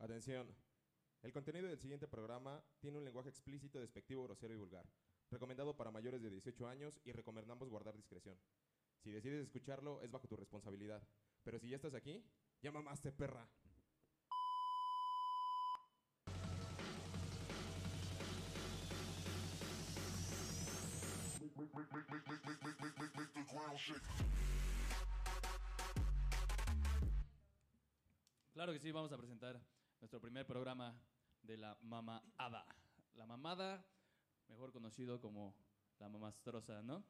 Atención. El contenido del siguiente programa tiene un lenguaje explícito, despectivo, grosero y vulgar. Recomendado para mayores de 18 años y recomendamos guardar discreción. Si decides escucharlo, es bajo tu responsabilidad. Pero si ya estás aquí, ya mamaste, perra. Claro que sí, vamos a presentar nuestro primer programa de la mamada. La mamada, mejor conocido como la mamastrosa, ¿no?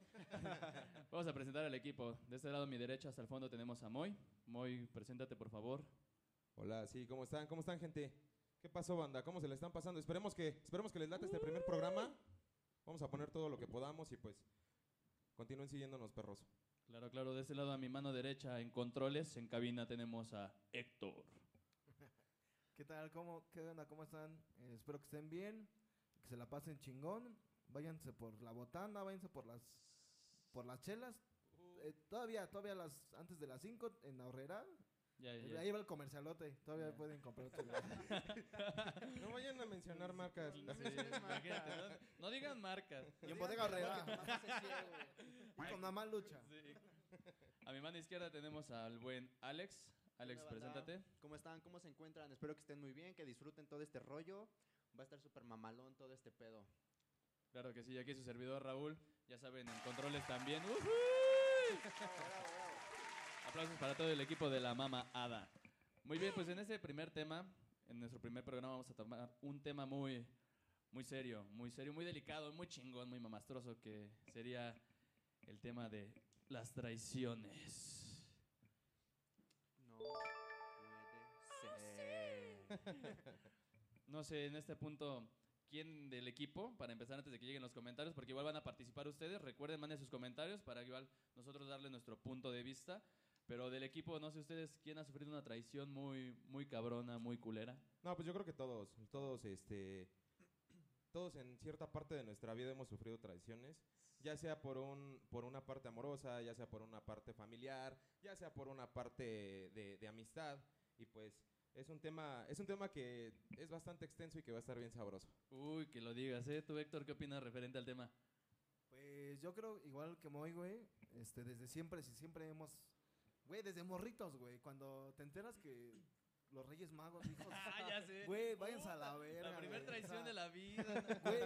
vamos a presentar al equipo. De este lado, a mi derecha, hasta el fondo, tenemos a Moy. Moy, preséntate, por favor. Hola, sí, ¿cómo están? ¿Cómo están, gente? ¿Qué pasó, banda? ¿Cómo se le están pasando? Esperemos que, esperemos que les lata este primer programa. Vamos a poner todo lo que podamos y pues continúen siguiéndonos, perros. Claro, claro, de este lado, a mi mano derecha, en controles, en cabina, tenemos a Héctor. ¿Qué tal? ¿Cómo, qué onda? ¿Cómo están? Eh, espero que estén bien, que se la pasen chingón. Váyanse por la botana, váyanse por las por las chelas. Uh. Eh, todavía, todavía las antes de las 5 en la horrera. Ya, eh, ya. Ahí va el comercialote, todavía pueden comprar chelas. No vayan a mencionar marcas. Sí, imagínate, ¿no? No digan marcas. y en bodega horrera. Y con la mal lucha. Sí. A mi mano izquierda tenemos al buen Alex. Alex, Hola, banda. preséntate. ¿Cómo están? ¿Cómo se encuentran? Espero que estén muy bien, que disfruten todo este rollo. Va a estar súper mamalón todo este pedo. Claro que sí, y aquí su servidor Raúl, ya saben, en controles también. ¡Ujuy! Aplausos para todo el equipo de la Mama Ada. Muy bien, pues en este primer tema, en nuestro primer programa vamos a tomar un tema muy, muy serio, muy serio, muy delicado, muy chingón, muy mamastroso, que sería el tema de las traiciones. No puede ser. No sé, en este punto, ¿quién del equipo? Para empezar, antes de que lleguen los comentarios, porque igual van a participar ustedes. Recuerden, manden sus comentarios para igual nosotros darle nuestro punto de vista. Pero del equipo, no sé ustedes, ¿quién ha sufrido una traición muy, muy cabrona, muy culera? No, pues yo creo que todos, todos, este, todos en cierta parte de nuestra vida hemos sufrido traiciones, ya sea por un, por una parte amorosa, ya sea por una parte familiar, ya sea por una parte de, de amistad, y pues es un tema, es un tema que es bastante extenso y que va a estar bien sabroso. Uy, que lo digas, ¿eh? Tú, Héctor, ¿qué opinas referente al tema? Pues yo creo, igual que Moy, güey, este, desde siempre, si siempre hemos... Güey, desde morritos, güey, cuando te enteras que los Reyes Magos, hijos... Güey, váyanse a la verga. Ah, La primera güey, o traición sea, de la vida. Güey,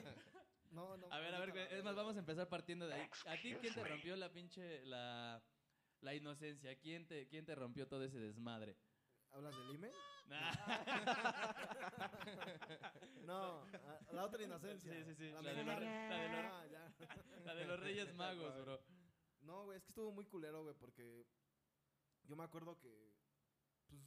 no, no. A ver, a ver, güey, es más, vamos a empezar partiendo de ahí. ¿A ti quién te rompió la pinche, la, la inocencia? ¿Quién te, ¿Quién te rompió todo ese desmadre? ¿Hablas del E? IME? Nah. No, a- a la otra inocencia. Sí, sí, sí, La, la de mejor. los- la de los- Ah, ya. La de los Reyes Magos, bro. No, güey, es que estuvo muy culero, güey, porque yo me acuerdo que, pues,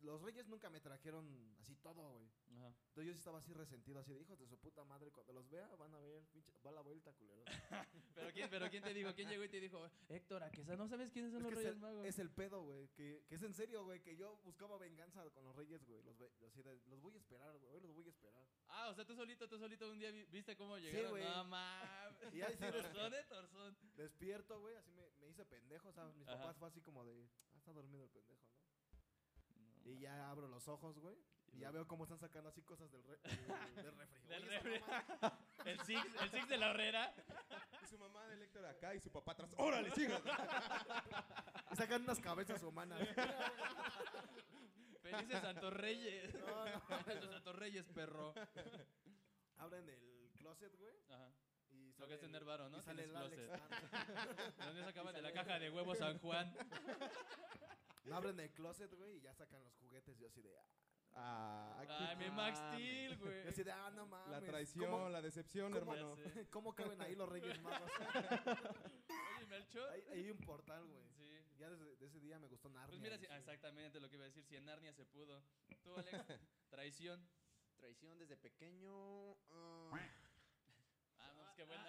los Reyes nunca me trajeron así todo, güey. Ajá. Entonces yo sí estaba así resentido, así de hijos de su puta madre. Cuando los vea, van a ver, pinche, va la vuelta, culero. ¿Pero, quién, pero quién te dijo, quién llegó y te dijo, Héctor, ¿a qué sa- no sabes quiénes son es que los es Reyes el, Magos? es el pedo, güey, que, que es en serio, güey, que yo buscaba venganza con los Reyes, güey. Los, ve- así de, los voy a esperar, güey, hoy los voy a esperar. Ah, o sea, tú solito, tú solito un día vi- viste cómo llegaron. güey. no mames. Y ahí sí les- Torzón, eh, torzón. Despierto, güey, así me, me hice pendejo, o sea, mis Ajá. papás fue así como de, ah, está dormido el pendejo, ¿no? y ya abro los ojos, güey, y, ya veo cómo están sacando así cosas del, re del, del refri. Del Oye, esa refri. mamá- El six, el six de la horrera. Y su mamá de Héctor acá y su papá atrás. ¡Órale, sigan! y sacan unas cabezas humanas. Felices Santos Reyes. No, no. Los Santos Reyes, perro. Abren el closet, güey, Ajá. y Lo que es sale- tener varo, ¿no? Y sale el Tienes Alex. closet. Ah, ¿Dónde sacaban de la caja de huevos San Juan? no. Abren el closet, güey, y ya sacan los juguetes, yo así de, ah, Ah, aquí- Ay, mi Max Steel, güey. yo así de, ah, no mames. la traición, ¿cómo- la decepción, cómo- hermano. Ya sé. ¿Cómo caben ahí los Reyes Magos? Oye, Melchor. Ahí hay un portal, güey. Sí. Ya desde de ese día me gustó Narnia. Pues mira, y si- sí. exactamente lo que iba a decir, si en Narnia se pudo. Tú, Alex, traición. Traición desde pequeño. ah. Ah, no, pues qué buena,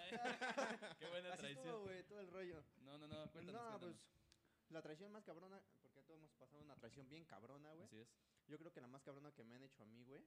eh. Qué buena así estuvo, traición. güey, todo el rollo. No, no, no, cuéntanos, no, cuéntanos. pues la traición más cabrona, porque todos hemos pasado una traición bien cabrona, güey. Así es. Yo creo que la más cabrona que me han hecho a mí, güey,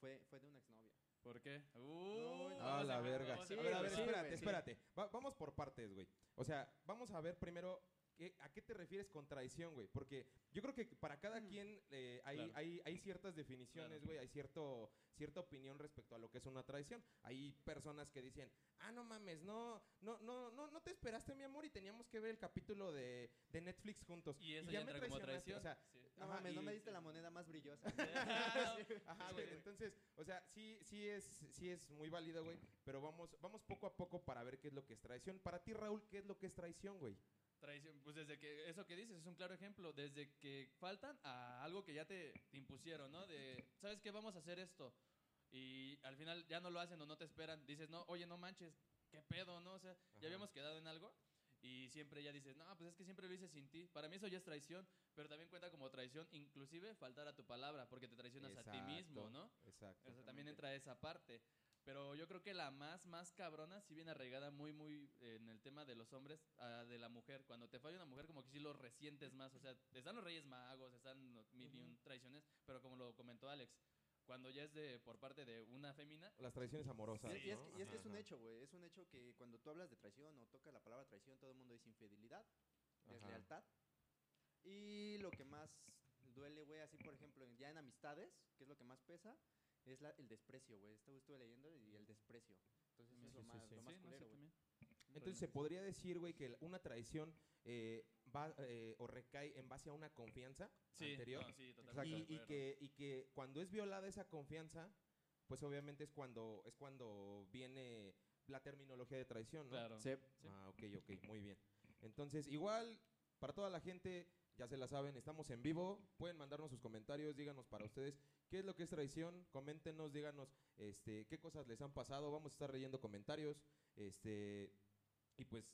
fue, fue de una exnovia. ¿Por qué? Uh, no, Ah, vamos la a- verga. vamos a ver, a ver, sí, espérate, güey, sí. espérate. Va- vamos por partes, güey. O sea, vamos a ver primero ¿qué- ¿a qué te refieres con traición, güey? Porque yo creo que para cada Mm. quien eh, hay, Claro. hay, hay ciertas definiciones, güey, hay cierto, cierta opinión respecto a lo que es una traición. Hay personas que dicen, ah, no mames, no, no, no, no, no te esperaste, mi amor, y teníamos que ver el capítulo de, de Netflix juntos. Y eso ya ya me entra como traicionaste", traición. O sea, Sí. No Ajá, mames, no y- me diste la moneda más Ajá, brillosa. Sí, güey. güey. Entonces, o sea, sí, sí es, sí es muy válido, güey. Pero vamos, vamos poco a poco para ver qué es lo que es traición. Para ti, Raúl, ¿qué es lo que es traición, güey? Traición, pues desde que eso que dices es un claro ejemplo, desde que faltan a algo que ya te, te impusieron, ¿no? De, ¿sabes qué? Vamos a hacer esto. Y al final ya no lo hacen o no te esperan. Dices, no, oye, no manches, qué pedo, ¿no? O sea, Ajá. ya habíamos quedado en algo y siempre ya dices, no, pues es que siempre lo hice sin ti. Para mí eso ya es traición, pero también cuenta como traición, inclusive faltar a tu palabra, porque te traicionas a ti mismo, Exacto. ¿no? Exacto. O sea, también entra esa parte. Pero yo creo que la más, más cabrona, sí viene arraigada muy, muy eh, en el tema de los hombres, ah, de la mujer. Cuando te falla una mujer, como que sí lo resientes más. O sea, están los reyes magos, están los mil y un traiciones, pero como lo comentó Alex, cuando ya es de por parte de una fémina, Las traiciones amorosas. Y, y es ¿no? que, y es que Ajá, es un ajá. hecho, güey. Es un hecho que cuando tú hablas de traición o tocas la palabra traición, todo el mundo dice infidelidad, Ajá. deslealtad. Y lo que más duele, güey, así por ejemplo, en- ya en amistades, que es lo que más pesa, es la- el desprecio, güey. Esto estuve leyendo y el desprecio. Entonces eso sí, Sí, es lo más, sí. lo más sí, no sé, culero, güey. también. Entonces, ¿se podría decir, güey, que la- una traición eh, va eh, o recae en base a una confianza Sí, anterior? no, sí, totalmente Y, de y acuerdo. que, y que cuando es violada esa confianza, pues obviamente es cuando, es cuando viene la terminología de traición, ¿no? Claro. Sí. Ah, ok, ok, muy bien. Entonces, igual, para toda la gente, ya se la saben, estamos en vivo. Pueden mandarnos sus comentarios, díganos para ustedes qué es lo que es traición. Coméntenos, díganos este, qué cosas les han pasado. Vamos a estar leyendo comentarios. Este, y pues,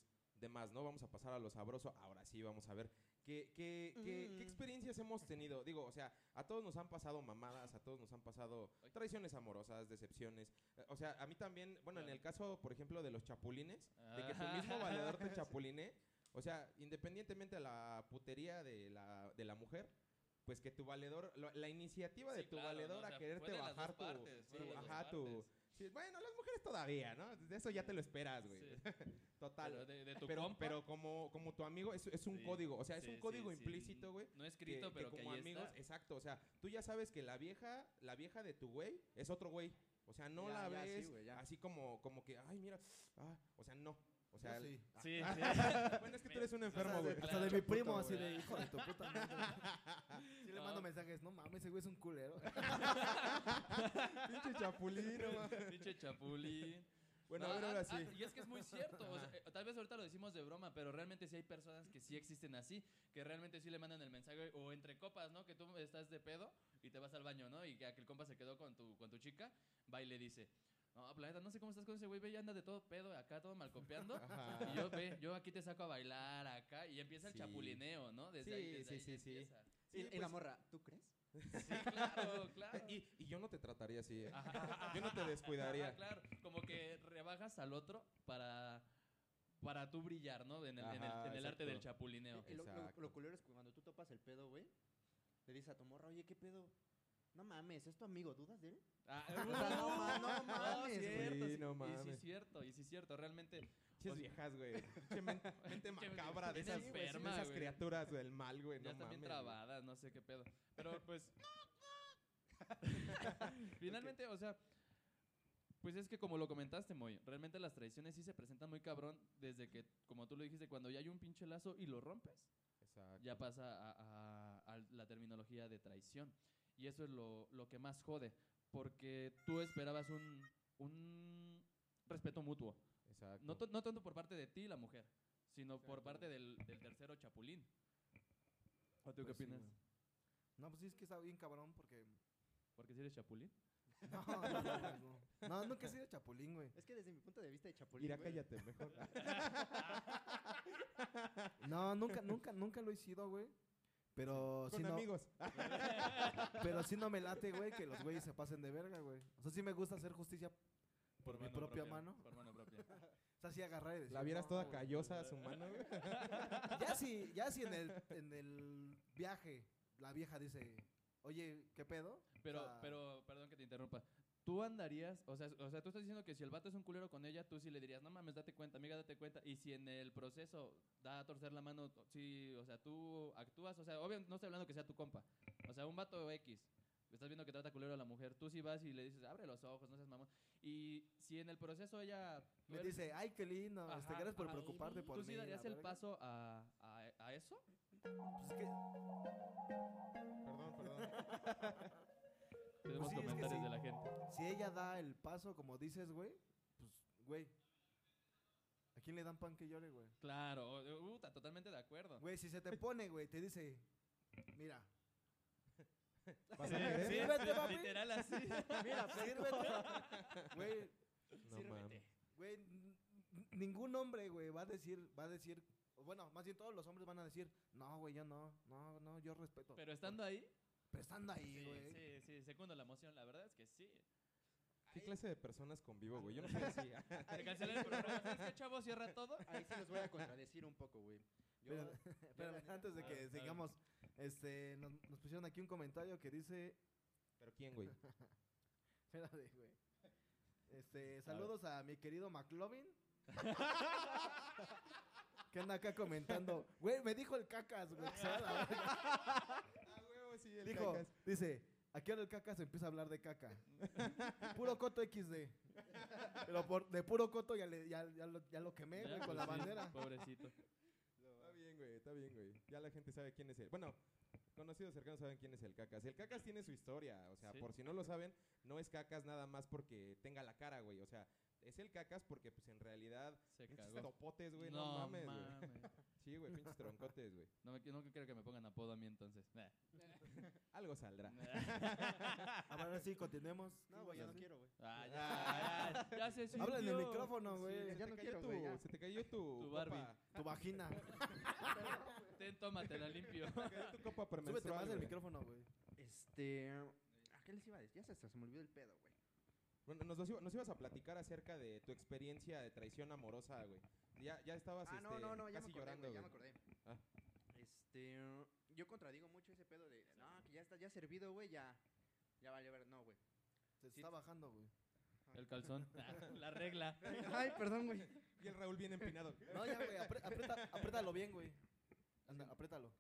demás, ¿no? Vamos a pasar a lo sabroso. Ahora sí, vamos a ver. ¿Qué, qué, qué- qué Mm. experiencias hemos tenido? Digo, o sea, a todos nos han pasado mamadas, a todos nos han pasado Ay. traiciones amorosas, decepciones. Eh, O sea, a mí también, bueno, en Claro. el caso, por ejemplo, de los chapulines, de que tu Ah. mismo valedor te chapuline, o sea, independientemente de la putería de la, de la mujer, pues que tu valedor, lo- la iniciativa de Sí, tu claro, ¿no? valedor O a sea, quererte fue de las dos bajar tu, partes, fue tu- de las dos ajá, tu- partes. sí, bueno, las mujeres todavía, ¿no? De eso ya te lo esperas, güey. Sí. Total. Pero de, de tu Pero, compa, pero como, como tu amigo, es, es un Sí, código, o sea, es sí, un sí, código sí, implícito, güey. no que- escrito, que pero que, como ahí amigos, está. exacto, o sea, tú ya sabes que la vieja, la vieja de tu güey es otro güey. O sea, no la Ya, ya, sí, ves güey, ya. así como, como que, ay, mira, ah", o sea, no. O sea, Yo sí. Sí, sí. bueno, es que tú eres un Hasta enfermo, de- güey. Hasta Claro. de mi primo, Puto, así güey. de hijo de tu puta madre. Sí le No. mando mensajes, no mames, ese güey es un culero. Pinche chapulín, no mames. Pinche chapulín. Bueno, No, a ver, ah, ahora ah, sí. y es que es muy cierto. o sea, eh, tal vez ahorita lo decimos de broma, pero realmente sí hay personas que sí existen así, que realmente sí le mandan el mensaje o entre copas, ¿no? Que tú estás de pedo y te vas al baño, ¿no? Y que aquel compa se quedó con tu, con tu chica, va y le dice, no, planeta, no sé cómo estás con ese güey, ve y anda de todo pedo, acá todo Ajá. malcopeando. Y yo, ve, yo aquí te saco a bailar acá y empieza el Sí. chapulineo, ¿no? Desde Sí, ahí, desde sí, ahí sí, ya sí. empieza. Sí, Y- y la pues, morra, ¿tú crees? Sí, claro, claro. y, y yo no te trataría así, eh. Ajá. Yo no te descuidaría. Ajá, claro, como que rebajas al otro para, para tú brillar, ¿no? En el, en el- Ajá, en el arte exacto. Eh, del chapulineo. Y- y lo, lo- Exacto. lo culero es que cuando tú topas el pedo, güey, le dices a tu morra, oye, ¿qué pedo? No mames, ¿es tu amigo? ¿Dudas de él? Ah, no ma- no mames, cierto, güey, sí, no Y sí mames. es cierto, y sí es cierto, realmente. Pinches O sea- viejas, güey. Pinche men- mente Pinche macabra de mente esas, de enferma, esas güey. criaturas del mal, güey. ya No están bien mames. güey. trabadas, no sé qué pedo. Pero pues. Finalmente, o sea. Pues es que como lo comentaste, Moy, realmente las traiciones sí se presentan muy cabrón desde que, como tú lo dijiste, cuando ya hay un pinche lazo y lo rompes. Exacto. ya pasa a, a- a la terminología de traición. Y eso es lo, lo que más jode, porque tú esperabas un, un respeto mutuo, Exacto. no, to- no tanto por parte de ti y la mujer, sino por Exacto. parte del, del tercero chapulín. ¿O tú qué Pues sí, opinas? güey. No, pues sí, es que está bien cabrón porque. ¿Porque si eres chapulín? No, no, no, no, no. No, nunca he sido chapulín, güey. Es que desde mi punto de vista de chapulín, Mira, güey, cállate, mejor. No, nunca, nunca, nunca lo he sido, güey. Pero sí, Con no, amigos. pero sí no me late, güey, que los güeyes se pasen de verga, güey. O sea, sí me gusta hacer justicia. Por mi propia mano. Por mano propia. O sea, sí agarrar y decir, La vieras "No, toda güey". callosa a su mano, güey. Ya sí, ya sí en el, en el viaje la vieja dice, oye, ¿qué pedo? Pero, sea- pero, perdón que te interrumpa. Tú andarías, o sea, o sea, tú estás diciendo que si el vato es un culero con ella, tú sí le dirías, no mames, date cuenta, amiga, date cuenta. Y si en el proceso da a torcer la mano, t- sí, o sea, tú actúas, o sea, obviamente no estoy hablando que sea tu compa. O sea, un vato X, estás viendo que trata culero a la mujer, tú sí vas y le dices, abre los ojos, no seas mamón. Y si en el proceso ella... tú Me eres- dice, ay, qué lindo, este, Ajá, gracias por ajá. preocuparte por ¿Tú mí. sí la darías el verga". paso a, a- a eso? Pues es que- Perdón, perdón. Tenemos sí, es que comentarios sí. de la gente. si ella da el paso, como dices, güey, pues, güey. ¿A quién le dan pan que llore, güey? Claro, o- puta, totalmente de acuerdo. Güey, si se te pone, güey, te dice, mira, ¿Vas Sí, a querer? ¿eh? sí, Sírvete, sí, papi. literal así. mira, sírvete. Güey, No mames. güey, n- n- ningún hombre, güey, va a decir, va a decir, o bueno, más bien todos los hombres van a decir, no, güey, yo no, no, no, yo respeto. Pero estando ahí, Pero estando ahí, sí, güey. sí, sí, segundo la emoción, la verdad es que sí. ¿Qué clase de personas convivo, güey? Yo no sé si. Se cancela el programa. ¿Sabes qué, chavo? Cierra todo. Ahí sí los voy a contradecir un poco, güey. Yo, Espérame, yo la espérame, neta- antes de a que ver, a ver. sigamos, este, nos, nos pusieron aquí un comentario que dice, ¿Pero quién, güey? espérate, güey. Este, saludos a, mi querido McLovin. que anda acá comentando, güey, me dijo el cacas, güey. que se va a la verga. Ah, huevo, sí, el Dijo, cacas. dice, ¿a qué hora el cacas empieza a hablar de caca? Puro coto XD. Pero por- de puro coto ya, le, ya, ya lo, ya lo quemé, Eh, Ya, güey, con pues la sí, bandera. Pobrecito. Está bien, güey, está bien, güey. Ya la gente sabe quién es él. Bueno, conocidos cercanos saben quién es el Cacas. El Cacas tiene su historia, o sea, Sí. por si no lo saben, no es Cacas nada más porque tenga la cara, güey. O sea, es el Cacas porque, pues, en realidad, Se pinches cagó. topotes, güey, no, no mames, güey. mames. Sí, güey, pinches troncotes, güey. No, me qui- no quiero que me pongan apodo a mí entonces. Nah. Algo saldrá. Ahora sí, continuemos. No, güey, yo no quiero, güey. Ah, ya, ya, ya se sintió. Habla en el micrófono, güey. Se Ya te no cayó quiero, tu- güey, ya. Se te cayó tu, Tu Barbie. copa. Tu vagina. Ten, tómate, la limpio. Se te cayó tu copa Súbete premenstrual, más el güey. micrófono, güey. Este. ¿A qué les iba a decir? Ya se, hasta se me olvidó el pedo, güey. Bueno, nos, iba- nos ibas a platicar acerca de tu experiencia de traición amorosa, güey. Ya, ya estabas Ah, no, este, no, no, ya me casi acordé, llorando, güey, ya me güey. acordé. Ah. Este, yo contradigo mucho ese pedo de, no, que ya está, ya servido, güey, ya, ya vale, ver, no, güey. Se Sí. está bajando, güey. El calzón. La regla. Ay, perdón, güey. Y el Raúl bien empinado. No, ya, güey, apre- aprieta- apriétalo bien, güey. Anda, apriétalo.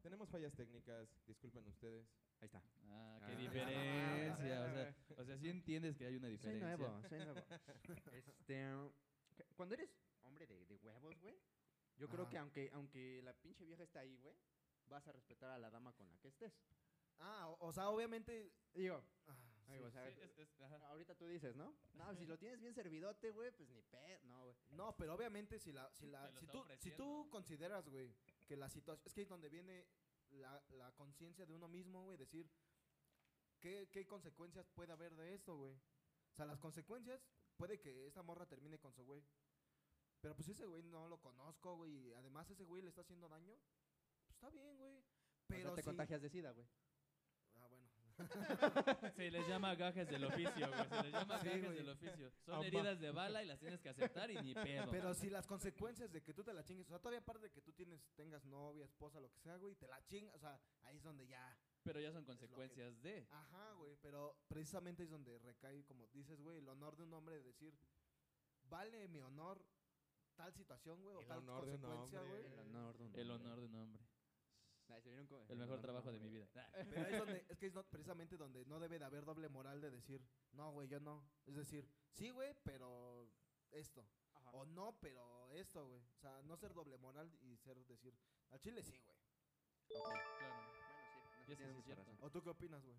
Tenemos fallas técnicas, disculpen ustedes. Ahí está. Ah, qué diferencia. O sea, o sea, sí entiendes que hay una soy diferencia. nuevo, soy nuevo. Este, cu- cuando eres hombre de, de huevos, güey, yo creo Ajá. que aunque, aunque la pinche vieja está ahí, güey, vas a respetar a la dama con la que estés. Ah, o, o sea, obviamente. Digo, ah, Ay, sí. o sea, Sí, es- es- ajá. ahorita tú dices, ¿no? No, si lo tienes bien servidote, güey, pues ni pedo, no, güey. No, pero obviamente si la, si la, Te lo si está tú, si tú ofreciendo. consideras, güey, que la situación, es que es donde viene la, la conciencia de uno mismo, güey, decir, ¿qué, ¿qué consecuencias puede haber de esto, güey? O sea, las consecuencias, puede que esta morra termine con su güey. Pero pues ese güey no lo conozco, güey, y además ese güey le está haciendo daño, pues está bien, güey. Pero Pero te si- contagias de sida, güey. Ah, bueno. Se les llama gajes del oficio, güey. Se les llama Sí, gajes güey. del oficio. Son Amba. heridas de bala y las tienes que aceptar y ni pedo. Pero si las consecuencias de que tú te la chingues, o sea, todavía aparte de que tú tienes, tengas novia, esposa, lo que sea, güey, te la chingas, o sea, ahí es donde ya Pero ya son consecuencias de. Ajá, güey, pero precisamente es donde recae, como dices, güey, el honor de un hombre de decir, vale mi honor tal situación, güey, o El tal honor de un consecuencia, hombre. güey. El honor de un El honor de un hombre. El mejor trabajo de mi vida. Ah, Pero es, donde, es que es no- precisamente donde no debe de haber doble moral de decir, no, güey, yo no. Es decir, sí, güey, pero esto. O no, pero esto, güey. O sea, no ser doble moral y ser decir, al chile sí, güey. Claro. sí, tienes sí, mucha cierto. razón. ¿O tú qué opinas, güey?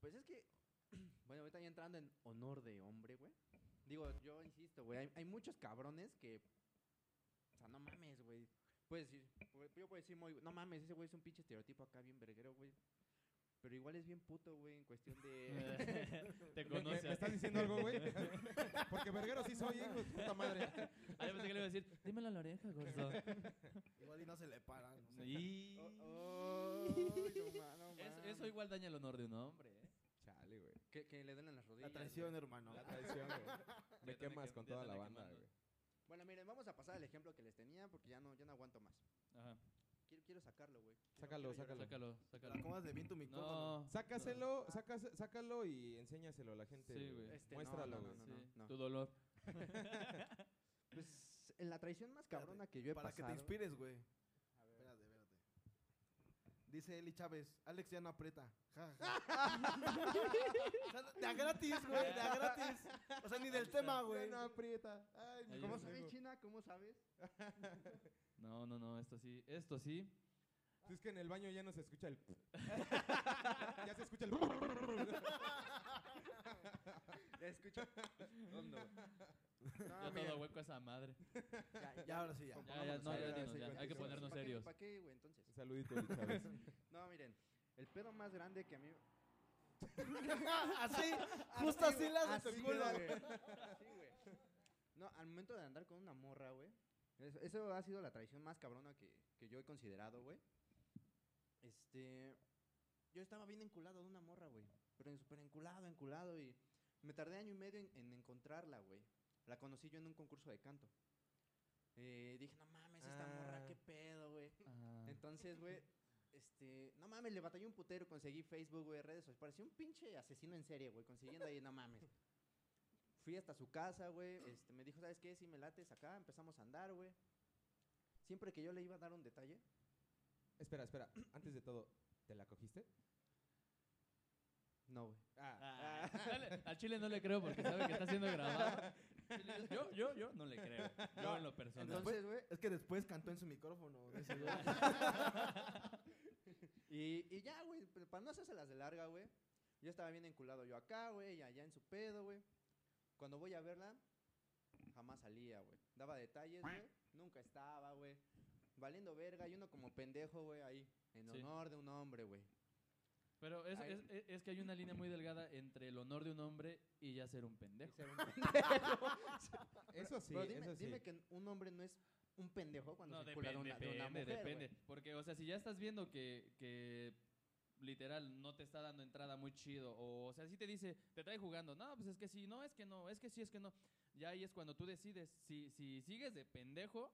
Pues es que, bueno, ahorita ya entrando en honor de hombre, güey. Digo, yo insisto, güey, hay, hay muchos cabrones que, o sea, no mames, güey. Puedes decir, pu- yo puedo decir muy, no mames, ese güey es un pinche estereotipo acá bien verguero, güey. Pero igual es bien puto, güey, en cuestión de... Te ¿Me, me- conoces. me estás diciendo algo, güey? Porque verguero sí soy, hijo de puta madre. Ah, yo pensé que le iba a decir, dímelo a la oreja, gordo. Igual y no se le paran. no sé. Y... Ay, Oh, no ma- no Es- mames. eso igual daña el honor de un hombre. ¿eh? Chale, güey. Que, que le den en las rodillas. La güey. traición, hermano. Ah, La traición, güey. Me Ya te quemas quem- con ya toda te la anda banda, quemando. güey. Bueno, miren, vamos a pasar al ejemplo que les tenía porque ya no, ya no aguanto más. Ajá. Quiero, quiero sacarlo, güey. Sácalo, Quiero- quiero llorar. Sácalo, sácalo. La comas de viento mi No. Sácaselo, sacas- sácalo y enséñaselo a la gente. Sí, güey. güey. Este, no, Muéstralo, no, güey. no, Sí, Tu dolor. Pues en la traición más Espérate, cabrona que yo he Para que pasado. te inspires, güey. Espérate, espérate. Dice Eli Chávez, Alex ya no aprieta. Ja, ja. O sea, de a gratis, güey, de a gratis. O sea, ni del tema, güey. No aprieta. Ay, mi Ahí ¿Cómo es. amigo. sabes, China? ¿Cómo sabes? No, no, no, esto sí. Esto sí. Si es que en el baño ya no se escucha el. ya se escucha el. Escucha. Hondo. Ah, Yo Oh, todo hueco a esa madre. Ya, Ya, ahora sí, ya. Ya, ya, no, ya, dinos, ya. Hay que ponernos serios. ¿Para qué, güey, entonces? Un saludito, Eli Chávez. No, miren. El pedo más grande que a mí... así, justo así güey, las de así, tu culo. güey. Así, güey. No, al momento de andar con una morra, güey. Eso, eso ha sido la traición más cabrona que, que yo he considerado, güey. Este. Yo estaba bien enculado de una morra, güey. Pero en- súper enculado, enculado. Y me tardé año y medio en, en encontrarla, güey. La conocí yo en un concurso de canto. Eh, dije, no mames, esta morra, Ah. qué pedo, güey. Ah. Entonces, güey, este, no mames, le batallé un putero, conseguí Facebook, güey, redes sociales. Parecía un pinche asesino en serie, güey, consiguiendo ahí, no mames. Fui hasta su casa, güey, este, me dijo, ¿sabes qué? Si me lates acá, empezamos a andar, güey. Siempre que yo le iba a dar un detalle, espera, espera. Antes de todo, ¿te la cogiste? no, güey. Ah. Dale, al chile no le creo porque sabe que está siendo grabado. Yo, yo, yo no le creo. Yo en lo personal. Entonces, güey, Es que después cantó en su micrófono. dice, güey. Y, y ya, güey, pero para no hacerse las de larga, güey. Yo estaba bien enculado yo acá, güey, y allá en su pedo, güey. Cuando voy a verla, jamás salía, güey. Daba detalles, güey. Nunca estaba, güey. Valiendo verga y uno como pendejo, güey, ahí. En Sí. honor de un hombre, güey. Pero es, Ay. es, es- es que hay una línea muy delgada entre el honor de un hombre y ya ser un pendejo. Ser un pendejo. Eso sí, Pero dime, eso sí. dime que un hombre no es un pendejo cuando No, se encula depende, de una, de depende, una mujer, güey. depende. Porque, o sea, si ya estás viendo que, que literal no te está dando entrada muy chido, o, o sea, si te dice, te trae jugando, no, pues es que sí, no, es que no, es que sí, es que no. Ya ahí es cuando tú decides si, si sigues de pendejo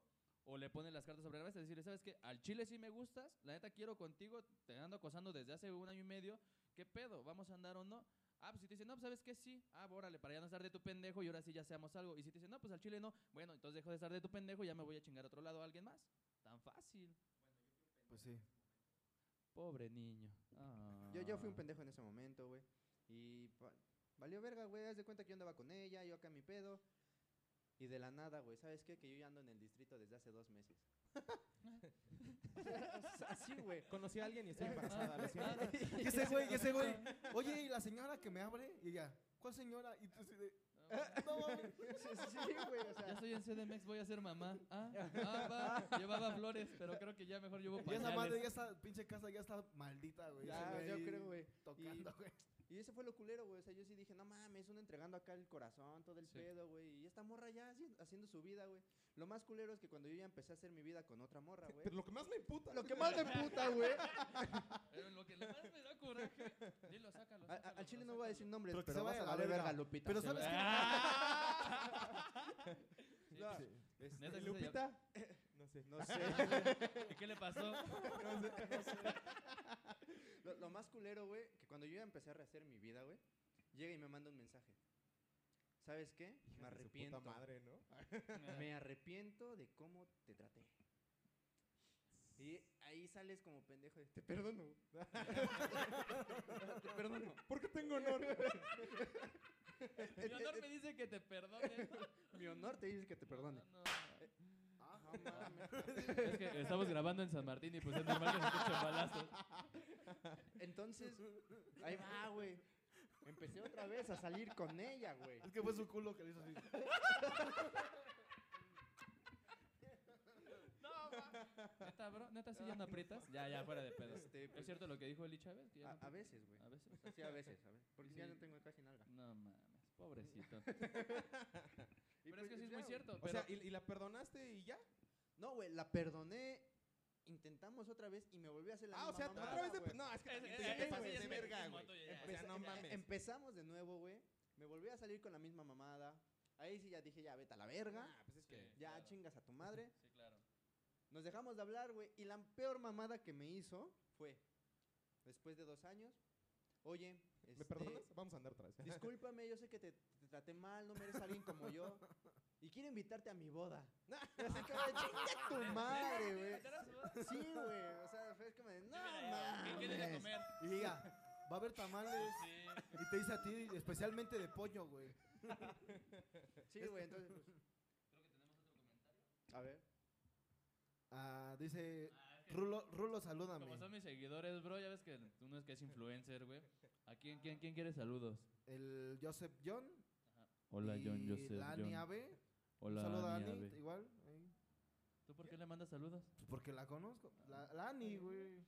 o le pones las cartas sobre la mesa y decirle, ¿sabes qué? Al chile sí me gustas, la neta quiero contigo, te ando acosando desde hace un año y medio, ¿qué pedo? ¿Vamos a andar o no? Ah, pues si te dicen, no, pues sabes que sí. Ah, pues, órale, para ya no estar de tu pendejo y ahora sí ya seamos algo. Y si te dicen, no, pues al chile no. Bueno, entonces dejo de estar de tu pendejo y ya me voy a chingar a otro lado a alguien más. Tan fácil. Pues sí. Pobre niño. Yo, yo fui un Ah. pendejo en ese momento, güey. Y va- valió verga, güey. Haz de cuenta que yo andaba con ella, yo acá en mi pedo. Y de la nada, güey, ¿sabes qué? Que yo ya ando en el distrito desde hace dos meses. O sea, o sea, Así, güey. Conocí a alguien y estoy embarazada, lo siento. Ah, Y ese güey, y ese güey. Oye, ¿y la señora que me abre? Y ella, ¿cuál señora? Y tú así de, no mames. Sí, güey, o sea. Ya soy en CDMX, voy a ser mamá. Ah, ah, va. Llevaba flores, pero creo que ya mejor llevo Y esa madre, pañales. ya esa pinche casa ya está maldita, güey. Ya, Ese yo creo, güey. Tocando, güey. Y ese fue lo culero, güey. O sea, yo sí dije, no mames, uno entregando acá el corazón, todo el Sí. pedo, güey. Y esta morra ya haci- haciendo su vida, güey. Lo más culero es que cuando yo ya empecé a hacer mi vida con otra morra, güey. Pero lo que más me imputa. Lo que más me puta, güey. Pero lo que más me da coraje. Dilo, sácalo. A- a- Al chile no voy a decir nombres, Pero pero, que se vas vaya a a la valer verga. verga, Lupita. Pero Se ¿sabes va- qué? Ah, No, Ah. Este, Neta, sí se Lupita. No sé. no sé. ¿Qué le pasó? lo, lo más culero, güey, que cuando yo ya empecé a rehacer mi vida, güey, llega y me manda un mensaje. ¿Sabes qué? Me arrepiento. Puta madre, ¿no? Ah. Me arrepiento de cómo te traté. Y ahí sales como pendejo de, te perdono. te perdono. Porque tengo honor. Eh, Mi honor me dice que te perdone. Mi honor te dice que te perdone. No, no. Ah, mames. Es que estamos grabando en San Martín y pues es normal que se escuchen balazos. Entonces, ahí va, güey. Empecé otra vez a salir con ella, güey. Es que fue su culo que le hizo así. Neta, bro, neta, si ya no aprietas. Ya, ya, fuera de pedo. Este, ¿Es pues, cierto lo que dijo Eli Chávez? Que ya a, no a veces, güey. A veces. Sí, a veces, a ver, Porque ya Sí. no tengo casi nalga. No mames, pobrecito. Y Pero es que pues sí es ya, muy güey. cierto. O Pero, sea, ¿y, y la perdonaste y ya? No, güey, la perdoné. Intentamos otra vez y me volví a hacer la Ah, o misma sea, mamada, a través de... güey. No, es que Es- también es- tú ya es- te es- pasas es- de verga, güey. moto ya, ya. O sea, no Empeza- eh, mames. Empezamos de nuevo, güey. Me volví a salir con la misma mamada. Ahí sí ya dije, ya vete a la verga. Ah, pues es que... Sí, Ya claro. chingas a tu madre. Sí, claro. Nos dejamos de hablar, güey. Y la peor mamada que me hizo fue, después de dos años, oye, ¿Me este, perdonas? Vamos a andar atrás. discúlpame, yo sé que te, te traté mal, no me eres alguien como yo. Y quiero invitarte a mi boda. Así como, de, "Chinga tu madre, güey. Sí, güey. O sea, fue como de, no ¿Qué quieres de mames. comer? Y diga, va a haber tamales. Sí. Y te dice a ti, especialmente de pollo, güey. Sí, güey, entonces. pues, A ver. Ah, dice, Ah, es que Rulo, Rulo, salúdame. Como son mis seguidores, bro, ya ves que uno es que es influencer, güey. ¿A quién, quién, quién quiere saludos? El Joseph John. Hola, John y Joseph. Lani John. Ave. Hola, Saluda a Ani Ani, Ave. igual. ahí. ¿Tú por qué le mandas saludos? Pues Porque la conozco. La, la Ani, güey.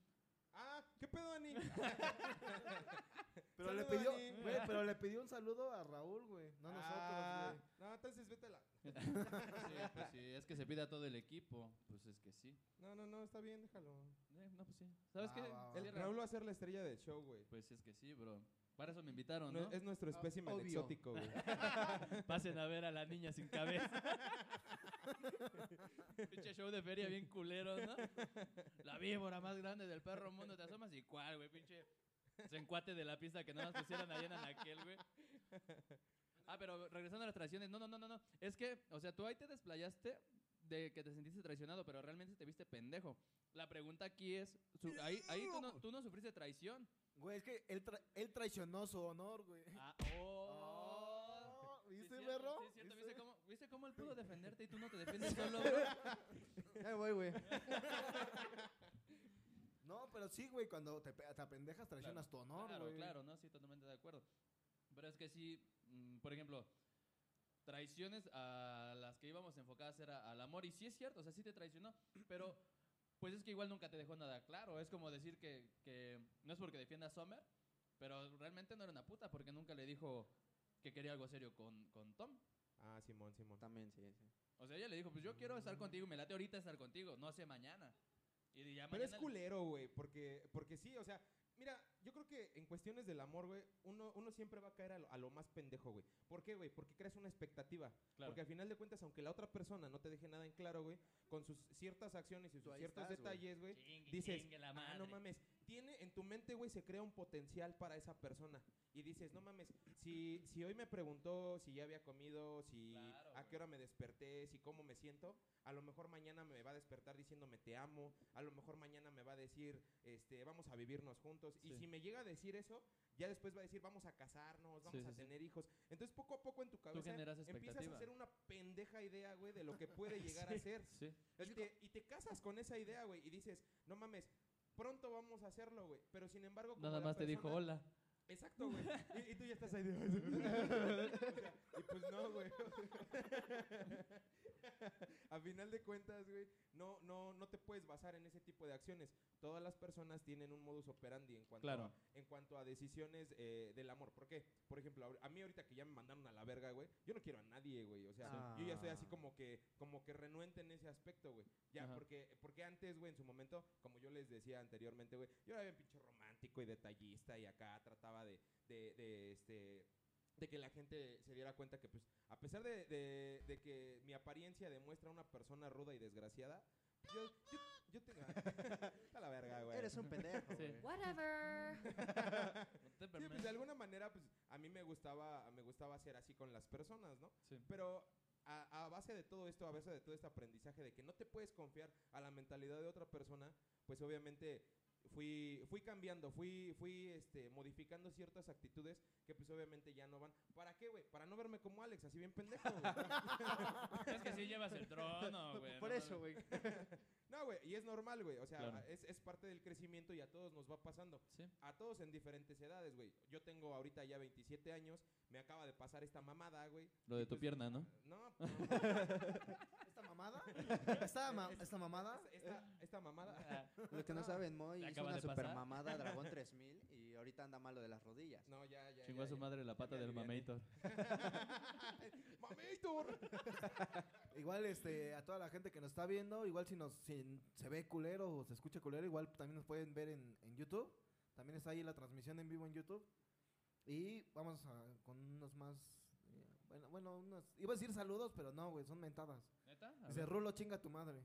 ah, ¿qué pedo, Ani? Pero le Saluda, pidió, Ani. güey, pero le pidió un saludo a Raúl, güey. No a Ah, nosotros, No, entonces vétela. Sí, pues sí, es que se pide a todo el equipo. Pues es que sí. No, no, no, está bien, déjalo. Eh, no, pues sí. ¿Sabes Va, qué? va, va. El Cierra. Raúl va a ser la estrella del show, güey. Pues es que sí, bro. Para eso me invitaron, No, ¿no? Es nuestro espécimen obvio. exótico, güey. Pasen a ver a la niña sin cabeza. Pinche show de feria bien culero, ¿no? La víbora más grande del perro mundo. Te asomas y cuál, güey, pinche encuate de la pista que nada más pusieron allá en aquel, güey. Ah, pero regresando a las traiciones. No, no, no, no, no. Es que, o sea, tú ahí te desplayaste de que te sentiste traicionado, pero realmente te viste pendejo. La pregunta aquí es, su- ahí, ahí tú, no, tú no sufriste traición. güey. Güey, es que él, tra- él traicionó su honor, güey. Ah, oh. Oh, Sí, ¿Viste, cierto, perro? sí, es cierto, ¿Viste? ¿Viste, cómo, ¿Viste cómo él pudo defenderte y tú no te defiendes solo? güey? Ya me voy, güey. No, pero sí, güey, cuando te, pe- te apendejas traicionas tu honor, claro, güey. claro, ¿no? Sí, totalmente de acuerdo. Pero es que sí, mm, por ejemplo, traiciones a las que íbamos enfocadas era al amor. Y sí es cierto, o sea, sí te traicionó, pero pues es que igual nunca te dejó nada claro. Es como decir que, que no es porque defienda a Summer, pero realmente no era una puta porque nunca le dijo que quería algo serio con, con Tom. Ah, Simón, Simón. También, sí, sí. O sea, ella le dijo, pues yo quiero Mm. estar contigo, y me late ahorita estar contigo, no sé mañana. Y ya Pero es mañana- culero, güey, porque, porque sí, o sea, mira, yo creo que en cuestiones del amor, güey, uno, uno siempre va a caer a lo, a lo más pendejo, güey. ¿Por qué, güey? Porque creas una expectativa. Claro. Porque al final de cuentas, aunque la otra persona no te deje nada en claro, güey, con sus ciertas acciones y sus ahí ciertos estás, güey. detalles, güey, Chingue, dices, chingue la ah, no madre". mames, tiene, en tu mente, güey, se crea un potencial para esa persona. Y dices, no mames, si, si hoy me preguntó si ya había comido, si Claro, a güey. qué hora me desperté, si cómo me siento, a lo mejor mañana me va a despertar diciéndome te amo, a lo mejor mañana me va a decir, este, vamos a vivirnos juntos. Y Sí. si me llega a decir eso, ya después va a decir, vamos a casarnos, vamos sí, a sí. tener hijos. Entonces, poco a poco en tu cabeza generas empiezas a expectativa. hacer una pendeja idea, güey, de lo que puede llegar a Sí. ser. Sí. Y te, y te casas con esa idea, güey, y dices, no mames, pronto vamos a hacerlo, güey. Pero sin embargo, como Nada la más te dijo persona- hola. Exacto, güey. Y, y tú ya estás ahí de... "Ay, se me olvidó". O sea, y pues no, güey. A final de cuentas, güey, no, no, no te puedes basar en ese tipo de acciones. Todas las personas tienen un modus operandi en cuanto, Claro. a, en cuanto a decisiones eh, del amor. ¿Por qué? Por ejemplo, ahor- a mí ahorita que ya me mandaron a la verga, güey, yo no quiero a nadie, güey. O sea, Sí. yo ya soy así Ah. como que, como que renuente en ese aspecto, güey. Ya, Ajá. porque, porque antes, güey, en su momento, como yo les decía anteriormente, güey, yo era bien pinche romántico y detallista y acá trataba de, de, de, este de que la gente se diera cuenta que pues a pesar de, de- de que mi apariencia demuestra una persona ruda y desgraciada yo yo, yo te a la verga güey Eres un pendejo. Sí. güey. Whatever. No te Sí, permeas. pues de alguna manera pues a mí me gustaba me gustaba ser así con las personas no Sí. Pero a, a base de todo esto, a base de todo este aprendizaje de que no te puedes confiar a la mentalidad de otra persona, pues obviamente fui, fui cambiando, fui, fui este, modificando ciertas actitudes que pues obviamente ya no van. ¿Para qué, güey? Para no verme como Alex, así bien pendejo. güey. Es que sí llevas el trono, güey. Por no eso, mames. güey. no, güey, y es normal, güey. O sea, Claro. es, es parte del crecimiento y a todos nos va pasando. Sí. A todos en diferentes edades, güey. Yo tengo ahorita ya 27 años, me acaba de pasar esta mamada, güey. Lo de tu pierna, ¿no? No, no, ¿Esta mamada? ¿Esta, ma- esta mamada? esta, esta mamada. Lo que no Ah, saben, Moy ¿le hizo acaba una de pasar? super mamada Dragón 3000 y ahorita anda malo de las rodillas. No, ya, ya. Chingó a ya, su ya. madre la pata me del aliviané. mameitor. ¡Mameitor! Igual este a toda la gente que nos está viendo, igual si nos si se ve culero o se escucha culero, igual también nos pueden ver en, en YouTube. También está ahí la transmisión en vivo en YouTube. Y vamos a- con unos más eh, Bueno, bueno, unos, iba a decir saludos, pero no, güey, son mentadas. ¿Neta? A Dice, ver. Rulo, chinga tu madre.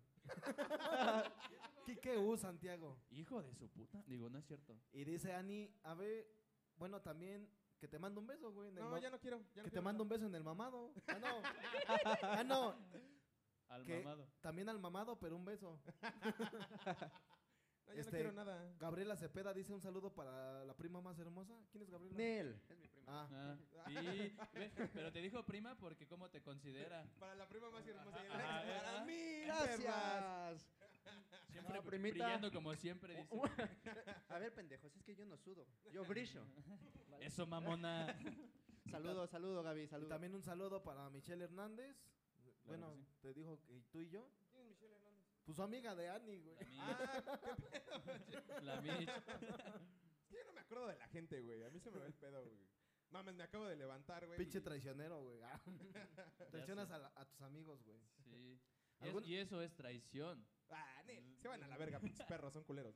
¿Qué U, Santiago? Hijo de su puta. Digo, no es cierto. Y dice Ani, a ver, bueno, también que te mando un beso, güey. en el No, ma- ya no quiero. ya no que te quiero mando un beso en el mamado. Ah, no. ah, no. Al ¿Qué? mamado. También al mamado, pero un beso. nada. No, ya no este- quiero nada. Gabriela Cepeda dice un saludo para la prima más hermosa. ¿Quién es Gabriela? Nel. Es mi prima. Ah, Ah, sí. Ve, Pero te dijo prima porque cómo te considera. Para la prima más hermosa. Ajá, y el ex, ajá, para ajá. mí, perras. Gracias. Siempre No, br- primita. brillando como siempre. Dice. A ver, pendejos, es que yo no sudo. Yo brillo. Eso, mamona. Saludo, saludo, Gaby, y saludo. también un saludo para Michelle Hernández. bueno, que sí. te dijo que tú y yo. ¿Quién es Michelle Hernández? Pues su amiga de Ani, güey. La Mitch. Ah, qué pedo. La Mitch. Es que yo no me acuerdo de la gente, güey. A mí se me va el pedo, güey. Mames, me acabo de levantar, güey. Pinche y- traicionero, güey. Ah, Traicionas sé. a, la- a tus amigos, güey. Sí. Y, es- ¿Algún- y eso es traición. Ah, Nel, se van a la verga, pinches perros, son culeros.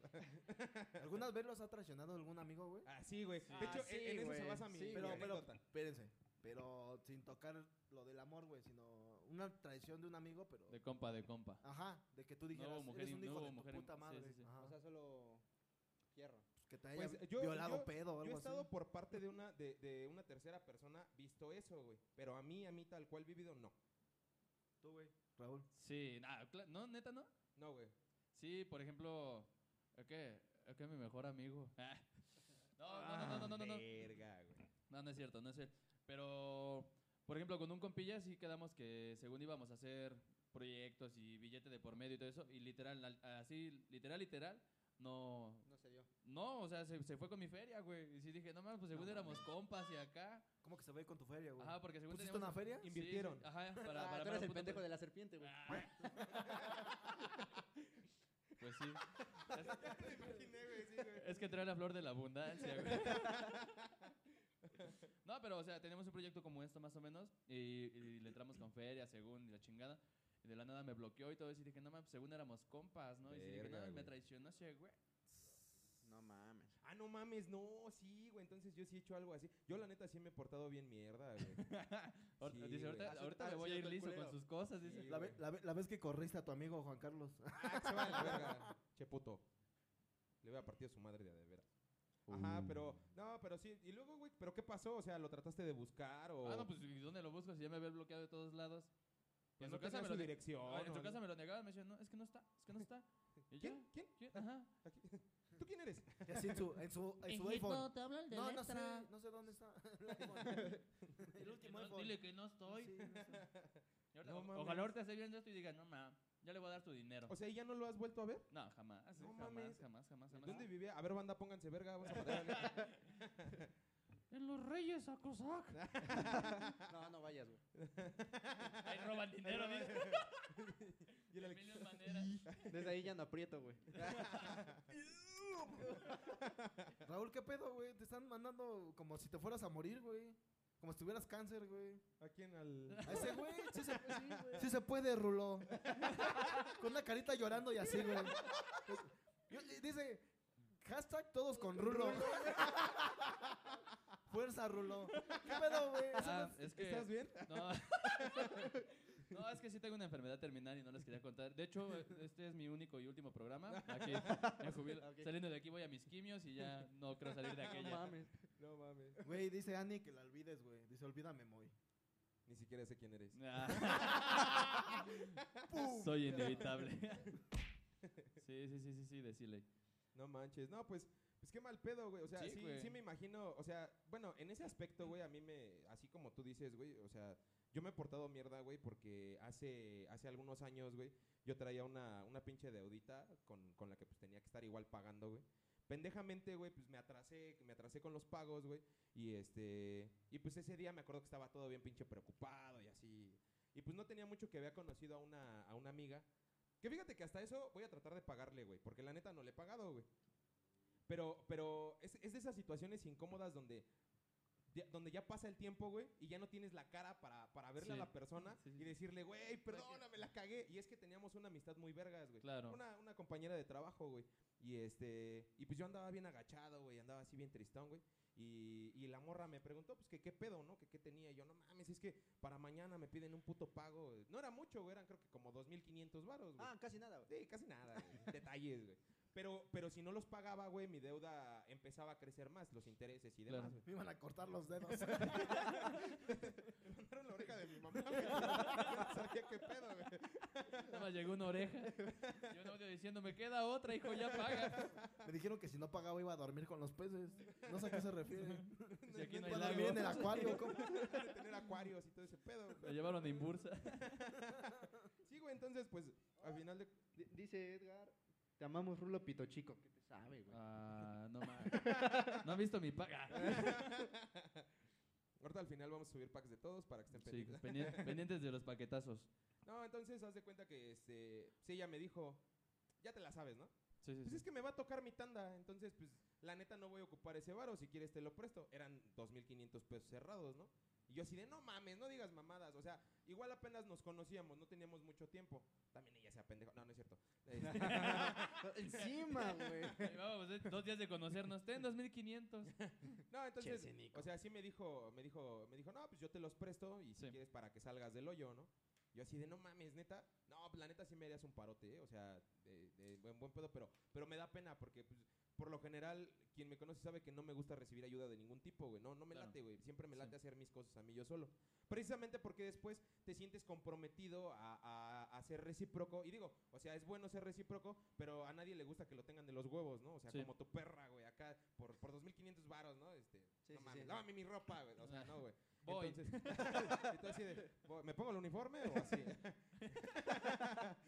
¿Algunas veces los ha traicionado algún amigo, güey? Ah, sí, güey. Ah, De hecho, sí, en, en eso se güey, basa mi, sí, mi pero, pero, anécdota. espérense. Pero sin tocar lo del amor, güey, sino una traición de un amigo, pero... De compa, de compa. Ajá, de que tú hubo dijeras, mujer eres in- un no hijo hubo de tu mujer in- puta sí, madre. sí, sí. Ajá, O sea, solo fierro. pues que te haya Pues, yo- violado yo- pedo o Yo he algo así. estado por parte de una, de, de una tercera persona visto eso, güey. Pero a mí, a mí tal cual vivido, no. Tú, güey, Raúl. Sí. nah, cla- no, neta, no. No, güey. Sí, por ejemplo, ¿a ¿qué? ¿a ¿Qué mi mejor amigo? Ah. No, no, no, no, no, no, Ah, no, Verga, güey. no, no es cierto, no es él. Pero, por ejemplo, con un compilla sí quedamos que según íbamos a hacer proyectos y billete de por medio y todo eso, y literal, al- así, literal, literal, no, No se dio. no, o sea, se, se fue con mi feria, güey. Y sí dije, no mames, pues según éramos compas y acá. ¿Cómo que se va a ir con tu feria, güey? Ajá, porque según ¿Pusiste una feria? Sí, sí, Invirtieron. ajá, para, Ah, para tú eres mero el puto pendejo pre- de la serpiente, güey. Ah. Pues sí. Me imaginé, güey, sí, güey. Es que trae la flor de la abundancia, güey. No, pero, o sea, tenemos un proyecto como esto, más o menos, y, y le entramos con feria, según, y la chingada. Y de la nada me bloqueó y todo eso, y dije, no, mames, según éramos compas, ¿no? Y sí dije, Verga, no, me güey. traicionó ese güey. No mames. Ah, no mames, no, sí, güey. Entonces yo sí he hecho algo así. Yo, la neta, sí me he portado bien mierda, güey. Ahor- Sí, güey. dice, ahorita, Aceptar ahorita me voy a ir siendo el liso con culero". sus cosas, dice. Sí, La, ve- güey. la ve- la vez que corriste a tu amigo Juan Carlos. Ah, que se va a la verga. Che puto. Le voy a partir a su madre de a de veras. Ajá, pero. No, pero sí. Y luego, güey, ¿pero qué pasó? O sea, ¿lo trataste de buscar o.? Ah, no, pues, ¿y dónde lo busco si ya me había bloqueado de todos lados? Y pues no tenía su ne- dirección. ah, en o su casa algo. me lo negaban, me decían, no, es que no está, es que no está. Y yo, ¿Quién? ¿Quién? ¿Quién? Ajá. Aquí. ¿Tú quién eres? Y así en su, en su, en su iPhone. te habla el de No, no sé, Electra. no sé dónde está. El, iPhone. el último No, iPhone. Dile que no estoy. Sí, no sé. Y ahorita- No o- mames. ojalá ahorita esté viendo esto y diga, no ma, ya le voy a dar tu dinero. O sea, ¿y ya no lo has vuelto a ver? no, jamás, eh, No jamás, mames. jamás, jamás, jamás. ¿Dónde vivía? A ver, banda, pónganse verga. Vamos a matar a alguien. En los Reyes Acosac. No, no vayas, güey. Ahí roban dinero, dice. Y el De Alex- mil maneras. Desde ahí ya no aprieto, güey. Raúl, ¿qué pedo, güey? Te están mandando como si te fueras a morir, güey. Como si tuvieras cáncer, güey. ¿A quién? Al. A ese güey, sí se, sí, güey. Sí se puede, Rulo. Con una carita llorando y así, güey. Yo- y Dice, hashtag todos con Rulo. Fuerza, Rulo. ¿Qué pedo, güey? Eso no Ah, es- es que. ¿Estás bien? No. No, es que sí tengo una enfermedad terminal y no les quería contar. De hecho, eh, este es mi único y último programa. Aquí, me jubilo. Ok. Saliendo de aquí voy a mis quimios y ya no creo salir de No aquella. mames. No mames. Güey, dice Annie que la olvides, güey. Dice, olvídame, Moy. Ni siquiera sé quién eres. Ah. Soy inevitable. Sí, sí, sí, sí, sí, decirle. No manches. No, pues, pues qué mal pedo, güey. O sea, Sí, sí, güey. sí me imagino. O sea, bueno, en ese aspecto, güey, a mí me. Así como tú dices, güey. O sea, yo me he portado mierda, güey, porque hace, hace algunos años, güey, yo traía una, una pinche deudita con, con la que pues tenía que estar igual pagando, güey. Pendejamente, güey, pues me atrasé, me atrasé con los pagos, güey. Y este. Y pues ese día me acuerdo que estaba todo bien pinche preocupado y así. Y pues no tenía mucho que había conocido a una, a una amiga. Que fíjate que hasta eso voy a tratar de pagarle, güey. Porque la neta no le he pagado, güey. Pero, pero es, es de esas situaciones incómodas donde ya- donde ya pasa el tiempo, güey, y ya no tienes la cara para, para verle Sí. a la persona Sí, sí, y sí. decirle, güey, perdóname, la cagué. Y es que teníamos una amistad muy vergas, güey. Claro. Una, una compañera de trabajo, güey. Y este, y pues yo andaba bien agachado, güey, andaba así bien tristón, güey. Y, y la morra me preguntó, pues, que qué pedo, ¿no? Que qué tenía. Y yo, no mames, es que para mañana me piden un puto pago. No era mucho, güey, eran creo que como 2.500 varos, güey. Ah, casi nada, güey. Sí, casi nada, güey. Detalles, güey. Pero, pero si no los pagaba, güey, mi deuda empezaba a crecer más, los intereses y demás. Claro. güey. Me iban a cortar los dedos. Me mandaron la oreja de mi mamá, güey. Yo no sabía qué pedo, güey. Nada más llegó una oreja. Yo no audio diciendo, me queda otra, hijo, ya paga. Me dijeron que si no pagaba iba a dormir con los peces. No sé a qué se refiere. Si aquí no hay Iba a dormir en el lago. acuario. ¿cómo? De tener acuarios y todo ese pedo, Lo güey. llevaron a Imbursa. Sí, güey, entonces, pues, al final de... D- dice Edgar, te amamos Rulo Pito Chico. ¿Qué te sabe, güey? Ah, no más. No ha visto mi paga. Ahorita al final vamos a subir packs de todos para que estén Sí, pendientes. pendiente- pendientes de los paquetazos. No, entonces, haz de cuenta que, este... Sí, ella me dijo... Ya te la sabes, ¿no? Sí, sí, Pues sí. es que me va a tocar mi tanda, entonces, pues, la neta no voy a ocupar ese varo, si quieres te lo presto. Eran 2.500 pesos cerrados, ¿no? Y yo así de, no mames, no digas mamadas, o sea, igual apenas nos conocíamos, no teníamos mucho tiempo. También ella sea pendejo, no, no es cierto. Este, Encima, güey. Llevábamos eh, dos días de conocernos. Ten 2500. no, entonces, Che, cínico. o sea, sí me dijo, me dijo, me dijo, no, pues yo te los presto y si Sí. quieres para que salgas del hoyo, ¿no? Yo así de, no mames, neta, no, pues, la neta sí me harías un parote, ¿eh? o sea, de, de buen, buen pedo, pero, pero me da pena porque, pues, por lo general, quien me conoce sabe que no me gusta recibir ayuda de ningún tipo, güey, no, no me Claro. late, güey, siempre me Sí. late hacer mis cosas a mí yo solo. Precisamente porque después te sientes comprometido a, a- a ser recíproco. Y digo, o sea, es bueno ser recíproco, pero a nadie le gusta que lo tengan de los huevos, ¿no? O sea, Sí. como tu perra, güey, acá por, por 2.500 varos, ¿no? Este, Sí, no sí, mames, sí. lávame mi ropa, güey. O sea, no, güey. Voy. Entonces, y tú así de, "Voy, ¿me pongo el uniforme o así?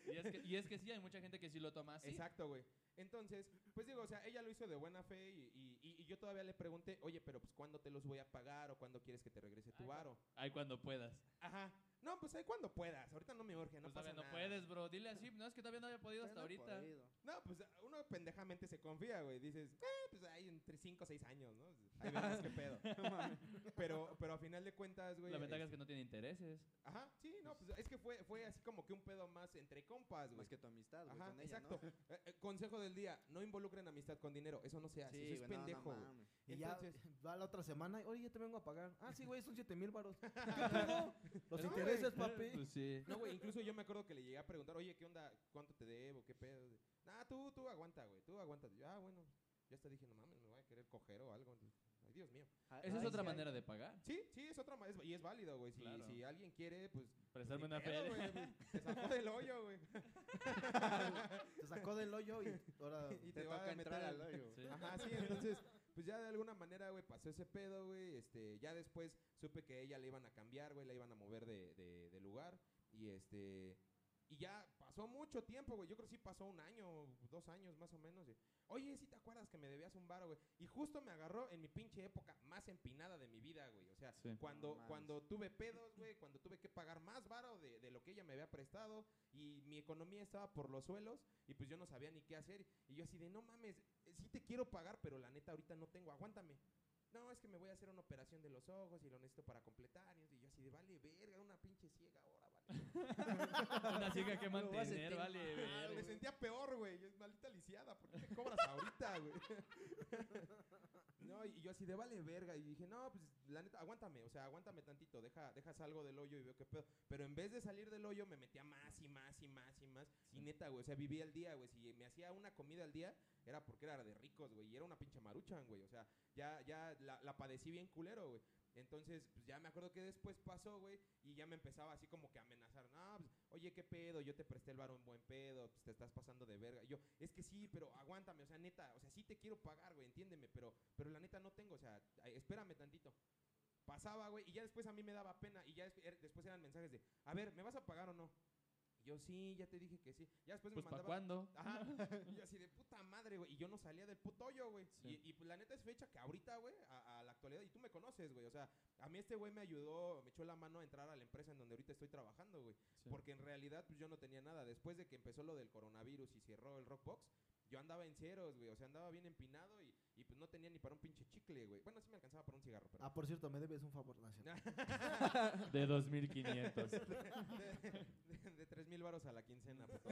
Y es, que, y es que sí, hay mucha gente que sí lo toma así. Exacto, güey. Entonces, pues digo, o sea, ella lo hizo de buena fe y, y- y- y yo todavía le pregunté, oye, pero pues ¿cuándo te los voy a pagar o cuándo quieres que te regrese Ay, tu varo? Ay, cuando puedas. Ajá. No, pues ahí cuando puedas. Ahorita no me urge, no Pues pasa todavía no nada. puedes, bro. Dile así. No, es que todavía no había podido hasta ahorita. No, pues uno pendejamente se confía, güey. Dices, eh, pues ahí entre 5 o 6 años, ¿no? Ahí verás qué pedo. pero, pero a final de cuentas, güey. La ventaja es que este, no tiene intereses. Ajá, sí, no, pues es que fue, fue así como que un pedo más entre compas, güey. Más que tu amistad, güey, Ajá, con ella, exacto. ¿no? Eh, eh, consejo del día, no involucren amistad con dinero, eso no se hace, eso es güey, no, no pendejo. güey. mames. Y ya Entonces- va la otra semana. Oye, ya te vengo a pagar. Ah, sí, güey, son 7 mil baros. ¿Qué pedo? Los No, intereses, güey. papi. Pues sí. No, güey, incluso yo me acuerdo que le llegué a preguntar, oye, ¿qué onda? ¿Cuánto te debo? ¿Qué pedo? Nah, tú, tú aguanta, güey, tú aguanta. Yo, ah, bueno, yo hasta dije, no mames, me voy a querer coger o algo. Ay, Dios mío. Ah, Esa es ay, otra sí, ay. manera de pagar. Sí, Pues sí, es otra, ma- es- y es válido, güey. Si, Claro. si alguien quiere, pues. Prestarme ni una pedo, güey, feria. pues, Te sacó del hoyo, güey. Te sacó del hoyo y ahora. Y Pues, Te te, va toca a meter entrar al al- hoyo. Sí. Ajá, sí, entonces, pues ya de alguna manera, güey, pasó ese pedo, güey. Este, ya después supe que ella le iban a cambiar, güey, la iban a mover de, de- de lugar. Y este. Y ya pasó mucho tiempo, güey. Yo creo que sí pasó un año, dos años más o menos. güey. Oye, si te acuerdas que me debías un bar, güey. Y justo me agarró en mi pinche época más empinada de mi vida, güey. O sea, Sí. cuando, mames. cuando tuve pedos, güey, cuando tuve que pagar más varo de, de lo que ella me había prestado y mi economía estaba por los suelos y pues yo no sabía ni qué hacer. Y yo así de, no mames, eh, sí te quiero pagar, pero la neta ahorita no tengo, aguántame. No, es que me voy a hacer una operación de los ojos y lo necesito para completar. Y yo así de, vale, verga, una pinche ciega ahora, vale. Una chica que Me voy a mantener, sentir vale. mal, verga. me güey. sentía peor, güey. Es maldita lisiada, ¿por qué me cobras ahorita, güey? no, y yo así de vale verga. Y dije, no, pues la neta, aguántame, o sea, aguántame tantito, deja, deja salgo del hoyo y veo qué pedo. Pero en vez de salir del hoyo, me metía más y más y más y más. Y neta, güey, o sea, vivía el día, güey. Si me hacía una comida al día, era porque era de ricos, güey. Y era una pinche maruchan, güey. O sea, ya, ya la, la padecí bien culero, güey. Entonces, pues ya me acuerdo que después pasó, güey, y ya me empezaba así como que a amenazar. No, pues, oye, qué pedo, yo te presté el varón buen pedo, pues te estás pasando de verga. Y yo, es que sí, pero aguántame, o sea, neta, o sea, sí te quiero pagar, güey, entiéndeme, pero, pero la neta no tengo, o sea, ay, espérame tantito. Pasaba, güey, y ya después a mí me daba pena, y ya desp- er- después eran mensajes de, a ver, ¿me vas a pagar o no? Y yo, sí, ya te dije que sí. Ya después Pues me ¿para mandaba. cuándo? Ajá. Y yo así de puta madre, güey. Y yo no salía del puto hoyo, güey. Sí. Y, y, pues la neta es fecha que ahorita, güey, a, a la actualidad, y tú me conoces, güey. O sea, a mí este güey me ayudó, me echó la mano a entrar a la empresa en donde ahorita estoy trabajando, güey. Sí. Porque en realidad, pues yo no tenía nada. Después de que empezó lo del coronavirus y cerró el Rockbox, Yo andaba en ceros, güey. O sea, andaba bien empinado y, y pues no tenía ni para un pinche chicle, güey. Bueno, sí me alcanzaba para un cigarro, pero. Ah, por cierto, me debes un favor, no, es cierto. De 2500. pues. de, de, de 3,000 varos a la quincena, puto.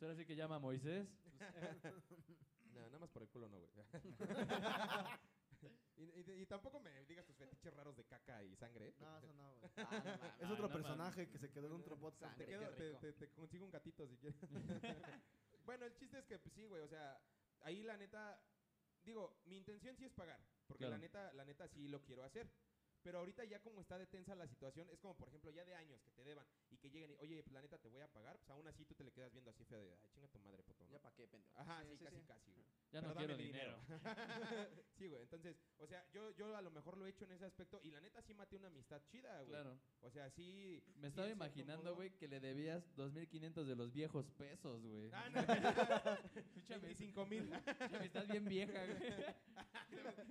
Ahora sí que llama a Moisés. No, nada más por el culo no, güey. y, y de- y tampoco me digas tus fetiches raros de caca y sangre. ¿eh? No, eso no, güey. Ah, no mames. Es otro no personaje mames. que se quedó en Bueno, otro podcast. te, Sangre, quedo- qué te- rico. te- te consigo un gatito si quieres. bueno, el chiste es que pues, sí, güey, o sea, ahí la neta, digo, mi intención sí es pagar, porque Claro. la neta, la neta sí lo quiero hacer. Pero ahorita ya como está de tensa la situación, es como por ejemplo ya de años que te deban y que lleguen y, oye, pues la neta te voy a pagar, pues aún así tú te le quedas viendo así feo de, ay, chinga tu madre, puto. ¿no?". Ya pa' qué, pendejo. Ajá, sí, Sí, sí, casi, sí. casi, güey. Ya Pero no dame quiero mi dinero. sí, güey, entonces, o sea, yo, yo a lo mejor lo he hecho en ese aspecto y la neta sí maté una amistad chida, güey. Claro. O sea, sí... Me sí, estaba en cierto imaginando, modo- güey, que le debías 2500 de los viejos pesos, güey. Ah, no. Pinche Y amist- cinco mil. pinche amistad bien vieja, güey.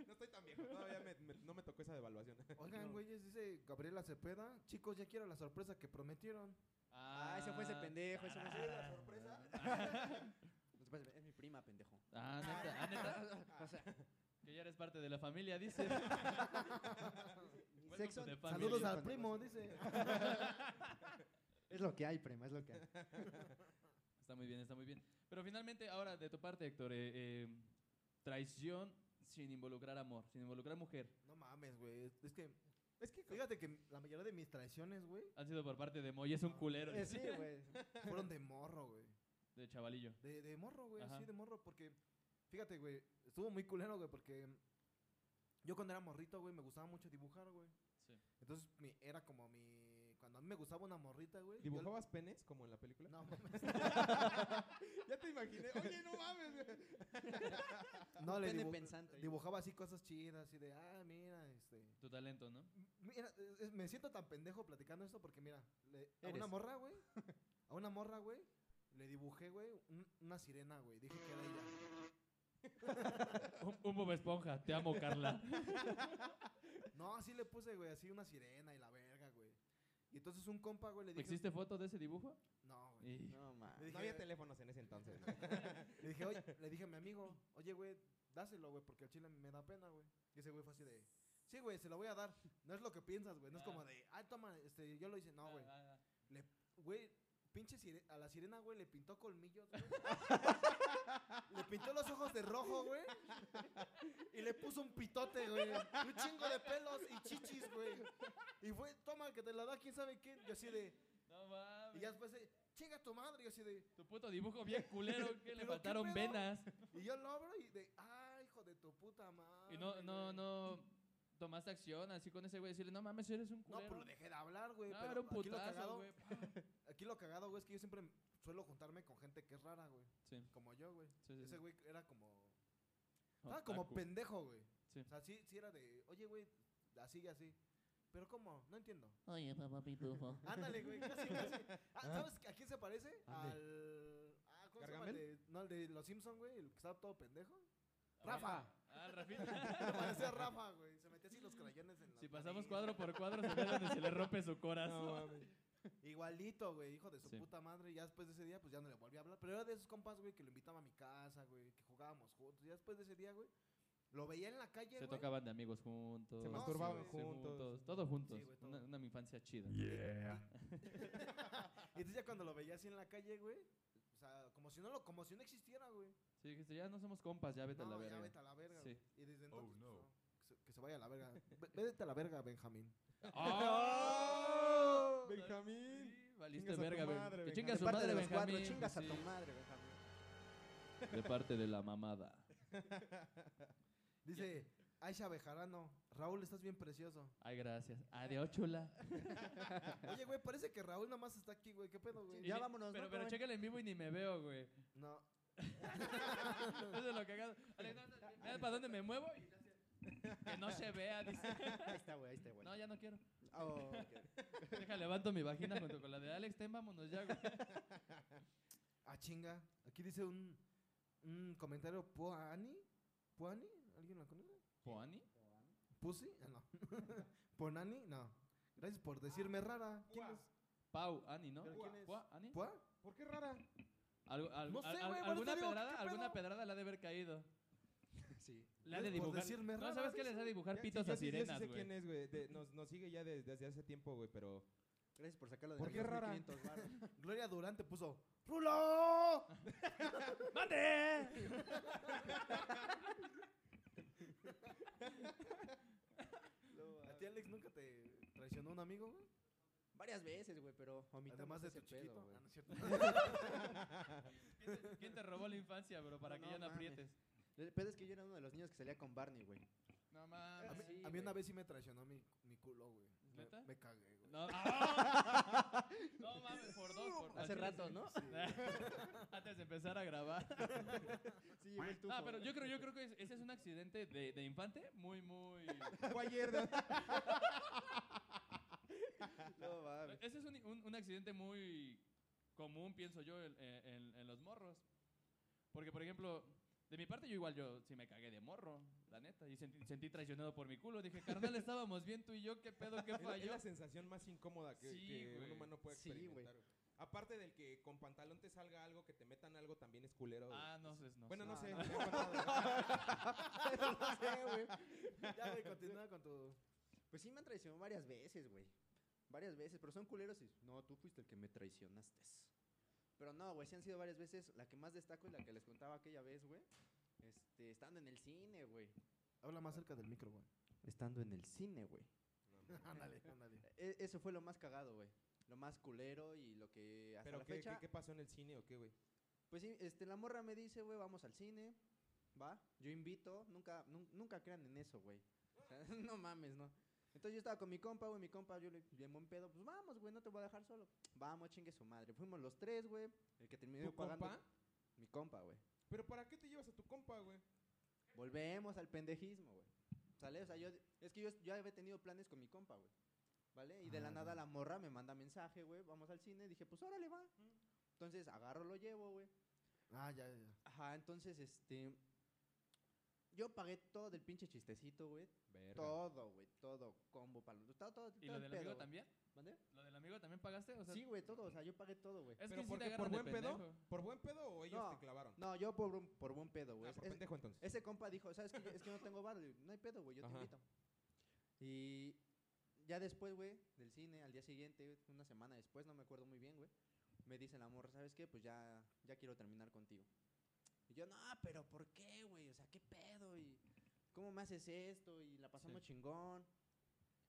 no estoy tan viejo, todavía me- me- no me tocó esa devaluación. Oigan, güeyes, dice Gabriela Cepeda. Chicos, ya quiero la sorpresa que prometieron. Ah, ese fue ese pendejo, ese fue ese- tarara. No te pases, Es mi prima, pendejo. Ah, neta, ah, neta. O sea, Que ya eres parte de la familia, dice. Welcome sexo- to the family. Saludos al Pendejos. primo, dice. Es lo que hay, prima, es lo que hay. Está muy bien, está muy bien. Pero finalmente, ahora de tu parte, Héctor, eh, eh, traición sin involucrar amor, sin involucrar mujer. No mames, güey. Es es que, Es que fíjate que la mayoría de mis traiciones, güey, Han sido por parte de Moy, es un culero. Eh, dice. sí, güey. fueron de morro, güey. De chavalillo. De, de morro, güey, Ajá. sí, de morro, porque, fíjate, güey, estuvo muy culero, güey, porque yo cuando era morrito, güey, me gustaba mucho dibujar, güey. Sí. Entonces, mi, era como mi, cuando a mí me gustaba una morrita, güey. yo- ¿Dibujabas penes como en la película? No, mames. Ya te imaginé. Oye, no mames. no le Pene dibu- pensante. dibujaba así cosas chidas, así de, ah, mira, este... Tu talento, ¿no? Mira, es- es- me siento tan pendejo platicando esto porque mira, le- a una Eres. morra, güey, a una morra, güey, le dibujé, güey, un- una sirena, güey. Dije que era ella. Un, un Bob Esponja, te amo, Carla. No, así le puse, güey, así una sirena y la verga, güey. Y entonces un compa, güey, le dije, ¿Existe foto de ese dibujo? no, güey. Y- No, mames. Le No dije- había teléfonos en ese entonces. Le dije, oye, le dije a mi amigo, oye, güey, dáselo, güey, porque el chile me da pena, güey. Y ese güey fue así de, sí, güey, se lo voy a dar. No es lo que piensas, güey. No es como de, ay, toma, este, yo lo hice. No, güey. Ah, ah, Güey, pinche sire- a la sirena, güey, le pintó colmillos, güey. le pintó los ojos de rojo, güey. Y le puso un pitote, güey. Un chingo de pelos y chichis, güey. Y fue, toma, que te la da, quién sabe qué. Yo así de. No Y mames. ya después, eh, chinga tu madre. Yo así de. Tu puto dibujo bien culero, que le ¿Pero qué faltaron pedo? venas. Y yo lo abro y de. ¡Ay, hijo de tu puta madre! Y no, no, güey". no tomaste acción así con ese güey, decirle, no mames, eres un No, culero. pues lo dejé de hablar, güey. No, pero era un aquí lo putazo, cagado- güey. Aquí lo cagado, güey, es que yo siempre suelo juntarme con gente que es rara, güey. Sí, Como yo, güey. sí, sí, sí. Ese güey era como. Estaba como Otaku. pendejo, güey. Sí. O sea, sí, sí era de, oye, güey, así y así. Pero ¿cómo? No entiendo. Oye, papá pitufo. Ándale, güey, casi, casi. Ah, ¿Sabes a quién se parece? Al... Ah, ¿cómo se llama? El ¿Gargamel? de, no, el de Los Simpson, güey, el que estaba todo pendejo. Ah, ¡Rafa! Ah, Se Rafita. parecía a Rafa, güey. Se metía así los crayones en la si pasamos nariz. cuadro por cuadro, se ve donde se le rompe su corazón. Igualito, güey, hijo de su Sí. puta madre. Ya después de ese día, pues ya no le volví a hablar. Pero era de esos compas, güey, que lo invitaba a mi casa, güey, que jugábamos juntos. Ya después de ese día, güey, lo veía en la calle, se güey. tocaban de amigos juntos. Se No, masturbaban sí, se juntos. Todo juntos. Sí, güey, todo. Una, una infancia chida. Y entonces ya cuando lo veía así en la calle, güey, o sea, como si no, lo, como si no existiera, güey. Sí, dijiste, ya no somos compas, ya vete a no, la ya verga. vete a la verga, Sí. güey. Y desde Oh, entonces, pues, no. no, que, se, que se vaya a la verga. Ve- Vete a la verga, Benjamín. ¡Ah! Benjamín. Sí, Valiste Chingas a tu verga, madre, güey. Que Benjamín. chinga su De parte madre, de los cuatro, Benjamín. pues chingas a Sí, tu madre, Benjamín. De parte de la mamada. Dice Aisha Bejarano, Raúl, estás bien precioso. Ay, gracias. Adiós, chula. Oye, güey, parece que Raúl nomás está aquí, güey. ¿Qué pedo, güey? Y Ya ni- vámonos, Pero, ¿no, pero cabrón? chécale en vivo y ni me veo, güey. No. Eso es lo cagado. Alexander, ¿Sabes para dónde me muevo? Y ya se- Que no se vea, dice. Ahí está, güey, ahí está, güey. No, ya no quiero. Ah, oh, ok. Deja, levanto mi vagina junto con la de Alex. Ten, vámonos ya, güey. Ah, chinga. Aquí dice un, un comentario, Poani. ¿Poani? ¿Alguien lo conoce? ¿Poani? ¿Pussy? Ah, no. ¿Ponani? No. Gracias por decirme rara. ¿Quién Pua. es? Pau, Ani, ¿no? ¿Pero quién es? Pua, Ani. ¿Pua? ¿Por qué rara? Algo- al- No sé, al- güey, por eso alguna digo, ¿qué pedrada, pedo? alguna pedrada le ha de haber caído. Sí. Le ha de Por dibujar. decirme No, rara, ¿sabes qué? dice. Les ha de dibujar Ya- pitos yo a sí- yo sí sirenas, sé güey. quién es, güey. de- Nos, nos sigue ya de- desde hace tiempo, güey, pero... Gracias por sacarlo de ¿Por los qué es rara? 1500 varos. Gloria Durante puso ¡Rulo! ¡Mande! ¿A ti, Alex, nunca te traicionó un amigo, güey? Varias veces, güey, pero omitamos Además de ese tu pedo, chiquito. güey. Ah, no es cierto. ¿Quién te, quién te robó la infancia, bro? Para No, que no ya no mames. aprietes. El pedo es que yo era uno de los niños que salía con Barney, güey. No a mí, mames. Sí, a mí una güey. vez sí me traicionó mi, mi culo, güey. Me- ¿Neta? Me, cagué, güey. No, ¡Ah! No mames, por dos, por dos. Hace rato, ¿no? Sí. Antes de empezar a grabar. Sí, llegó el tufo. Ah, pero yo creo, yo creo que es- ese es un accidente de, de infante muy, muy. Fue ayer, ¿no? No, mames. Ese es un, un- un accidente muy común, pienso yo, en, en- en los morros. Porque, por ejemplo, de mi parte, yo igual yo sí me cagué de morro, la neta. Y sentí, sentí traicionado por mi culo. Dije, carnal, estábamos bien tú y yo, qué pedo, qué Es la- es falló. la sensación más incómoda que, Sí, que güey. un humano puede Sí, güey. experimentar. güey. Aparte del que con pantalón te salga algo, que te metan algo, también es culero. güey. Ah, no sé, no bueno, sé. no sé. no. me han contado. No sé, güey. Ya, güey, continúa con tu... Pues sí me han traicionado varias veces, güey. Varias veces, pero son culeros y... No, tú fuiste el que me traicionaste. Pero no, güey, sí han sido varias veces. La que más destaco es la que les contaba aquella vez, güey. Este, estando en el cine, güey. Habla más cerca del micro, güey. Estando en el cine, güey. ándale, ándale. E- eso fue lo más cagado, güey. Lo más culero y lo que hasta ¿Pero la qué, qué- fecha... qué pasó en el cine o qué, güey? Pues sí, este, la morra me dice, güey, vamos al cine. Va, yo invito. Nunca, nun- nunca crean en eso, güey. O sea, no mames, no. Entonces yo estaba con mi compa, güey, mi compa, yo le bien buen pedo, pues vamos, güey, no te voy a dejar solo. Vamos, chingue su madre. Fuimos los tres, güey. El que terminó ¿Tu pagando. compa? Mi compa, güey. ¿Pero para qué te llevas a tu compa, güey? Volvemos al pendejismo, güey. ¿Sale? O sea, yo, es que yo, yo había tenido planes con mi compa, güey. ¿Vale? Y de Ah. la nada la morra me manda mensaje, güey, vamos al cine. Dije, pues órale, va. Entonces agarro, lo llevo, güey. Ah, ya, ya, ya. Ajá, entonces, este... Yo pagué todo del pinche chistecito, güey. Verga. Todo, güey. Todo. Combo, palo. Todo, todo, ¿Y todo lo el del pedo, amigo güey. también? ¿Mande? ¿Lo del amigo también pagaste? O sea, Eh. Sí, güey, todo. O sea, yo pagué todo, güey. Es que ¿Pero sí por te qué? agarran ¿Por de buen pedo? pendejo. ¿Por buen pedo o ellos No, te clavaron? No, yo por, un- por buen pedo, güey. Ah, Es- por es- pendejo, entonces. ese compa dijo, ¿sabes qué? Es que no tengo bar. No hay pedo, güey. Yo Ajá. te invito. Y ya después, güey, del cine, al día siguiente, una semana después, no me acuerdo muy bien, güey. Me dice la morra, ¿sabes qué? Pues ya, ya quiero terminar contigo. Y yo, no, pero ¿por qué, güey? O sea, ¿qué pedo? ¿Y cómo me haces esto? Y la pasamos chingón.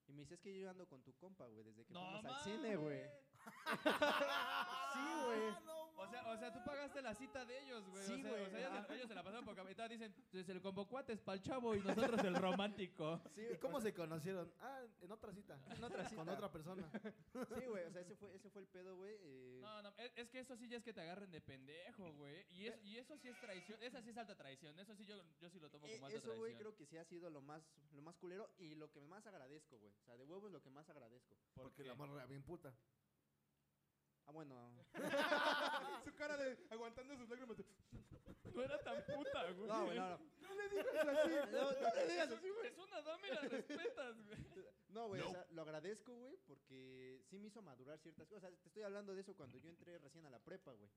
Y me dice, es que yo ando con tu compa, güey, desde que fuimos al cine, güey. mames. Sí, güey. O sea, o sea, tú pagaste la cita de ellos, güey. Sí, o sea, güey, o sea, ellos, ajá. ellos se la pasaron por cabeza. Dicen, se le convocuates es el chavo y nosotros el romántico. Sí, ¿Y cómo se conocieron? Ah, en otra cita. En otra cita. Con otra persona. Sí, güey, o sea, ese fue, ese fue el pedo, güey. eh, No, no, es, es que eso sí ya es que te agarren de pendejo, güey. Y, es- y eso sí es traición. Esa sí es alta traición. Eso sí yo, yo sí lo tomo Eh, como alta eso, güey, traición. creo que sí ha sido lo más, lo más culero y lo que más agradezco, güey. O sea, de huevo es lo que más agradezco. ¿Por Porque qué? la morra era bien puta. Ah, bueno. Su cara de aguantando sus lágrimas. de, No era tan puta, güey. No, güey, no, no. No le digas así. No, no le digas así, güey. Es una dama y la respetas, güey. No, güey, o sea, lo agradezco, güey, porque sí me hizo madurar ciertas cosas. O sea, te estoy hablando de eso cuando yo entré recién a la prepa, güey.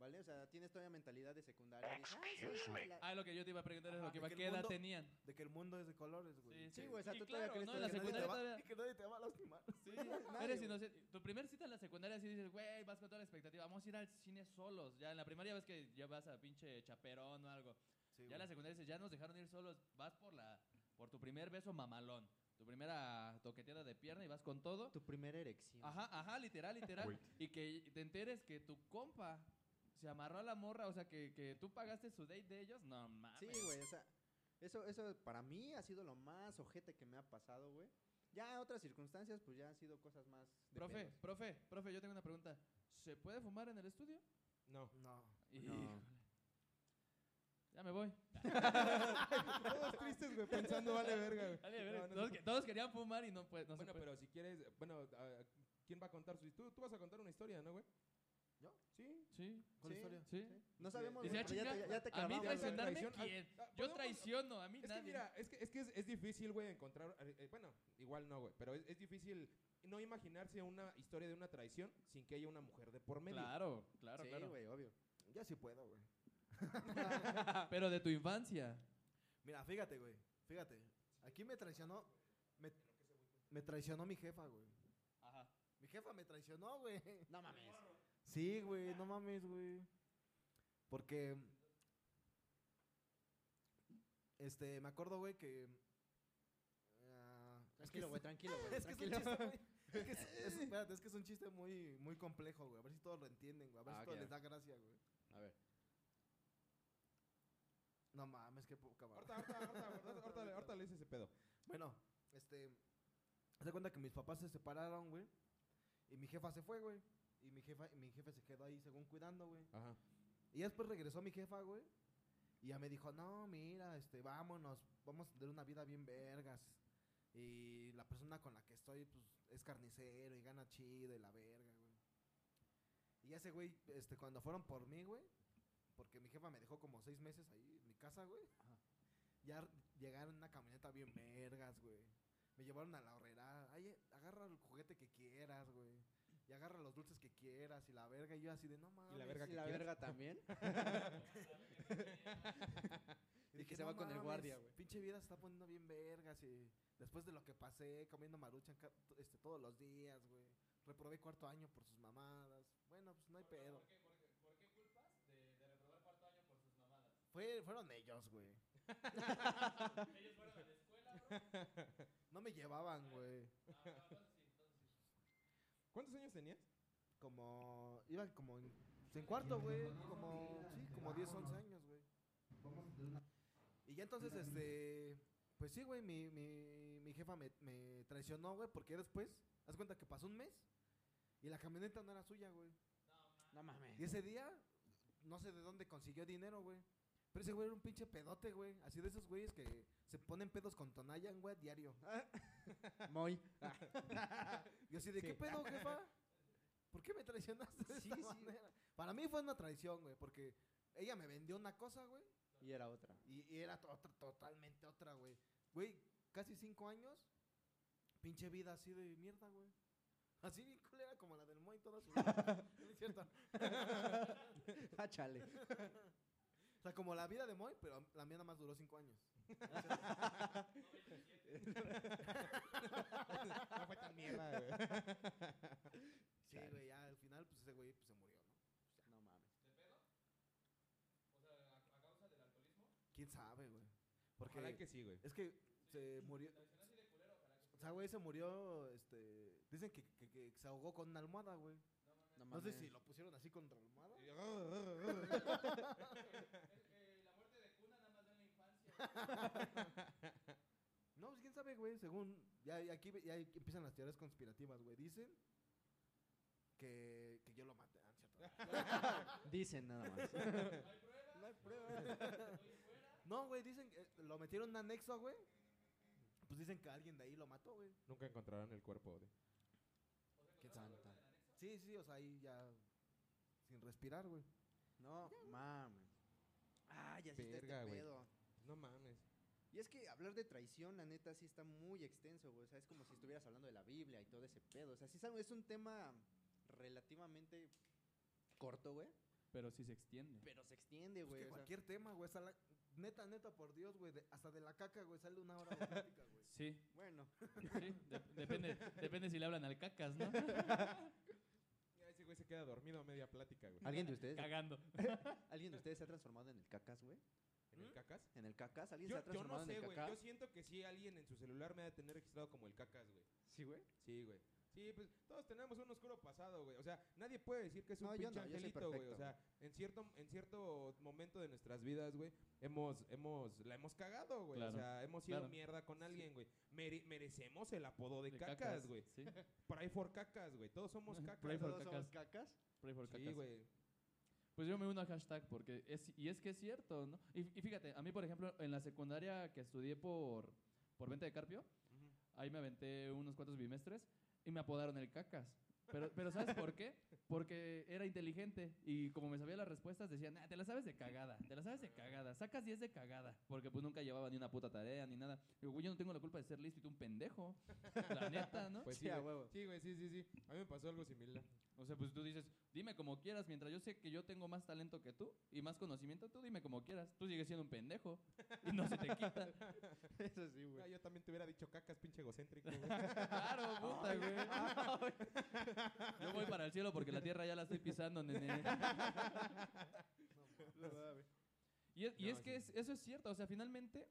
¿Vale? O sea, tienes todavía mentalidad de secundaria. Dices, "Ay, sí, güey, la- Ah, lo que yo te iba a preguntar es Ajá, lo que de va. que el ¿Qué edad mundo- tenían? De que el mundo es de colores, güey. Sí, güey, o sea, y tú todavía claro, crees no, que en la nadie te secundaria va- todavía... Y que nadie te va a lastimar. Sí, nadie, eres güey. inocente. Tu primer cita en la secundaria sí dices, güey, vas con toda la expectativa, vamos a ir al cine solos. Ya en la primaria ves que ya vas a pinche chaperón o algo. Sí, ya en la güey. secundaria dices, ya nos dejaron ir solos, vas por la por tu primer beso mamalón, tu primera toqueteada de pierna y vas con todo. tu primera erección. Ajá, ajá, literal, literal. y que te enteres que tu compa se amarró a la morra, o sea, que, que tú pagaste su date de ellos. No mames. Sí, güey, o sea, eso, eso para mí ha sido lo más ojete que me ha pasado, güey. Ya otras circunstancias, pues ya han sido cosas más. de Profe, pedos. profe, profe, yo tengo una pregunta. ¿Se puede fumar en el estudio? No. No. Híjole. Ya me voy. Todos tristes, güey, pensando, vale verga, güey. Dale, a ver, No, no se todos, puede. que- todos querían fumar y no, pues, no bueno, se puede. pero si quieres, bueno, ah, ¿quién va a contar su historia? Tú, tú vas a contar una historia, ¿no, güey? ¿Yo? Sí. Sí, ¿Cuál Sí. historia? sí. No sabemos, Dice, güey, "Ah, pero ya, chinga, te, ya te a mí clavamos, güey. traicionaron traicionarme, Traición- ¿quién? ah, ah, Yo podemos- traiciono, a mí Es que nadie. mira, es que es, que es, es difícil, güey, encontrar, eh, eh, bueno, igual no, güey, pero es, es difícil no imaginarse una historia de una traición sin que haya una mujer de por medio. Claro, claro, Sí, claro. güey, obvio. Ya Yo sí puedo, güey. Ah, Pero de tu infancia. Mira, fíjate, güey. Fíjate. Aquí me traicionó. Me, me traicionó mi jefa, güey. Ajá. Mi jefa me traicionó, güey. No mames. Sí, güey, no mames, güey. Porque. Este, me acuerdo, güey, que. ah, es que Tranquilo, güey, tranquilo, güey. Es que es un chiste, tranquilo. güey. Es que es- es- espérate, es que es un chiste muy, muy complejo, güey. A ver si todos lo entienden, güey. A ver Ah, si ok, todos a les da ver. gracia, güey. A ver. No mames, qué poca madre. Ahorita, ahorita, ahorita, ahorita, ahorita le- ahorita le hice ese pedo. Bueno, este. Haz de cuenta que mis papás se separaron, güey. Y mi jefa se fue, güey. Y mi jefa, mi jefe se quedó ahí según cuidando, güey. Ajá. Y después regresó mi jefa, güey. Y ya me dijo, no, mira, este, vámonos, vamos a tener una vida bien vergas. Y la persona con la que estoy, pues, es carnicero y gana chido y la verga, güey. Y ese güey, este, cuando fueron por mí, güey, porque mi jefa me dejó como seis meses ahí en mi casa, güey. Ya r- llegaron en una camioneta bien vergas, güey. Me llevaron a la horrera. Ay, eh, agarra el juguete que quieras, güey. Y agarra los dulces que quieras y la verga. Y yo así de, no mames. la verga ¿Y que la quieras. verga también? Y que se va con el guardia, güey. Pinche vida se está poniendo bien vergas y después de lo que pasé comiendo maruchan ca- t- este, todos los días, güey. Reprobé cuarto año por sus mamadas. Bueno, pues no hay pedo. Fue, fueron ellos, güey. No me llevaban, güey. ¿Cuántos años tenías? Como. Iban como en, en cuarto, güey. Como. Sí, como 10, 11 años, güey. Y ya entonces, este. Pues sí, güey, mi, mi, mi jefa me, me traicionó, güey, porque después, haz cuenta que pasó un mes y la camioneta no era suya, güey. No mames. Y ese día, no sé de dónde consiguió dinero, güey. Pero ese güey era un pinche pedote, güey. Así de esos güeyes que se ponen pedos con Tonayan, güey, diario. Moy. Yo así de, ¿qué pedo, jefa? ¿Por qué me traicionaste de Sí, esta sí, güey. manera?" Para mí fue una traición, güey, porque ella me vendió una cosa, güey, Y era otra. y, y era to- otra- totalmente otra, güey. Güey, casi cinco años, pinche vida así de mierda, güey. Así bien culera como la del Moy toda su vida. No es cierto. Ah, chale. O sea, como la vida de Moy, pero la mía nada más duró cinco años. No fue tan mierda, güey. Sí, Chale. güey, ya al final, pues ese güey pues, se murió, ¿no? Pues, No mames. ¿Quién sabe, güey? Porque Ojalá que sí, güey. es que se murió... O sea, güey, se murió, este... Dicen que, que- que se ahogó con una almohada, güey. No No mames. sé si lo pusieron así contra la almohada. No, pues quién sabe, güey, según... Ya, ya aquí, ya aquí empiezan las teorías conspirativas, güey. Dicen que, que yo lo maté. Ah, no es cierto. Dicen nada más. No hay prueba. No, güey, dicen que eh, lo metieron en un anexo, güey. Pues dicen que alguien de ahí lo mató, güey. Nunca encontrarán el cuerpo, güey. Qué santa. Sí, sí, o sea, ahí ya sin respirar, güey. No mames. Ah, ya sí está Verga, este güey. pedo. No mames. Y es que hablar de traición, la neta, sí está muy extenso, güey. O sea, es como si estuvieras hablando de la Biblia y todo ese pedo. O sea, sí es algo- es un tema relativamente corto, güey. Pero sí se extiende. Pero se extiende, Pues güey. que o sea, cualquier tema, güey, hasta la- neta, neta, por Dios, güey, de- hasta de la caca, güey, sale una hora de plática, güey. Sí, Bueno, sí. de- depende, depende si le hablan al cacas, ¿no? Ya ese güey se queda dormido a media plática, güey. ¿alguien de ustedes, Cagando. ¿alguien de ustedes se ha transformado en el cacas, güey? ¿En el cacas? ¿En el cacas? ¿Alguien se Yo, ha yo transformado no sé, en el güey. cacas? Yo siento que sí alguien en su celular me ha de tener registrado como el cacas, güey. Sí, güey. Sí, güey. Sí, pues todos tenemos un oscuro pasado, güey. O sea, nadie puede decir que es un No, yo pinche no, yo soy angelito, güey. O perfecto, sea, en cierto, en cierto momento de nuestras vidas, güey, hemos, hemos, la hemos cagado, güey. Claro. O sea, hemos sido Claro. mierda con alguien, güey. Mere- merecemos el apodo de, De cacas, güey. Sí. Pray for cacas, güey. Todos somos cacas. Pray for Todos cacas. somos- somos cacas? Pray for Sí, cacas. güey. Pues yo me uno a hashtag porque es, y es que es cierto, ¿no? Y, y fíjate, a mí, por ejemplo, en la secundaria que estudié por, por venta de Carpio, Ujú. ahí me aventé unos cuantos bimestres y me apodaron el cacas. Pero, pero ¿sabes por qué? Porque era inteligente y como me sabía las respuestas decían, "Ah, te la sabes de cagada, te la sabes de cagada, sacas 10 de cagada, porque pues nunca llevaba ni una puta tarea ni nada. Digo, güey, yo no tengo la culpa de ser listo y tú un pendejo, la neta, ¿no? Pues sí, Sí, a güey. huevo. Sí, güey, sí, sí, sí. A mí me pasó algo similar. O sea, pues tú dices, dime como quieras, mientras yo sé que yo tengo más talento que tú y más conocimiento, tú dime como quieras. Tú sigues siendo un pendejo y no se te quita. Eso sí, Ah, güey. yo también te hubiera dicho cacas, pinche egocéntrico. güey. Claro, Ah, puta, güey. Yo voy para el cielo porque la tierra ya la estoy pisando, nene. Y es, y No, es que es- eso es cierto, o sea, finalmente,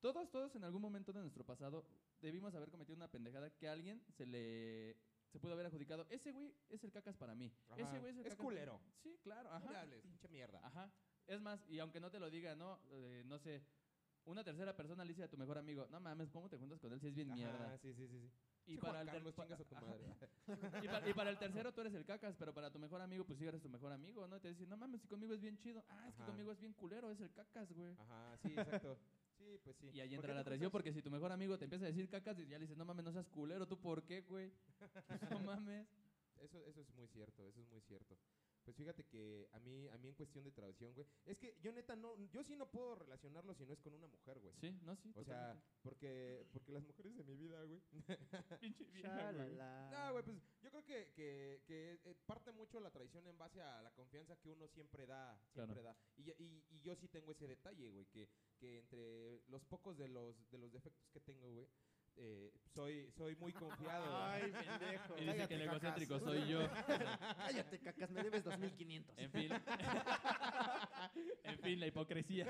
todos, todos en algún momento de nuestro pasado debimos haber cometido una pendejada que a alguien se le se pudo haber adjudicado. Ese güey es el cacas para mí. Ese Ajá. güey es el Es cacas para- culero. Sí, claro, No le ajá. hables, pinche mierda. Ajá. Es más, y aunque no te lo diga, no, Eh, no sé, una tercera persona le dice a tu mejor amigo, no mames, ¿cómo te juntas con él si es bien Ajá, mierda? Sí, sí, sí. sí. Y Che, Juan para, el ter- Carlos, pa- chingas a tu ajá. madre. y, para, y para el tercero tú eres el cacas, pero para tu mejor amigo, pues sí eres tu mejor amigo, ¿no? Y te dice, no mames, si conmigo es bien chido. Ah, es que Ajá. conmigo es bien culero, es el cacas, güey. Ajá, sí, exacto. Sí, pues sí. Y ahí ¿Por entra qué la te traición, juntas? porque si tu mejor amigo te empieza a decir cacas, y ya le dices, no mames, no seas culero, ¿tú por qué, güey? No mames. Eso, eso es muy cierto, eso es muy cierto. Pues fíjate que a mí, a mí en cuestión de traducción, güey, es que yo neta no, yo sí no puedo relacionarlo si no es con una mujer, güey. Sí, no, sí. O sea, porque, porque las mujeres de mi vida, güey. pinche No, güey, pues yo creo que, que, que, eh, parte mucho la traición en base a la confianza que uno siempre da, siempre da. Y, yo- y- y yo sí tengo ese detalle, güey, que, que entre los pocos de los, de los defectos que tengo, güey, eh, soy, soy muy confiado. güey. Ay, pendejo. Y dice que Cállate, el cacas. egocéntrico soy yo. Cállate, cacas, me debes 2500. En fin. en fin, la hipocresía.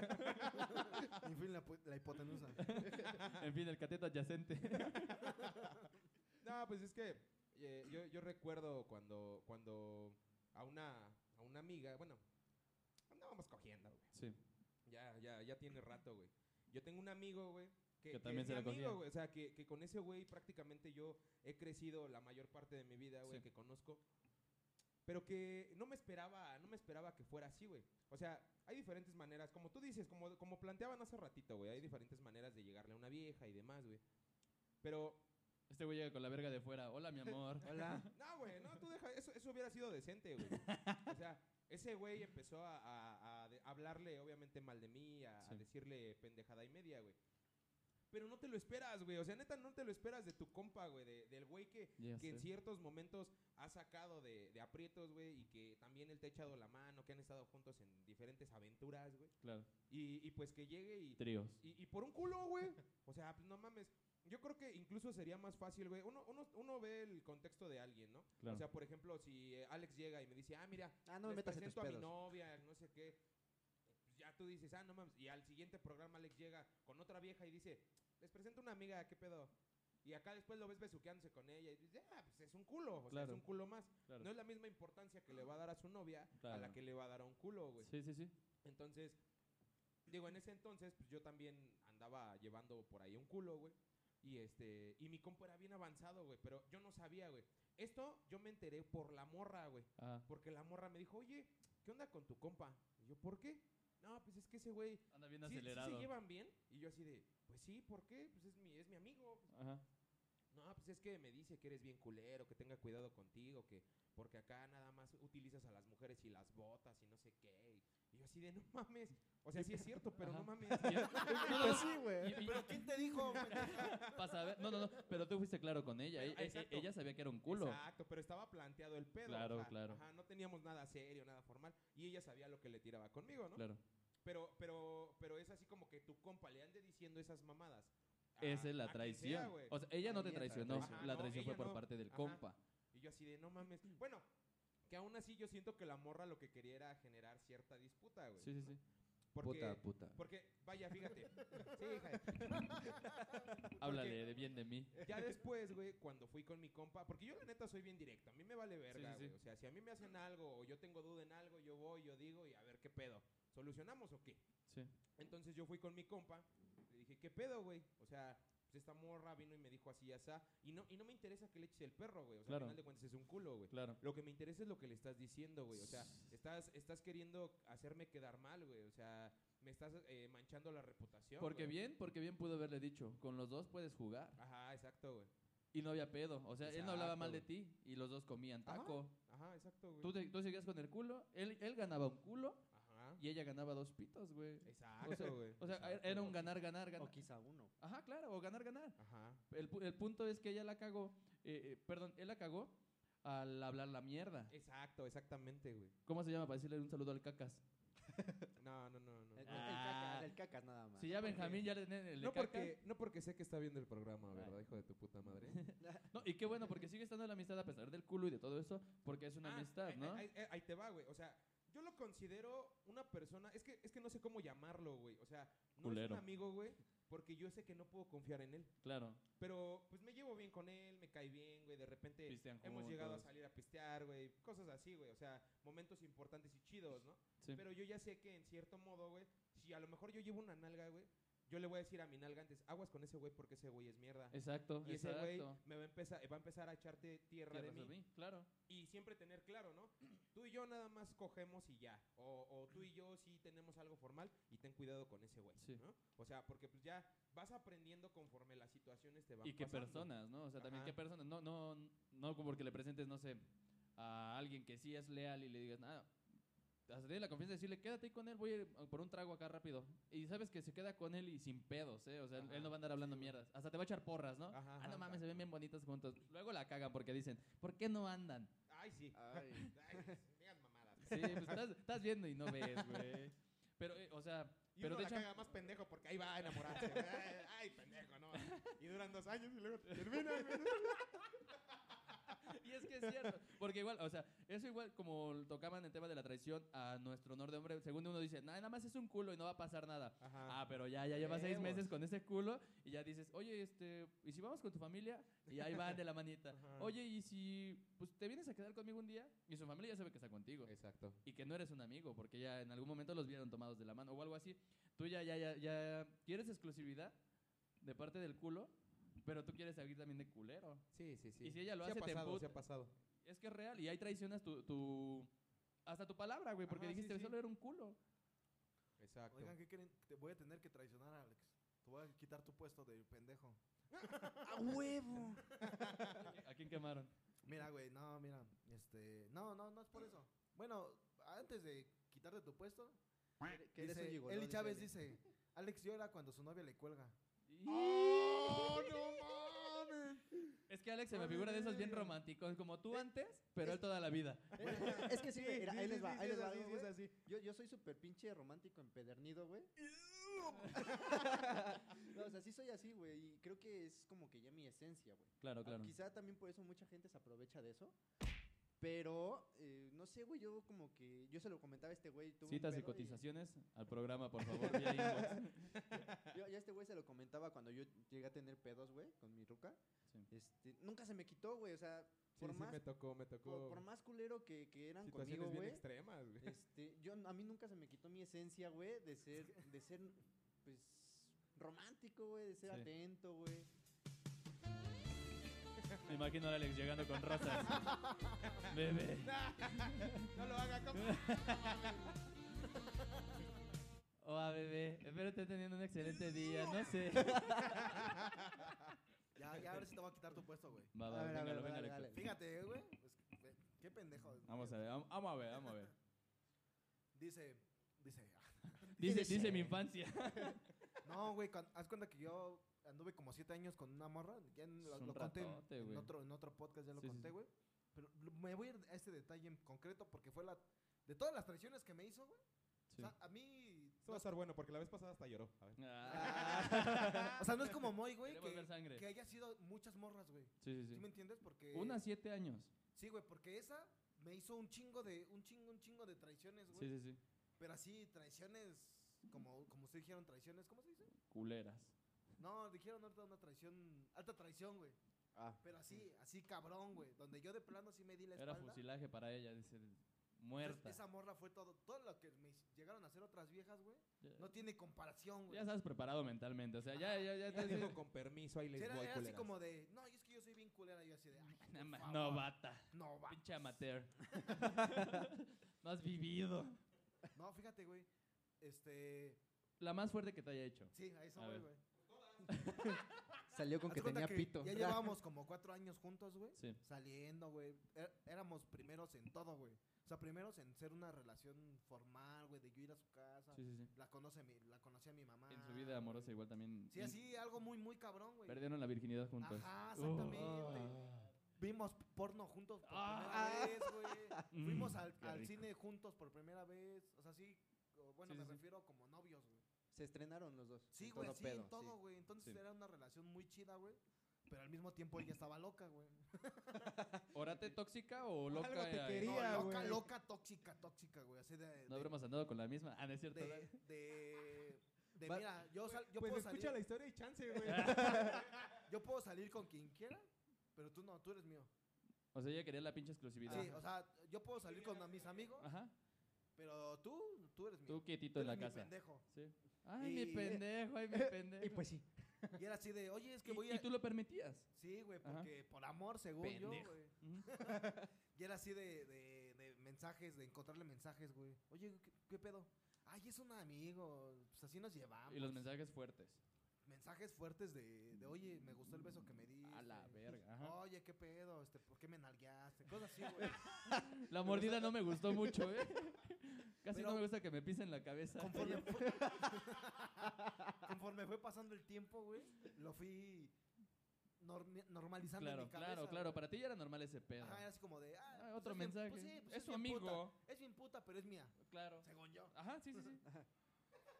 En fin, la, pu- la hipotenusa. Pues en fin, el cateto adyacente. No, pues es que eh, yo, yo recuerdo cuando, cuando a una, a una amiga, bueno, andábamos cogiendo, güey. sí. Ya, ya, ya tiene rato, güey. Yo tengo un amigo, güey. Que, Que también es se mi la cogía. amigo, güey, O sea, que, que con ese güey prácticamente yo he crecido la mayor parte de mi vida, güey, Sí. que conozco. Pero que no me esperaba, no me esperaba que fuera así, güey. O sea, hay diferentes maneras, como tú dices, como, como planteaban hace ratito, güey, hay diferentes maneras de llegarle a una vieja y demás, güey. Pero Este güey llega con la verga de fuera. Hola, mi amor. Hola. No, güey, no, tú deja. Eso, eso hubiera sido decente, güey. O sea, ese güey empezó a, a- a de- hablarle, obviamente, mal de mí, a, a Sí. decirle pendejada y media, güey. Pero no te lo esperas, güey. O sea, neta, no te lo esperas de tu compa, güey. de- del güey que, Ya que en sé. ciertos momentos ha sacado de, de aprietos, güey. Y que también él te ha echado la mano, que han estado juntos en diferentes aventuras, güey. Claro. Y, y pues que llegue y, Tríos. y, y por un culo, güey. O sea, pues no mames. Yo creo que incluso sería más fácil, güey. Uno, uno, uno ve el contexto de alguien, ¿no? Claro. O sea, por ejemplo, si eh, Alex llega y me dice, ah, mira, Ah, no me les metas en tus presento a mi pedos. novia, no sé qué. Pues ya tú dices, ah, no mames. Y al siguiente programa Alex llega con otra vieja y dice, les presento una amiga, ¿qué pedo? Y acá después lo ves besuqueándose con ella y dices, ah, pues es un culo, o sea, Claro. es un culo más. Claro. No es la misma importancia que le va a dar a su novia a la Claro. que le va a dar a un culo, güey. Sí, sí, sí. Entonces, digo, en ese entonces, pues yo también andaba llevando por ahí un culo, güey. Y este, y mi compa era bien avanzado, güey, pero yo no sabía, güey. Esto yo me enteré por la morra, güey. Ah, Porque la morra me dijo, oye, ¿qué onda con tu compa? Y yo, ¿por qué? No, pues es que ese güey. anda bien ¿sí- sí acelerado. se llevan bien? Y yo así de, pues sí, ¿por qué? Pues es mi, es mi amigo. pues, Ajá. no, pues es que me dice que eres bien culero, que tenga cuidado contigo, que porque acá nada más utilizas a las mujeres y las botas y no sé qué. Y yo así de, no mames. O sea, sí es cierto, pero no Ajá. mames. Y- Pues sí, güey. y- y- ¿Pero quién te dijo? para saber- No, no, no. Pero tú fuiste claro con ella. e- e- Ella, Exacto. sabía que era un culo. Exacto, pero estaba planteado el pedo. Claro, o sea, claro. ajá, no teníamos nada serio, nada formal. Y ella sabía lo que le tiraba conmigo, ¿no? Claro. Pero, pero, pero es así como que tu compa le ande diciendo esas mamadas. a- Esa es a la quien traición. sea, güey. o sea, ella no te Ella te traicionó. traicionó. la Ajá, no, traición fue ella por no. parte del Ajá. compa. Y yo así de, no mames. Mm. Bueno, que aún así yo siento que la morra lo que quería era generar cierta disputa, güey. Sí, sí, sí. Pues, Porque, puta. Porque, vaya, fíjate. Sí, hija de- Háblale de bien de mí. Ya después, güey, cuando fui con mi compa, porque yo la neta soy bien directo, a mí me vale verga, sí, sí. güey. O sea, si a mí me hacen algo o yo tengo duda en algo, yo voy, yo digo y a ver qué pedo. ¿Solucionamos o qué? Sí. Entonces yo fui con mi compa, le dije, ¿qué pedo, güey? O sea, pues esta morra vino y me dijo así, asá. Y no, y no me interesa que le eches el perro, güey. O sea, Claro. al final de cuentas es un culo, güey. Claro. Lo que me interesa es lo que le estás diciendo, güey. O sea, estás, estás queriendo hacerme quedar mal, güey. O sea, me estás eh, manchando la reputación. Porque güey. bien, porque bien pudo haberle dicho, con los dos puedes jugar. Ajá, exacto, güey. Y no había pedo. O sea, él no hablaba Exacto, mal de güey. ti y los dos comían Ajá. Pues taco. Ajá, exacto, güey. Tú, te- tú seguías con el culo, él, él ganaba un culo Ajá. y ella ganaba dos pitos, güey. Exacto, güey. O sea, Eh, Exacto, era un güey. ganar, ganar, ganar. O quizá uno. Ajá, claro, o ganar, ganar. Ajá. El, pu- el punto es que ella la cagó. eh, eh, perdón, él la cagó al hablar la mierda. Exacto, exactamente, güey. ¿Cómo se llama para decirle un saludo al cacas? No, no, no, no. El, el- el Ah. caca- el cacas nada más. Si ya Benjamín ya le tiene el de No cacas. porque, no porque sé que está viendo el programa, ¿verdad, hijo de tu puta madre? No, y qué bueno, porque sigue estando la amistad a pesar del culo y de todo eso, porque es una Ah, amistad, ahí- ¿no? Ahí, ahí- ahí te va, güey. O sea, yo lo considero una persona. Es que, es que no sé cómo llamarlo, güey. O sea, no es Culero. un amigo, güey, porque yo sé que no puedo confiar en él. Claro. Pero pues me llevo bien con él, me cae bien, güey. De repente Pistean hemos llegado a juntos. salir a pistear, güey. Cosas así, güey. O sea, momentos importantes y chidos, ¿no? Sí. Pero yo ya sé que en cierto modo, güey, si a lo mejor yo llevo una nalga, güey, yo le voy a decir a mi nalga antes, aguas con ese güey porque ese güey es mierda. Exacto, y ese exacto. güey me va a empezar, va a empezar a echarte tierra, Tierras de mí de mí, claro. y siempre tener claro, ¿no? Tú y yo nada más cogemos y ya. O, o tú y yo sí tenemos algo formal y ten cuidado con ese güey, Sí. ¿no? O sea, porque pues ya vas aprendiendo conforme las situaciones te van Y qué pasando. personas, ¿no? O sea, también Ajá. qué personas. No, no, no como porque le presentes, no sé, a alguien que sí es leal y le digas, nada, hazle la confianza de decirle, quédate ahí con él, voy a ir por un trago acá rápido. Y sabes que se queda con él y sin pedos, ¿eh? O sea, Ajá, él no va a andar hablando sí, güey. mierdas. Hasta te va a echar porras, ¿no? Ajá, ah, ajá, no mames, exacto. se ven bien bonitos juntos. Luego la cagan porque dicen, ¿por qué no andan? Ay, sí. Ah. Ay. Ay, pues, digan mamadas. Sí, pues estás, estás viendo y no ves, güey. Pero, eh, o sea, Y uno Pero te la echan- caga más pendejo porque ahí va a enamorarse. güey. Ay, Ay, pendejo, no. Y duran dos años y luego termina. güey. Y es que es cierto, porque igual, o sea, eso igual como tocaban el tema de la traición a nuestro honor de hombre, según uno dice, "Nah, nada más es un culo y no va a pasar nada. Ajá. Ah, pero ya, ya llevas seis Huevos. meses con ese culo y ya dices, oye, este, ¿y si vamos con tu familia? Y ahí van de la manita. Ajá. Oye, ¿y si pues, te vienes a quedar conmigo un día? Y su familia ya sabe que está contigo. Exacto. Y que no eres un amigo, porque ya en algún momento los vieron tomados de la mano o algo así. Tú ya, ya, ya, ya, quieres exclusividad de parte del culo, pero tú quieres salir también de culero. Sí, sí, sí. Y si ella lo Sí hace, ha te pasado, sí emput- ha pasado. es que es real y ahí traicionas tu, tu hasta tu palabra, güey, porque Ajá, sí, dijiste sí. solo era un culo. Exacto. Oigan, ¿qué creen? Te voy a tener que traicionar, Alex. Te voy a quitar tu puesto de pendejo. ¡A huevo! ¿A quién quemaron? Mira, güey, no, mira, este, no, no, no es por eso. Bueno, antes de quitarte tu puesto, Que eres un dice- gigoló, Eli dice Chávez Eli. dice, Alex llora cuando su novia le cuelga. ¡Oh, no mames! Es que Alex se me figura de esos bien románticos, como tú antes, pero él toda la vida. Eh, es que sí, güey, era- ahí les va, ahí les va, Sí, güey. sí, es así. Yo, yo soy súper pinche romántico empedernido, güey. no, o sea, sí soy así, güey. Y creo que es como que ya mi esencia, güey. Claro, claro. Quizá también por eso mucha gente se aprovecha de eso. Pero, eh, no sé, güey, yo como que... Yo se lo comentaba a este güey. tuve un Citas y pedo cotizaciones al programa, por favor. vía inbox. Yo, yo a este güey se lo comentaba cuando yo llegué a tener pedos, güey, con mi ruca. Sí. Este, nunca se me quitó, güey. O sea, Sí, por, sí, más, me tocó, me tocó. por, por más culero que, que eran situaciones conmigo, bien güey. extremas, güey. Este, yo a mí nunca se me quitó mi esencia, güey, de ser, de ser, pues, romántico, güey, de ser Sí. atento, güey. Me imagino a Alex llegando con rosas. Bebé. No lo haga, compa. Oh, ah, bebé. Espero estés teniendo un excelente día. No sé. Ya, ya, ahora sí te voy a quitar tu puesto, güey. Va, va, A ver, a ver, véngalo, dale, véngalo, dale. Héctor. Fíjate, güey, pues, ve- qué pendejo. Vamos a ver, vam- vamos a ver, vamos a ver. Dice, dice, Dice, dice mi infancia. no, güey, cuan- haz cuenta que yo anduve como siete años con una morra, ya en- lo, Es un lo conté en- ratote, en, güey. otro, en otro podcast, ya lo Sí, sí, conté, sí. güey. Pero lo- me voy a ir a este detalle en concreto porque fue la, de todas las traiciones que me hizo, güey, Sí. o sea, a mí... Esto va a estar bueno porque la vez pasada hasta lloró. A ver. Ah. O sea, no es como Moy, güey, Queremos ver que, sangre. que haya sido muchas morras, güey. Sí, sí, ¿Sí me sí. entiendes? Porque... Una a siete años. Sí, güey, porque esa me hizo un chingo de, un chingo, un chingo de traiciones, güey. Sí, sí, sí. Pero así, traiciones, como, como ustedes dijeron, traiciones, ¿cómo se dice? Culeras. No, dijeron ahorita una traición, alta traición, güey. Ah. Pero así, así cabrón, güey. Donde yo de plano sí me di la Era espalda. fusilaje para ella, dice. Entonces, Muerta. Esa morra fue todo, todo lo que me hic- llegaron a hacer otras viejas, güey. No tiene comparación, güey. Eh. Ya estás preparado mentalmente, o sea, ya, ya, ya. Ya te- dijo con permiso, ahí Sí, les era, voy, era así culeras. como de, no, y es que yo soy bien culera, yo así de, "Ay, por Nada más, favor, novata, no va". pinche amateur. no has vivido. No, fíjate, güey. Este, La más fuerte que te haya hecho. sí, a eso A voy, ver. güey. Salió con Haz que cuenta tenía que pito. Ya llevábamos como cuatro años juntos, güey. Sí. saliendo, güey. É- Éramos primeros en todo, güey. O sea, primeros en ser una relación formal, güey, de yo ir a su casa. Sí, sí, sí. La conoce mi, la conocía mi mamá. En su vida amorosa igual también. Sí, así, algo muy, muy cabrón, Ah. güey. Perdieron la virginidad juntos. Ajá, exactamente. Uh, Vimos porno juntos por Ah. primera vez, güey. Fuimos al, Qué al rico. cine juntos por primera vez. O sea, sí, o bueno, Sí, me sí, sí. refiero como novios, güey. Se estrenaron los dos. Sí, en güey, todo sí, pedo, en sí. todo, güey. Entonces Sí. era una relación muy chida, güey. Pero al mismo tiempo ella estaba loca, güey. ¿Orate tóxica o loca? Algo te eh, No, quería. Tía, loca, güey. loca, tóxica, tóxica, güey. Así de. de, No habremos andado con la misma. Ah, no es cierto. de, de- de Va- mira, yo, sal- yo pues puedo escucha la salir. historia y chance, güey. Yo puedo salir con quien quiera, pero tú no, tú eres mío. O sea, ella quería la pinche exclusividad. Sí, o sea, yo puedo salir con a mis amigos, Ajá. pero tú, tú eres mío. Tú Tú quietito eres en la mi casa. pendejo. Sí. Ay, mi Y- pendejo, ay, mi pendejo. Y pues sí. Y era así de, oye, es que Y- voy y a. tú lo permitías. Sí, güey, Ajá. porque por amor, según yo, Pendejo. güey. Ujú. Y era así de, de, de mensajes, de encontrarle mensajes, güey. Oye, ¿qué, qué pedo? Ay, es un amigo. Pues así nos llevamos. Y los mensajes fuertes. Mensajes fuertes de, de, oye, me gustó el beso que me diste. A la verga. ajá. Oye, qué pedo, este, ¿por qué me nalgueaste? Cosas así, güey. La mordida no me gustó mucho, ¿eh? Casi Pero- no me gusta que me pisen la cabeza. Conforme fue, conforme fue pasando el tiempo, güey, lo fui normi- normalizando en Claro, mi cabeza. claro, claro. Para ti ya era normal ese pedo. Ajá, era así como de, ah, Ah, pues otro es bien- mensaje. pues sí, pues es su bien puta. amigo. Es bien puta, pero es mía, Claro. según yo. Ajá, sí, sí, sí.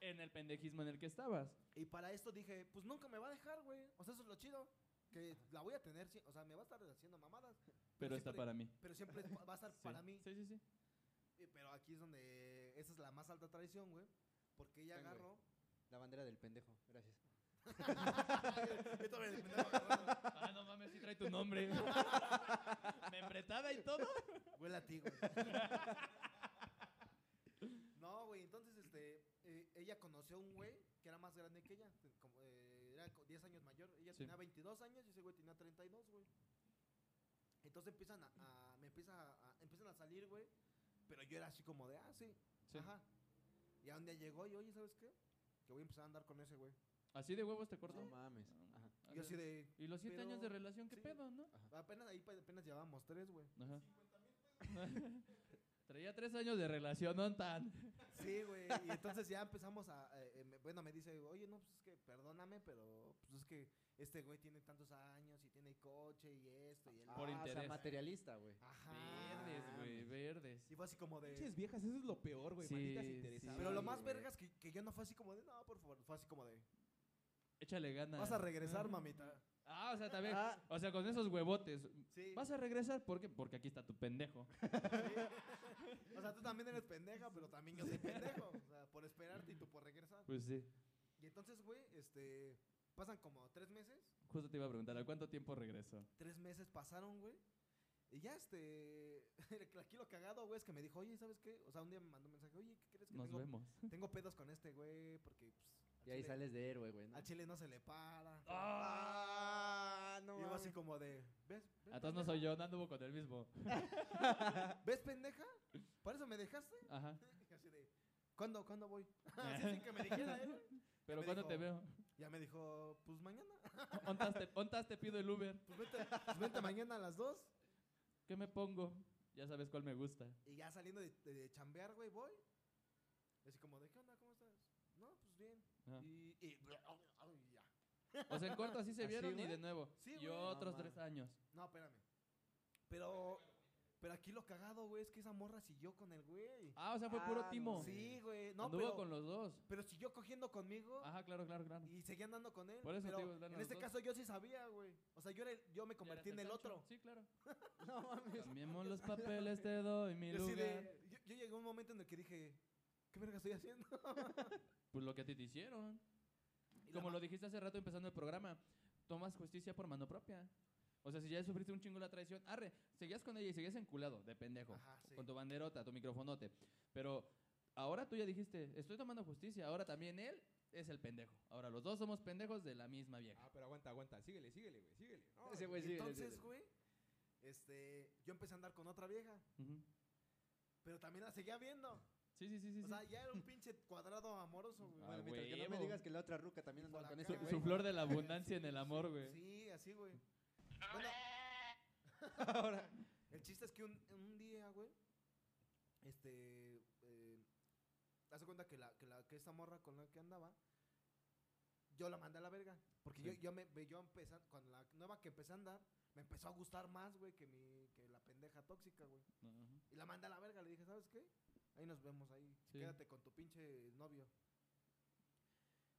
En el pendejismo en el que estabas. Y para esto dije, pues nunca me va a dejar, güey. O sea, eso es lo chido. Que la voy a tener, sí, o sea, me va a estar haciendo mamadas, Pero está siempre- para mí. pero siempre va va a estar Sí. para mí. Sí, sí, sí. Eh, Pero aquí es donde esa es la más alta traición, güey. Porque ella Ven, güey. agarró. La bandera del pendejo. Gracias. Yo todavía le pensaba, Ah, no mames, sí trae tu nombre. Membretada y todo. Huele a ti, güey. No, güey, entonces este, eh, ella conoció a un güey que era más grande que ella. te- como, eh, era co- 10 años mayor. Ella Sí. tenía 22 años y ese güey tenía 32, güey. Entonces empiezan a, a- me empieza a- a- empiezan a salir, güey. Pero yo era así como de, ah, sí, Sí. ajá. Y a donde llegó y, oye, ¿sabes qué? Que voy a empezar a andar con ese güey. Así de huevos te cortó. No mames. Ajá. Ah, Y yo así de, Y los siete pero- años de relación, ¿qué sí. pedo, no? Apenas ahí pa- apenas llevábamos tres, güey. Ajá. Traía tres años de relación, no tan. Sí, güey. Y entonces ya empezamos a. eh, eh, me- bueno, me dice, oye, no, pues es que perdóname, pero pues es que este güey tiene tantos años y tiene coche y esto y el. Por Ah, otro". o sea, interés. materialista, güey. Ajá. Verdes, güey, verdes. Y fue así como de. Pinches viejas, eso es lo peor, güey. Sí, malditas sí. interesadas. Pero lo Sí, más güey. vergas que, que yo no fue así como de, no, por favor, fue así como de. Échale ganas. Vas a regresar, mamita. Ah, o sea, también. Ah. O sea, con esos huevotes. Sí. ¿Vas a regresar? ¿Por qué? Porque aquí está tu pendejo. sí. O sea, tú también eres pendeja, pero también yo soy pendejo. O sea, por esperarte y tú por regresar. Pues sí. Y entonces, güey, este. Pasan como tres meses. Justo te iba a preguntar, ¿a cuánto tiempo regresó? Tres meses pasaron, güey. Y ya, este. Aquí lo cagado, güey, es que me dijo, oye, ¿sabes qué? O sea, un día me mandó un mensaje, oye, ¿qué crees que Nos tengo? vemos. Tengo pedos con este, güey, porque. Pues, al Y ahí chile- sales de héroe, güey. ¿no? Al chile no se le para. Ah, Ah, no y yo mames. así como de. ¿Ves? ¿Ves, Entonces no soy yo, no anduvo con el mismo. ¿Ves, pendeja? ¿Por eso me dejaste? Ajá. Y así de. ¿Cuándo, cuándo voy? así sin que me dijera, eh, güey. Pero me ¿cuándo te dijo- veo? Ya me dijo, pues mañana. ¿Ontas te, ontas te pido el Uber? Pues vente, pues, vente mañana a las dos. ¿Qué me pongo? Ya sabes cuál me gusta. Y ya saliendo de, de- de chambear, güey, voy. Y así como, ¿de qué onda? ¿Cómo estás? No, pues bien. Ajá. Y, y, y ya. O sea, en corto así se ¿Así, vieron y güey? de nuevo. Sí, y güey. No otros mames. tres años. No, espérame. Pero, pero aquí lo cagado, güey, es que esa morra siguió con el güey. Ah, o sea, fue puro Ah, no timo. mames. sí, güey. No, Anduvo pero, con los dos. pero siguió cogiendo conmigo Ajá, claro, claro, claro. y seguía andando con él. Por eso te pero digo, eran en los este dos. caso yo sí sabía, güey. O sea, yo, era el- yo me convertí en el otro. Sí, claro. No mames. Cambiemos los papeles, te doy mi Yo, así de- lugar. yo, yo llegué a un momento en el que dije, ¿qué verga estoy haciendo? Pues lo que a ti te hicieron. Y la Como ma- lo dijiste hace rato empezando el programa, tomas justicia por mano propia. O sea, si ya sufriste un chingo la traición, arre, seguías con ella y seguías enculado, de pendejo. Ajá, sí. Con tu banderota, tu microfonote. Pero ahora tú ya dijiste, estoy tomando justicia, ahora también él es el pendejo. Ahora los dos somos pendejos de la misma vieja. Ah, pero aguanta, aguanta. Síguele, síguele, güey. Síguele. No, Ese güey sí. Entonces, güey, este, yo empecé a andar con otra vieja, Ujú. pero también la seguía viendo. Sí, sí, sí, sí. O sí. sea, ya era un pinche cuadrado amoroso, güey. Ah, Bueno, mientras que no me huevo. digas que la otra ruca también Por andaba con acá, ese su, güey. su flor de la abundancia en el amor, güey. Sí, así, güey. Ahora. El chiste es que un, un día, güey, este, eh, hace cuenta que la, que la, que esta morra con la que andaba, yo la mandé a la verga. Porque yo, Sí. yo, me, me- yo empecé, a- con la nueva que empecé a andar, me empezó a gustar más, güey, que, mi, que la pendeja tóxica, güey. Ajá. Y la mandé a la verga, le dije, ¿sabes qué? Ahí nos vemos ahí. Sí. Quédate con tu pinche novio.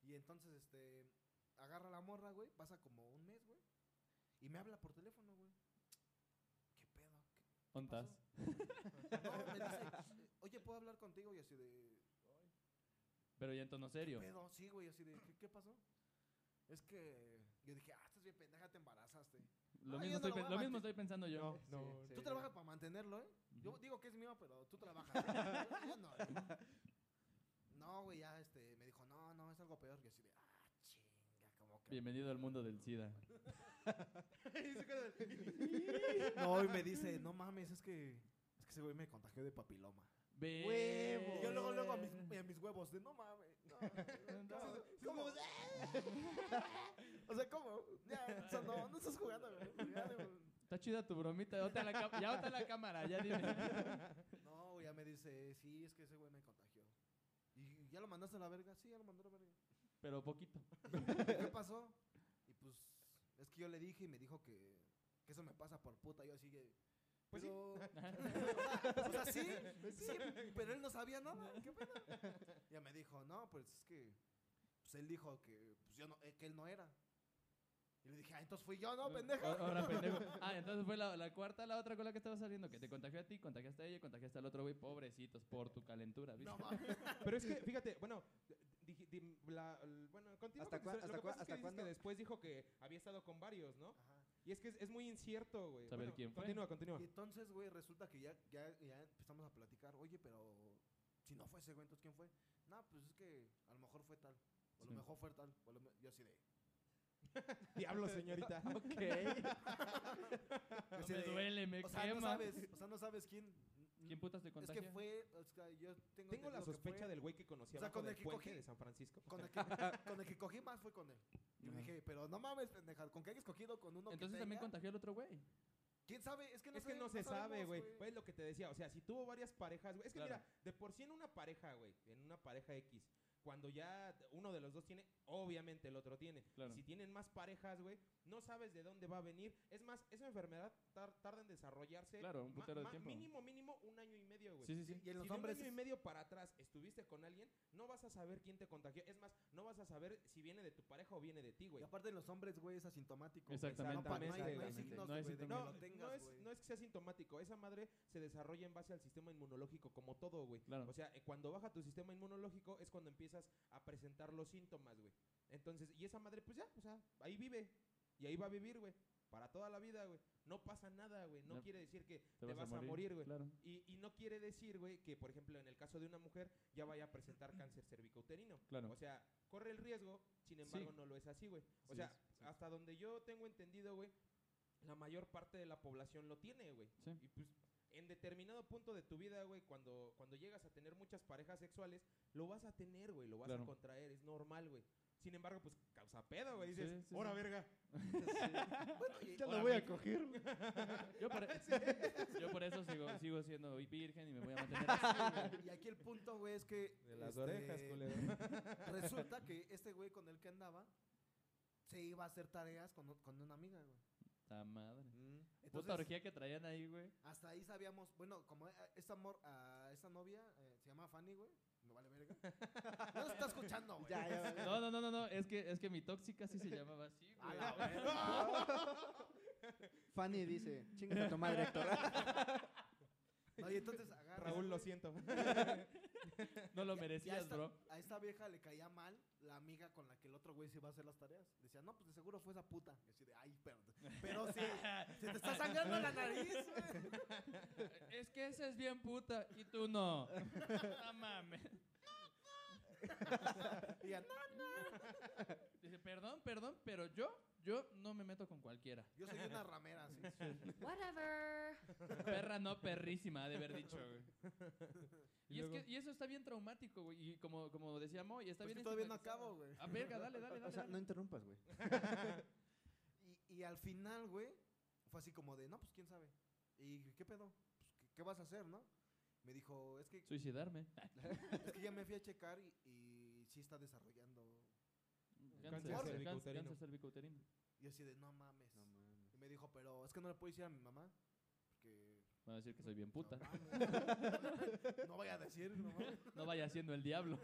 Y entonces, este, agarra la morra, güey, pasa como un mes, güey. Y me habla por teléfono, güey. ¿Qué pedo? ¿Qué- ¿Ontas? No, me dice, oye, ¿puedo hablar contigo? Y así de, Pero ya en tono serio. ¿Qué pedo? Sí, güey, así de, ¿qué, qué pasó? Es que yo dije, ah, estás bien pendeja, te embarazaste. Lo, Ah, mismo, yo no estoy, lo pe- voy a lo mismo manti- estoy pensando yo. No, Sí, no. sí. Tú trabajas para mantenerlo, ¿eh? Yo Ujú. digo que es mío, pero tú trabajas. Yo- yo no, güey. No, güey, ya este, me dijo, no, no, es algo peor. Yo así de, ah, chinga, como que. Bienvenido al mundo del SIDA. Y su cara de- No, y me dice, no mames, es que, es que ese güey me contagió de papiloma. Eh. Ve- Y yo luego, luego a mis, a mis huevos, de no mames. No, ¿Cómo? ¿Cómo? "Ah". o sea, ¿cómo? Ya, o sea, no, no estás jugando, güey. Ya, güey. Está chida tu bromita. bota la cam- ya bota la cámara, ya dime. No, güey, ya me dice, sí, es que ese güey me contagió. ¿Y ya lo mandaste a la verga? Sí, ya lo mandó a la verga. Pero poquito. ¿Qué pasó? Y pues, es que yo le dije y me dijo que, que eso me pasa por puta. Yo así que. Pues sí. Pues pero, o sea, sí, sí, pero él no sabía nada. ¿Qué pedo? Ya me dijo, no, pues es que. Pues él dijo que, pues yo no, eh, que él no era. Y le dije, ah, entonces fui yo, no, pendejo. O- Ahora, pendejo. Ah, entonces fue la, la cuarta, la otra con la que estaba saliendo, que te contagió a ti, contagiaste a ella, contagiaste al otro güey, pobrecitos, por tu calentura, ¿viste? No mames. Pero es que, fíjate, bueno, dije- di- la- l- bueno, continúa ¿Hasta con tu cuá- historia. hasta Lo que cuá- pasa es que hasta dices cuándo? que después dijo que había estado con varios, ¿no? Ajá. Y es que es, es muy incierto, güey. Saber quién fue. Continúa, continúa. Y entonces, güey, resulta que ya, ya, ya empezamos a platicar, oye, pero si no fue ese güey, entonces ¿quién fue? No, pues es que a lo mejor fue tal, o a lo Sí. mejor fue tal, o a lo me- yo así de... Diablo, señorita. Ok. Me yo así de, duele, me o sea, quema. no sabes, o sea, no sabes quién... ¿Quién putas te es contagia? que fue, o sea, yo tengo, Tengo la entendido que sospecha fue- del güey que conocí O sea, abajo con el del que puente cogí. de San Francisco. Con el, que, con el que cogí más fue con él. Y me Ajá. dije, pero no mames, pendeja, con que hayas cogido con uno que Entonces también tenga, contagió al otro güey. ¿Quién sabe? Es que no, es que sé, no se sabe, sabemos, güey. Pues lo que te decía, o sea, si tuvo varias parejas, güey. Es que Claro. mira, de por sí en una pareja, güey, en una pareja X, cuando ya uno de los dos tiene, obviamente el otro tiene. Claro. Si tienen más parejas, güey, no sabes de dónde va a venir. Es más, esa enfermedad tar- tarda en desarrollarse. Claro, un ma- putero de ma- tiempo. Mínimo, mínimo un año y medio, güey. Sí, sí, Y, sí. y en los si hombres... de un año y es- medio para atrás estuviste con alguien, no vas a saber quién te contagió. Es más, no vas a saber si viene de tu pareja o viene de ti, Y güey. aparte en los hombres, güey, es asintomático. No, Exactamente. pa- no hay- no hay, Exactamente. signos, No hay güey, de que síntomas. No, lo tengas, no, es, güey. no es que sea sintomático. Esa madre se desarrolla en base al sistema inmunológico, como todo, güey. Claro. O sea, eh, cuando baja tu sistema inmunológico es cuando empiezas a presentar los síntomas, güey. Entonces, y esa madre, pues ya, o sea, ahí vive. Y ahí va a vivir, güey. Para toda la vida, güey. No pasa nada, güey. No, No. quiere decir que te, vas, a morir, güey. Claro. Y, y no quiere decir, güey, que, por ejemplo, en el caso de una mujer ya vaya a presentar cáncer cervicouterino. Claro. O sea, corre el riesgo, sin embargo, no lo es así, güey. O Sí, sea, sí, sí. hasta donde yo tengo entendido, güey, la mayor parte de la población lo tiene, güey. Sí. Y pues, en determinado punto de tu vida, güey, cuando, cuando llegas a tener muchas parejas sexuales, lo vas a tener, güey, lo vas Claro. a contraer, es normal, güey. Sin embargo, pues causa pedo, güey. Dices, Sí, sí, ¡hora, sí. verga! Bueno, y- lo Ahora voy a mi- coger. Yo Ah, por, e-, yo por eso sigo, sigo siendo virgen y me voy a mantener así, güey. Y aquí el punto, güey, es que. este, Resulta que este güey con el que andaba se iba a hacer tareas con, o- con una amiga, güey. Ta madre. Puta Entonces, orgía que traían ahí, güey. hasta ahí sabíamos. Bueno, como eh, esta, mor, a esta novia eh, se llama Fanny, güey. Me vale verga. No nos está escuchando, güey. Ya, ya, ya. No, no, no, no, no. Es que, es que mi tóxica sí se llamaba así, A güey. la verga. Fanny dice, chinga a tu madre, Héctor. No, y entonces agarra. Raúl, lo güey, siento. No y a- lo y a merecías, esta- bro. A esta vieja le caía mal la amiga con la que el otro güey se iba a hacer las tareas. Decía, no, pues de seguro fue esa puta. Y así de, ay, perdón. Pero sí, se te está sangrando la nariz, güey. Es que esa es bien puta y tú no. No mames. Y ya, no, Dice, perdón, perdón, pero yo, yo no me meto con cualquiera. yo soy una ramera, Pues, sí. Whatever. Perra no perrísima, ha de haber dicho, güey. Y Y, es que, luego- y eso está bien traumático, güey. Y como, como decía Moy, está Pues que bien. todavía no estigmatizado. acabo, güey. Ah, verga, dale, dale, dale. O sea, dale. no interrumpas, güey. Y, y al final, güey, fue así como de, no, pues quién sabe. ¿Y dije, qué pedo? Pues, ¿qué, qué vas a hacer, no? Me dijo, es que, Suicidarme. es que ya me fui a checar y, y sí está desarrollando. Cáncer, Cáncer cáncer, cervicouterino. cáncer cervicouterino. Y así de, no mames. No mames. Y me dijo, pero es que no le puedo decir a mi mamá. Porque. Van a decir que soy bien puta. No, mames". No vaya a decir, no mames. No vaya siendo el diablo.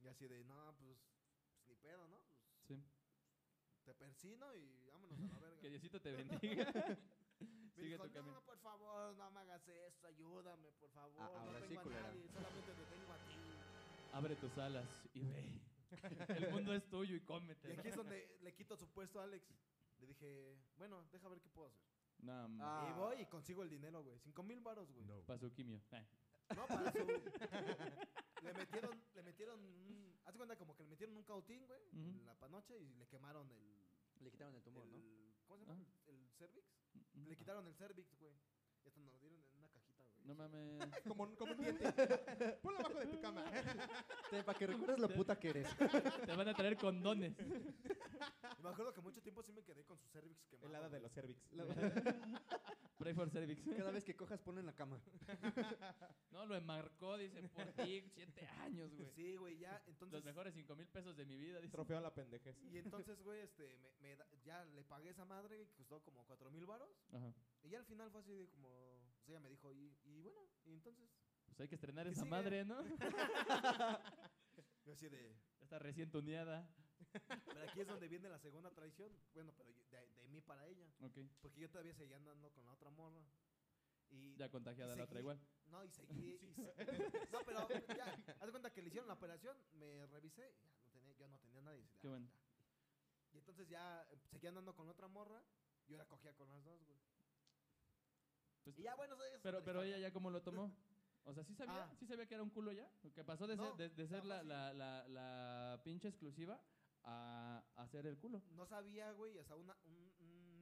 Y así de, no, pues, pues ni pedo, ¿no? Pues, Sí. te persino y vámonos a la verga. Que Diosito te bendiga. Me Sigue dijo, tu camino. no, por favor, no me hagas eso, ayúdame, por favor. Ah, no ahora sí, tengo a culera. nadie, solamente te tengo a ti. Abre tus alas y ve. El mundo es tuyo y cómete. Y aquí es donde le quito su puesto a Alex. Le dije, bueno, deja ver qué puedo hacer. No, ma- Ah. Y voy y consigo el dinero, güey. Cinco mil varos, güey. No. pa' su quimio. Ay, para su... le metieron, le metieron un... Haz de cuenta como que le metieron un cautín, güey, Ujú. en la panocha y le quemaron el... Le quitaron el tumor, ¿no? el- ¿Cómo se llama? ¿El cervix? Ah. mm, Le quitaron el cervix, güey. Y hasta nos lo dieron en una cajita, güey. No Así. mames. Como, un- como un diente. Ponlo abajo de tu cama. Para que recuerdes lo puta que eres. Te van a traer condones. Y Me acuerdo que mucho tiempo sí me quedé con su cervix quemado. El hada de güey. los cervix. Pray for cervix. Cada vez que cojas, ponlo en la cama. No, lo enmarcó, dice, por ti, siete años, güey. Sí, güey, ya, entonces... Los mejores cinco mil pesos de mi vida, dice. Trofeo a la pendejez. Y entonces, güey, este, me, me da- ya le pagué esa madre que costó como cuatro mil varos. Ajá. Y ya al final fue así de como... O sea, ella me dijo, y, y bueno, y entonces... Pues hay que estrenar ¿Qué esa sigue? madre, ¿no? Ya Yo así de... Está recién tuneada. Pero aquí es donde viene la segunda traición. Bueno, pero yo- de, de mí para ella. Ok. Porque yo todavía seguía andando con la otra morra. Y... Ya contagiada la otra seguí- igual. No, y seguí... y se- no, pero ya, haz de cuenta que le hicieron la operación, me revisé, y ya no tenía, yo no tenía nadie. Qué bueno. Y entonces ya eh, seguía andando con otra morra, y ahora cogía con las dos, güey. Pues- Y ya, bueno, eso es Pero, otra pero historia. ella ya cómo lo tomó. O sea, ¿sí sabía, Ah. ¿sí sabía que era un culo ya? Que pasó de ser, No, de, de ser no, la, sí. la, la, la pinche exclusiva a, a ser el culo. No sabía, güey, y hasta una, un-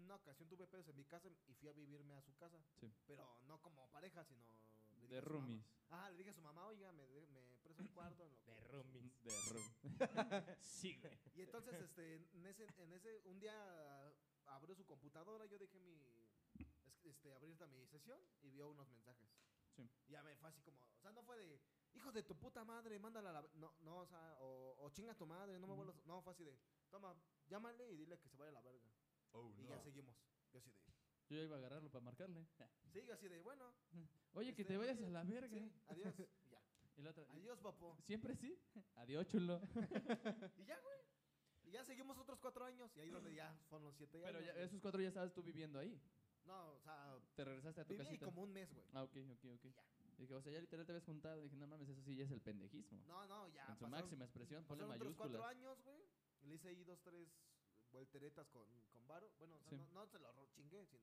una ocasión tuve pedos en mi casa y fui a vivirme a su casa. Sí. Pero no como pareja, sino... le dije De a su mamá. roomies. Ah, le dije a su mamá, oiga, me, de- me preso un cuarto en lo que... roomies. De roomies. sí, güey. Y entonces, este, en ese, en ese, un día abrió su computadora, yo dejé mi, es- este, abierta mi sesión y vio unos mensajes. Sí. Y ya me fue así como, o sea, no fue de, hijos de tu puta madre, mándala a la, no, no, o sea, o, o chinga tu madre, no me Ujú. vuelvas, no, fue así de, toma, llámale y dile que se vaya a la verga. y ya seguimos. Yo así de, Yo ya iba a agarrarlo para marcarle. sí, yo así de, bueno, Oye, que Este, te vayas oye, a la verga. sí, adiós, y ya, Y la otra, adiós, papo. ¿Siempre sí? Adiós, chulo. Y ya, güey. Y ya seguimos otros cuatro años y ahí es donde ya fueron los siete Pero años. ya, güey. esos cuatro ya estabas tú viviendo ahí. No, o sea, Te regresaste a tu viví ahí casita. como un mes, güey. Ah, ok, ok, ok. Dije, o sea, ya literal te habías juntado. Dije, no mames, eso sí ya es el pendejismo. No, no, ya. en su pasaron- máxima expresión, ponle Pasaron otros cuatro mayúsculas. años, güey. y Le hice ahí dos, tres volteretas con, con Varo. Bueno, o sea, Sí. no, no se lo ro- chingué, sino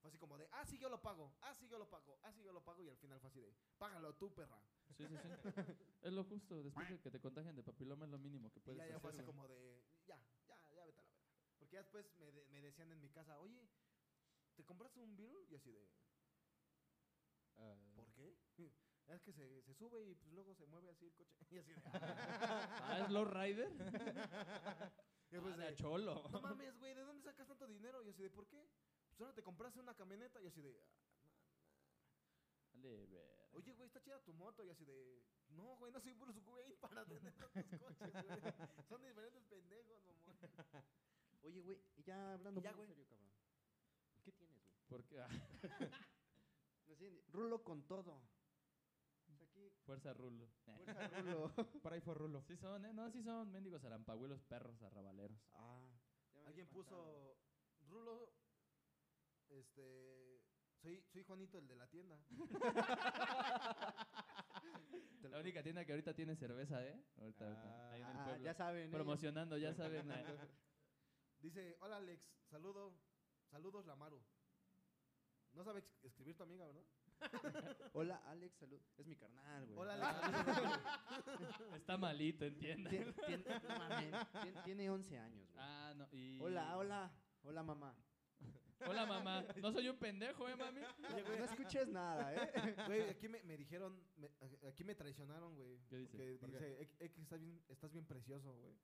fue así como de, ah, sí, yo lo pago, ah, sí, yo lo pago, ah, sí, yo lo pago. Y al final fue así de, págalo tú, perra. Sí, sí, sí. es lo justo. Después de que te contagien de papiloma es lo mínimo que Y puedes ya, ya hacer. fue así güey. como de, ya, ya, ya vete a la verga. Porque ya después me, de- me decían en mi casa, oye, ¿te compraste un virus? Y así de, Ah, ¿por qué? Es que se, se sube y pues luego se mueve así el coche. Y así de, Ah, ¿es Lord Rider? Y después Ah, de de, a cholo. No mames, güey, ¿de dónde sacas tanto dinero? Y yo así de, ¿por qué? Pues ahora te compraste una camioneta. Y yo así de, "Ah, Vale, ver. oye, güey, está chida tu moto. Y yo así de, no, güey, no soy Bruce Wayne para tener tantos coches, güey. Son diferentes pendejos, mamón. Oye, güey, y ya hablando Ya, muy en güey. serio, cabrón. ¿Qué tienes, güey? ¿Por qué? Ah, Así, Rulo con todo. O sea, aquí, fuerza Rulo. fuerza, Rulo. Para ahí fue Rulo. Sí son, ¿eh? No, sí son mendigos arampahuelos, perros, arrabaleros. ah. ya Alguien me había espantado. puso, Rulo, este, soy, soy Juanito, el de la tienda. Te lo- La única tienda que ahorita tiene cerveza, ¿eh? Ahorita, ahorita. Ah, Ahí en el Ah, pueblo. ya saben. ellos. Promocionando, ya saben. ah, Dice, hola, Alex, saludo, saludos, Lamaru. No sabe ex- escribir tu amiga, ¿verdad? Hola, Alex, salud. Es mi carnal, güey. Hola, Ah, Alex. Está malito, entiende. tien- tien- no mames, tien- Tiene 11 años, güey. Ah, no. Y... Hola, hola. Hola, mamá. Hola, mamá. No soy un pendejo, ¿eh, mami? Oye, güey, pues, No aquí- escuches nada, ¿eh? Güey, aquí me, me dijeron, me- a- aquí me traicionaron, güey. ¿Qué dice? Porque ¿Por qué? dice, "Ex- ex, estás bien, estás bien precioso, güey.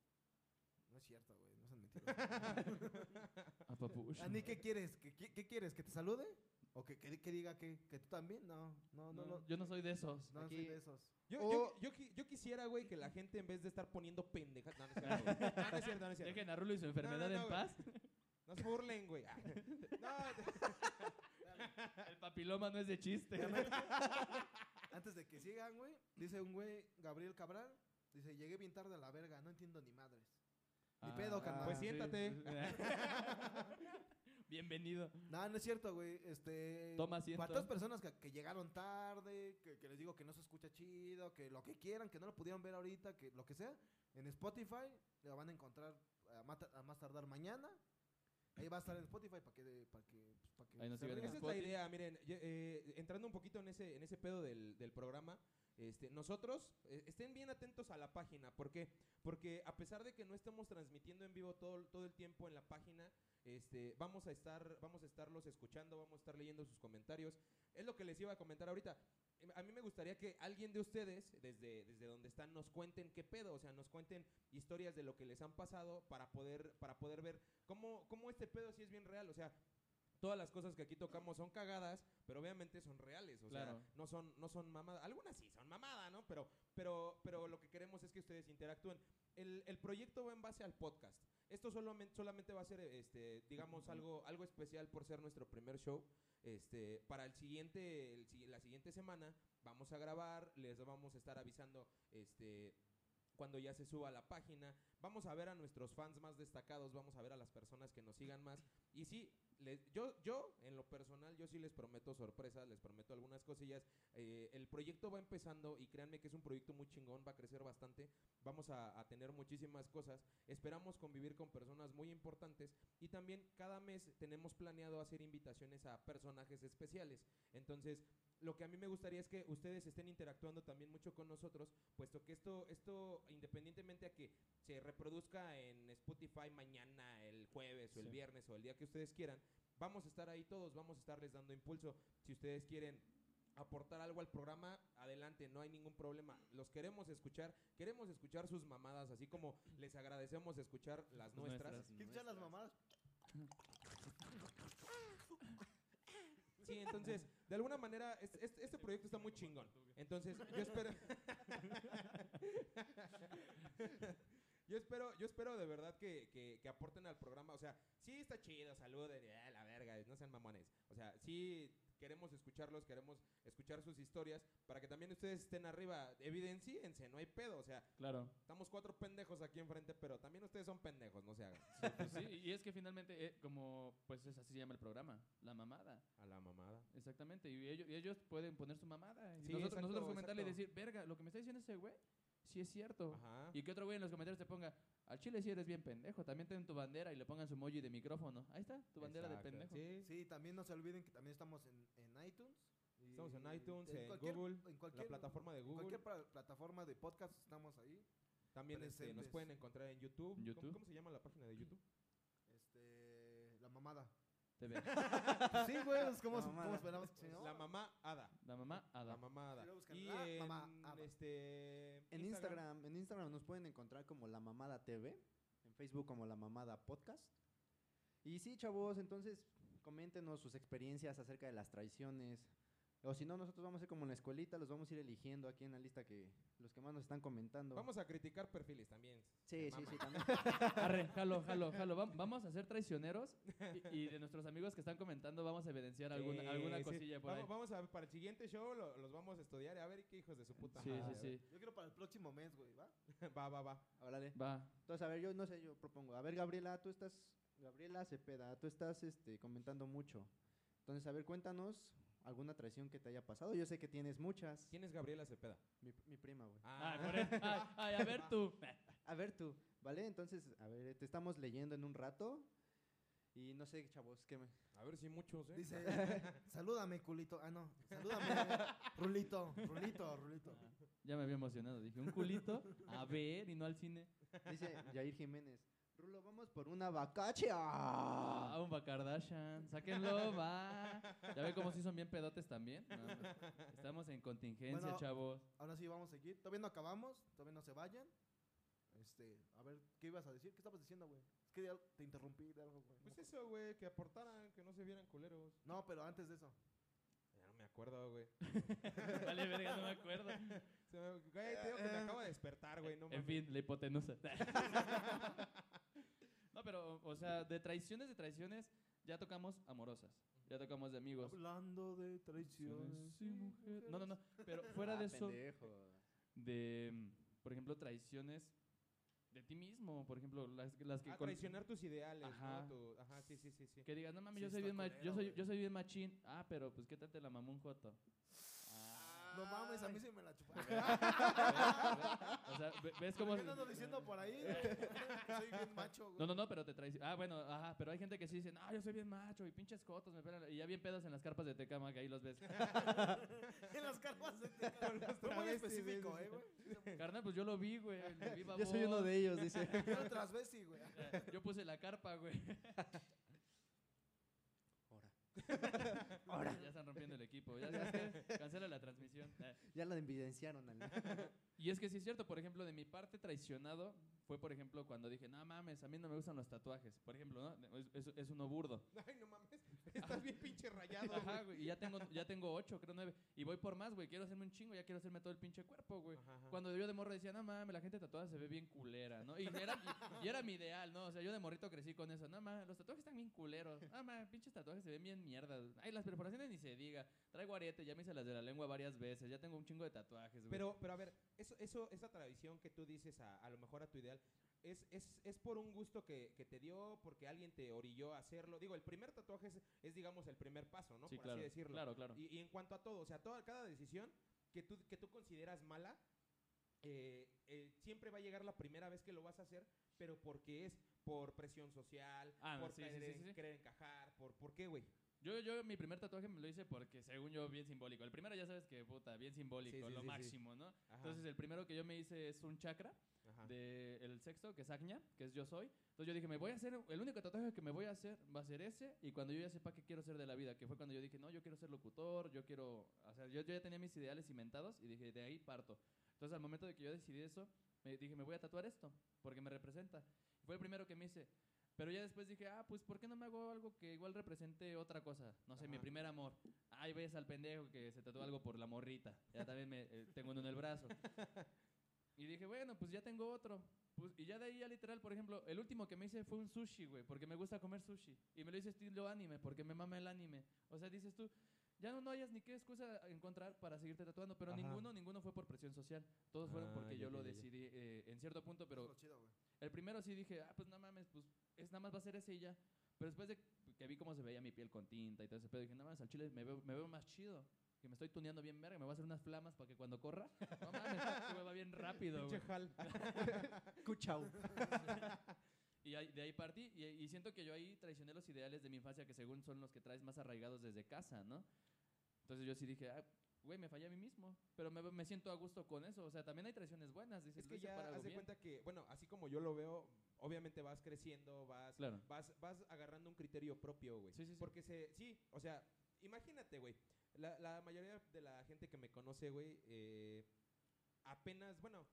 No es cierto, güey, no sean mentirosos. A papu. Ah, Pues, Ani, ¿qué quieres? ¿Qué, qué, qué quieres? ¿Que te salude? O que, que, que diga que, que tú también. No, no, no. No, Yo no soy de esos. no soy aquí- de esos. Yo, O- yo, yo, qui- yo quisiera, güey, que la gente en vez de estar poniendo pendejas. No, no es cierto. güey. No, no es cierto, no es cierto. Dejen a Rulo y su enfermedad no, en güey. paz. No se burlen, güey. Ah. No, El papiloma no es de chiste. Antes de que sigan, güey, dice un güey, Gabriel Cabral, dice, llegué bien tarde a la verga, no entiendo ni madres. Ni pedo, carnal. Pues siéntate. Bienvenido. No, no es cierto, güey. Este, Toma asiento. Cuántas personas que, que llegaron tarde, que, que les digo que no se escucha chido, que lo que quieran, que no lo pudieron ver ahorita, que lo que sea, en Spotify lo van a encontrar a ma- a más, tardar mañana. Ahí va a estar en Spotify para que, para que, pues, para que Ahí nos se sigan en Esa rían. es la Spotify. idea, miren, ye- eh, entrando un poquito en ese, en ese pedo del, del programa, este, nosotros eh, estén bien atentos a la página, ¿por qué? Porque a pesar de que no estamos transmitiendo en vivo todo, el- todo el tiempo en la página, este, vamos a estar, vamos a estarlos escuchando, vamos a estar leyendo sus comentarios. Es lo que les iba a comentar ahorita. Em, A mí me gustaría que alguien de ustedes, desde, desde donde están, nos cuenten qué pedo, o sea, nos cuenten historias de lo que les han pasado para poder, para poder ver cómo, cómo este pedo sí es bien real. O sea, todas las cosas que aquí tocamos son cagadas, pero obviamente son reales. O Claro. sea, no son, no son mamadas. Algunas sí son mamada, ¿no? Pero, pero, pero lo que queremos es que ustedes interactúen. El, el proyecto va en base al podcast. Esto solamente, solamente va a ser, este, digamos, algo, algo especial por ser nuestro primer show. Este, para el siguiente, el si- la siguiente semana vamos a grabar, les vamos a estar avisando este, cuando ya se suba a la página. Vamos a ver a nuestros fans más destacados, vamos a ver a las personas que nos sigan más. Y sí, le- yo, yo, en lo personal, yo sí les prometo sorpresas, les prometo algunas cosillas. Eh, el proyecto va empezando y créanme que es un proyecto muy chingón, va a crecer bastante. Vamos a, a tener muchísimas cosas. Esperamos convivir con personas muy importantes y también cada mes tenemos planeado hacer invitaciones a personajes especiales. Entonces, lo que a mí me gustaría es que ustedes estén interactuando también mucho con nosotros, puesto que esto, esto independientemente a que se reproduzca en Spotify mañana, el jueves o el Sí. viernes o el día que ustedes quieran, vamos a estar ahí todos, vamos a estarles dando impulso. Si ustedes quieren aportar algo al programa, adelante, no hay ningún problema. Los queremos escuchar, queremos escuchar sus mamadas, así como les agradecemos escuchar las nuestras. ¿Qué escuchan las mamadas? Sí, entonces, de alguna manera, es- es- este proyecto está muy chingón. Entonces, yo espero. Yo espero, yo espero de verdad que, que- que aporten al programa. O sea, sí está chido, saluden, eh, la verga, no sean mamones. O sea, sí queremos escucharlos, queremos escuchar sus historias para que también ustedes estén arriba. Evidenciense, no hay pedo. O sea, Claro. estamos cuatro pendejos aquí enfrente, pero también ustedes son pendejos, no se hagan. Sí, pues sí, y es que finalmente, eh, como, pues es así se llama el programa, la mamada, A la mamada. exactamente, y ellos, y ellos pueden poner su mamada, y Sí, nosotros, exacto, nosotros comentarle y exacto. decir, verga, lo que me está diciendo ese güey, sí es cierto, Ajá. y que otro güey en los comentarios te ponga, al chile sí eres bien pendejo, también ten tu bandera y le pongan su emoji de micrófono, ahí está, tu bandera Exacto. de pendejo. Sí, Sí, también no se olviden que también estamos en, en iTunes. y- Estamos en iTunes, en cualquier- Google, en la cualquier, plataforma de en Google. cualquier pla- plataforma de podcast estamos ahí. También este, nos presentes. pueden encontrar en YouTube. ¿En ¿Cómo- YouTube? ¿Cómo, se llama la página de YouTube? Este, la mamada. Te ve. sí, güey, es como, La como mamada. esperamos que se llamaba. La mamá Ada. La mamá, La Ada. mamá Ada. Sí, lo buscan, Y la en, mamá Ada. este, En Instagram, en Instagram nos pueden encontrar como La Mamada TV, en Facebook como La Mamada Podcast. Y sí, chavos, entonces coméntenos sus experiencias acerca de las traiciones. O si no, nosotros vamos a ir como en la escuelita, los vamos a ir eligiendo aquí en la lista que los que más nos están comentando. Vamos a criticar perfiles también. sí, se sí, sí, maman. también. Arre, jalo, jalo, jalo. Vam- Vamos a ser traicioneros y, y de nuestros amigos que están comentando vamos a evidenciar alguna, Sí, alguna Eh, sí. cosilla por ahí. vamos, vamos a ver, para el siguiente show lo- los vamos a estudiar. A ver qué hijos de su puta Sí, madre. sí, Yo quiero para el próximo mes, güey, ¿va? Va, va, va. Órale. sí. Va. Entonces, a ver, yo no sé, yo propongo. A ver, Gabriela, tú estás, Gabriela Cepeda, tú estás este, comentando mucho. Entonces, a ver, cuéntanos alguna traición que te haya pasado. Yo sé que tienes muchas. ¿Quién es Gabriela Cepeda? Mi, mi prima, güey. Ah, por eso. Ay, ay, a ver tú. A ver tú, ¿vale? Entonces, a ver, te estamos leyendo en un rato. Y no sé, chavos, ¿qué me... a ver si muchos, ¿eh? Dice, salúdame, culito. Ah, no, salúdame, rulito, rulito, rulito. Ya me había emocionado. Dije, un culito a ver y no al cine. Dice Jair Jiménez. Rulo, vamos por una vacacha. Ah, un Bakardashian. Sáquenlo, va. Ya ve cómo sí son bien pedotes también. No, hombre. estamos en contingencia, Bueno. chavos. Ahora sí, vamos a seguir. Todavía no acabamos, todavía no se vayan. Este, a ver, ¿qué ibas a decir? ¿Qué estabas diciendo, güey? Es que ya te interrumpí de algo, güey. Pues eso, güey, que aportaran, que no se vieran culeros. No, pero antes de eso. Ya no me acuerdo, güey. Vale, verga, no me acuerdo. Se me- Güey, te digo que me acabo de despertar, güey. No en mames. fin, la hipotenusa. no, pero, o sea, de traiciones, de traiciones, ya tocamos amorosas. Ya tocamos de amigos. Hablando de traiciones. Sí, mujer. No, no, no. Pero fuera Ah, de eso, pendejo. de, mm, por ejemplo, traiciones de ti mismo. Por ejemplo, las, las que... Ah, con- traicionar tus ideales, Ajá. ¿no? Tu- ajá, sí, sí, sí, sí. Que digas, no mames, Sí yo, soy está bien ma- yo, culero, soy, güey. yo soy bien machín. Ah, pero pues qué tal te la mamó un joto. Ah. No mames, a mí se me la chuparon. O sea, ve- ¿ves ¿Por cómo...? qué no ando diciendo por ahí? Que Soy bien macho, güey. No, no, no, pero te traiciona. Ah, bueno, ajá, pero hay gente que sí dice, no, yo soy bien macho y pinches cotos me pelan. Y ya bien pedos en las carpas de Tecama, que ahí los ves. En las carpas de Tecama. Con los Fue muy travestis, específico, sí, sí, eh, güey. Carnal, pues yo lo vi, güey. lo vi Yo soy uno babón. de ellos, dice. Era transvesti, güey. Eh, Yo puse la carpa, güey. Ahora. Ya están rompiendo el equipo. Ya sabes qué, cancela la transmisión. Eh, Ya la evidenciaron. al- Y es que sí es cierto, por ejemplo, de mi parte traicionado fue, por ejemplo, cuando dije, no mames, a mí no me gustan los tatuajes. Por ejemplo, ¿no? Es, es- es uno burdo. Ay, no mames. Estás bien pinche rayado, Ajá, güey. Y ya tengo, ya tengo ocho, creo nueve. Y voy por más, güey. Quiero hacerme un chingo, ya quiero hacerme todo el pinche cuerpo, güey. güey. Ajá, ajá. Cuando yo de morro decía, no mames, la gente tatuada se ve bien culera, ¿no? Y era, y, y era mi ideal, ¿no? O sea, yo de morrito crecí con eso. No mames, los tatuajes están bien culeros. No mames, pinches tatuajes se ven bien mierda. Ay, las perforaciones ni se diga. Traigo ariete, ya me hice las de la lengua varias veces. Ya tengo un chingo de tatuajes, güey. Pero, pero a ver, eso, eso, esa tradición que tú dices a, a lo mejor a tu ideal, ¿es, es, es por un gusto que, que te dio, porque alguien te orilló a hacerlo? Digo, el primer tatuaje es, es, digamos, el primer paso, ¿no? sí, por claro, así decirlo. Claro, claro. Y, y en cuanto a todo, o sea, toda, cada decisión que tú, que tú consideras mala, eh, eh, siempre va a llegar la primera vez que lo vas a hacer, pero porque es por presión social, Ah, no, por sí, sí, querer, sí, sí, sí. querer encajar, por, ¿por qué, güey? Yo, yo mi primer tatuaje me lo hice porque, según yo, bien simbólico. El primero ya sabes que, puta, bien simbólico, sí, lo sí, sí. máximo, ¿no? Ajá, Entonces, el primero que yo me hice es un chakra. ajá. de el sexto, que es Agnya, que es yo soy. Entonces yo dije, me voy a hacer, el único tatuaje que me voy a hacer va a ser ese, y cuando yo ya sepa qué quiero ser de la vida, que fue cuando yo dije, no, yo quiero ser locutor, yo quiero, o sea, yo, yo ya tenía mis ideales cimentados y dije, de ahí parto. Entonces al momento de que yo decidí eso, me dije, me voy a tatuar esto, porque me representa. Fue el primero que me hice. Pero ya después dije, ah, pues, ¿por qué no me hago algo que igual represente otra cosa? No sé, mi Ajá. primer amor. Ay, ves al pendejo que se tatuó algo por la morrita. Ya también me eh, tengo uno en el brazo. Y dije, bueno, pues ya tengo otro. Pues, y ya de ahí, ya literal, por ejemplo, el último que me hice fue un sushi, güey, porque me gusta comer sushi. Y me lo hice estilo anime, porque me mama el anime. O sea, dices tú, ya no, no hayas ni qué excusa encontrar para seguirte tatuando, pero Ajá. ninguno, ninguno fue por presión social. Todos fueron Ah, porque ya, yo ya, lo ya, ya. decidí eh, en cierto punto, pero Lo chido, güey. el primero sí dije, ah, pues no mames, pues es nada más va a ser ese y ya. Pero después de que vi cómo se veía mi piel con tinta y todo ese pedo, dije, no mames, al chile me veo, me veo más chido. Que me estoy tuneando bien verga, me voy a hacer unas flamas para que cuando corra, no mames, se me va bien rápido, güey. Pinche jal. Cuchau. Y ahí- de ahí partí, y, y siento que yo ahí traicioné los ideales de mi infancia, que según son los que traes más arraigados desde casa, ¿no? Entonces yo sí dije, ah, güey, me fallé a mí mismo, pero me, me siento a gusto con eso. O sea, también hay traiciones buenas, dices, Es "Lo que hice ya para algo haz de bien". cuenta que, bueno, así como yo lo veo, obviamente vas creciendo, vas, Claro. vas, vas agarrando un criterio propio, güey. Sí, sí, sí. Porque se, sí, o sea, imagínate, güey. La, la mayoría de la gente que me conoce, güey, eh, apenas, bueno,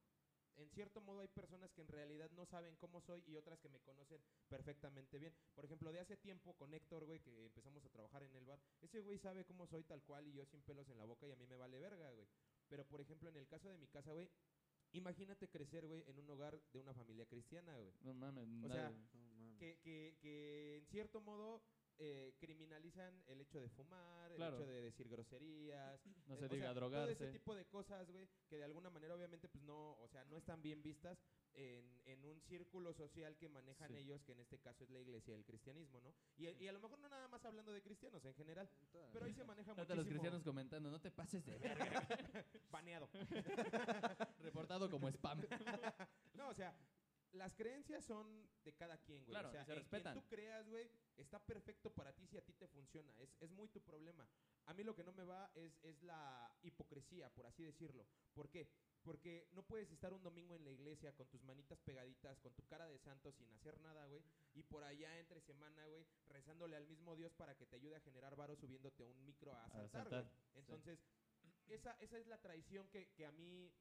en cierto modo hay personas que en realidad no saben cómo soy y otras que me conocen perfectamente bien. Por ejemplo, de hace tiempo con Héctor, güey, que empezamos a trabajar en el bar, ese güey sabe cómo soy tal cual y yo sin pelos en la boca y a mí me vale verga, güey. Pero, por ejemplo, en el caso de mi casa, güey, imagínate crecer, güey, en un hogar de una familia cristiana, güey No mames, O sea, nadie- No mames. que, que, que en cierto modo eh, criminalizan el hecho de fumar, Claro. el hecho de decir groserías, no eh, se o diga sea, drogarse. Todo ese tipo de cosas, güey, que de alguna manera obviamente pues no, o sea, no están bien vistas en, en un círculo social que manejan Sí. ellos, que en este caso es la iglesia y el cristianismo, ¿no? Y, y a lo mejor no nada más hablando de cristianos en general, pero ahí se maneja Ahorita los muchísimo. cristianos comentando, no te pases de verga. Baneado. Reportado como spam. No, o sea, las creencias son de cada quien, güey. Claro, o sea, y se en quien respetan. tú creas, güey, está perfecto para ti si a ti te funciona. Es, es muy tu problema. A mí lo que no me va es, es la hipocresía, por así decirlo. ¿Por qué? Porque no puedes estar un domingo en la iglesia con tus manitas pegaditas, con tu cara de santo sin hacer nada, güey. Y por allá entre semana, güey, rezándole al mismo Dios para que te ayude a generar varo subiéndote a un micro a saltar, saltar, güey. Entonces, esa, esa es la traición que, que a mí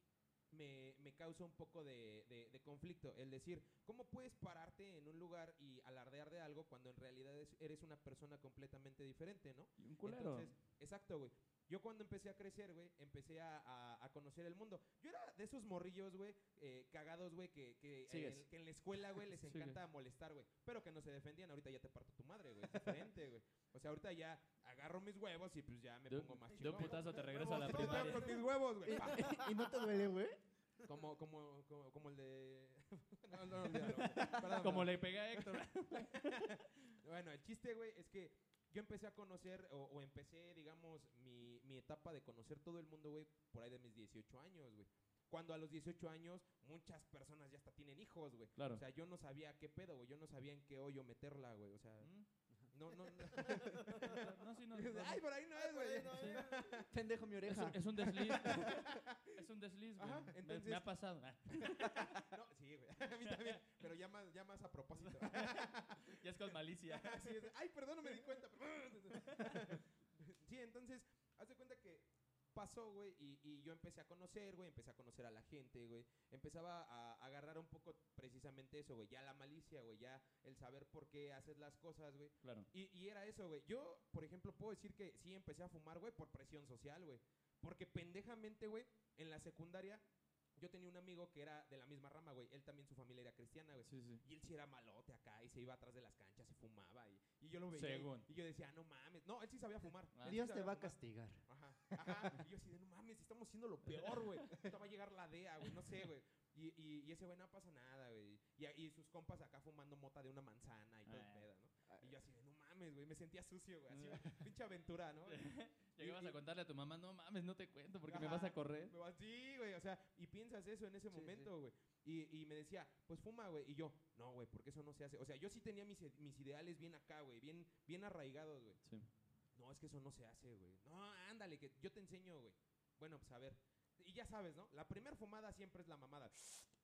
me, me causa un poco de, de- de conflicto. El decir, ¿cómo puedes pararte en un lugar y alardear de algo cuando en realidad es- eres una persona completamente diferente, ¿no? Y un culero. Entonces, exacto, güey. Yo cuando empecé a crecer, güey, empecé a, a- a conocer el mundo. Yo era de esos morrillos, güey, eh, cagados, güey, que, que, Sigues. en, que en la escuela, güey, les Sigues. encanta molestar, güey. Pero que no se defendían. Ahorita ya te parto tu madre, güey. Es diferente, güey. O sea, ahorita ya agarro mis huevos y pues ya me De- pongo más de chingón. un putazo te regreso a la Huevos, te pego primaria. con mis huevos, güey. Pa. ¿Y no te duele, güey? Como, como, como, como el de... no, no, olvídalo, güey. Perdón, Como perdón. le pegué a Héctor. Bueno, el chiste, güey, es que yo empecé a conocer o, o empecé, digamos, mi, mi etapa de conocer todo el mundo, güey, por ahí de mis 18 años, güey. Cuando a los 18 años muchas personas ya hasta tienen hijos, güey. Claro. O sea, yo no sabía qué pedo, güey. Yo no sabía en qué hoyo meterla, güey. O sea, Mm. no, no, no. No, sí, no, no. Ay, por ahí no es, güey. Sí. Pendejo mi Es, oreja. un, es un desliz. es un desliz, güey. Ajá, Me- me, entonces- ha pasado. Ah, No, sí, güey. A mí también. Pero ya más, ya más a propósito. ya es con malicia. Así es. Ay, perdón, no me di cuenta. sí, entonces, haz de cuenta que pasó, güey, y, y yo empecé a conocer, güey, empecé a conocer a la gente, güey. Empezaba a agarrar un poco precisamente eso, güey, ya la malicia, güey, ya el saber por qué haces las cosas, güey. Claro. Y, y era eso, güey. Yo, por ejemplo, puedo decir que sí empecé a fumar, güey, por presión social, güey. Porque pendejamente, güey, en la secundaria yo tenía un amigo que era de la misma rama, güey. Él también su familia era cristiana, güey. Sí, sí. Y él sí era malote acá y se iba atrás de las canchas y fumaba. Y, y yo lo veía. y- Según. Y, yo decía, "Ah, no mames. No, él sí sabía fumar. Ah. Él sí Dios te sabía va a fumar. castigar. Ajá. Ajá. Y yo así de, no mames, estamos haciendo lo peor, güey. Ahorita va a llegar la DEA, güey. No sé, güey. Y, y, y ese güey no pasa nada, güey. Y, a- y sus compas acá fumando mota de una manzana y todo el Ah. pedo, ¿no? Y yo así de, no mames, güey. Me sentía sucio, güey. Así, güey, pinche aventura, ¿no? Llegabas y- a contarle a tu mamá, no mames, no te cuento porque me vas a Ajá. correr. Me va, sí, güey, o sea, y piensas eso en ese Sí, sí. momento, güey. Y, y me decía, pues fuma, güey. Y yo, no, güey, porque eso no se hace. O sea, yo sí tenía mis, i- mis ideales bien acá, güey, bien, bien arraigados, güey. Sí. No, es que eso no se hace, güey. No, ándale, que yo te enseño, güey. Bueno, pues a ver. Y ya sabes, ¿no? La primer fumada siempre es la mamada.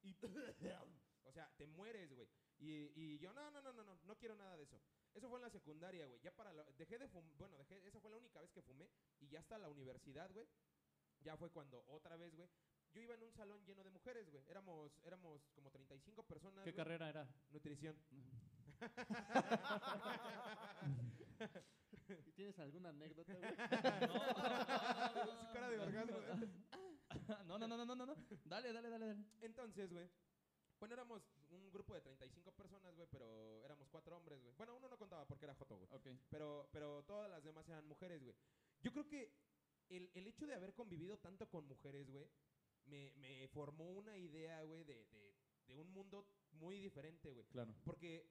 Y, o sea, te mueres, güey. Y, y yo, no, no, no, no, no, no quiero nada de eso. Eso fue en la secundaria, güey. Ya para la, dejé de fumar, bueno, dejé, esa fue la única vez que fumé y ya hasta la universidad, güey. Ya fue cuando otra vez, güey. Yo iba en un salón lleno de mujeres, güey. Éramos éramos como 35 personas. ¿Qué güey. carrera era? Nutrición. ¿Tienes alguna anécdota, güey? Su cara de orgasmo. No, no, no, no, no, no, no. Dale, dale, dale, dale. Entonces, güey. Bueno, éramos un grupo de 35 personas, güey, pero éramos cuatro hombres, güey. Bueno, uno no contaba porque era joto, güey. Ok. Pero, pero todas las demás eran mujeres, güey. Yo creo que el, el hecho de haber convivido tanto con mujeres, güey, me, me formó una idea, güey, de, de, de un mundo muy diferente, güey. Claro. Porque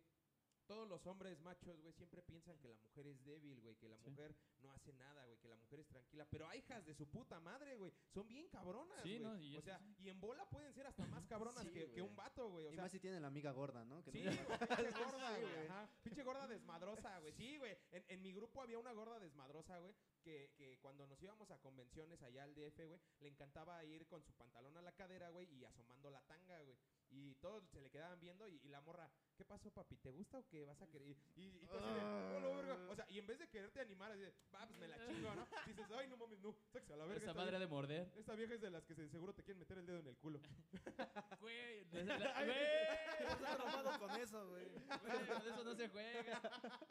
todos los hombres machos, güey, siempre piensan que la mujer es débil, güey, que la Sí. mujer no hace nada, güey, que la mujer es tranquila. Pero hay hijas de su puta madre, güey. Son bien cabronas, Sí, güey. no, y o eso sea, y en bola pueden ser hasta más cabronas Sí, que, que un güey. vato, güey. O y sea, más si tiene la amiga gorda, ¿no? Que Sí, no- güey, pinche gorda, Sí, güey. güey. ajá. Pinche gorda desmadrosa, güey. Sí, güey. En, en mi grupo había una gorda desmadrosa, güey, que, que cuando nos íbamos a convenciones allá al DF, güey, le encantaba ir con su pantalón a la cadera, güey, y asomando la tanga, güey. Y todos se le quedaban viendo y, y la morra, ¿qué pasó, papi? ¿Te gusta o qué vas a querer? Y, y tú así de, "Oh, la verga". O sea, y en vez de quererte animar, así de, va, pues me la chingo, ¿no? Dices, ay, no mames, no, sáquese a la verga. Esa Esta madre vieja, de morder. esta vieja es de las que se- seguro te quieren meter el dedo en el culo. Güey, de esa- la- güey, Yo estaba traumado con eso, güey. güey, con eso no se juega.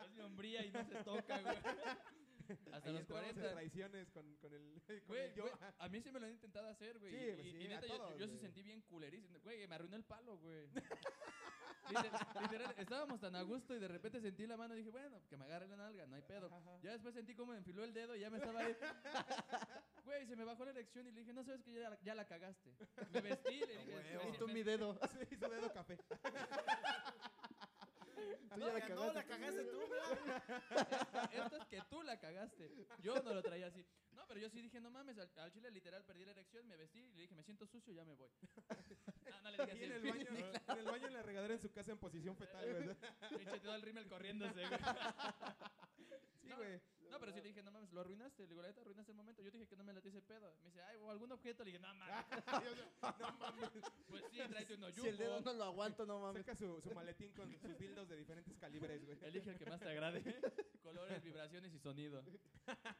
Es mi hombría y no se toca, güey. Hasta Ahí los entramos en 40. traiciones con, con el, con Güey, el yo. güey, a mí sí me lo han intentado hacer, güey. Sí, y- pues y, sí, y a neta, yo- yo, todos, sí güey. sentí bien culerísimo. Güey, me arruinó el palo, güey. Liter- literal, estábamos tan a gusto y de repente sentí la mano y dije, bueno, que me agarre la nalga, no hay pedo. Ajá. Ya después sentí cómo me enfiló el dedo y ya me estaba ahí. Güey, se me bajó la erección y le dije, no sabes que ya la, ya la cagaste. Me vestí, le dije, huevo. me- Y tú me- mi dedo. Sí, su dedo café. Tú No, ya la la- no, cagaste la tú. cagaste tú, güey. Esto es que tú la cagaste. Yo no lo traía así. No, pero yo sí dije, no mames, al, al chile literal perdí la erección, me vestí y le dije, me siento sucio, ya me voy. No, no le dije Y en así. el baño, en el baño en la regadera en su casa en posición fetal, güey. Pinche todo el rímel corriéndose, güey. Sí, No, güey. No, pero sí le dije, no mames, lo arruinaste. Le digo, la neta, arruinaste el momento. Yo te dije que no me late ese pedo. Me dice, ay, o algún objeto. Le dije, no mames. No mames. Pues sí, tráete uno Si el dedo yugo. no lo aguanto, no mames. Saca su, su maletín con sus dildos de diferentes calibres, güey. Elige el que más te agrade. Colores, vibraciones y sonido.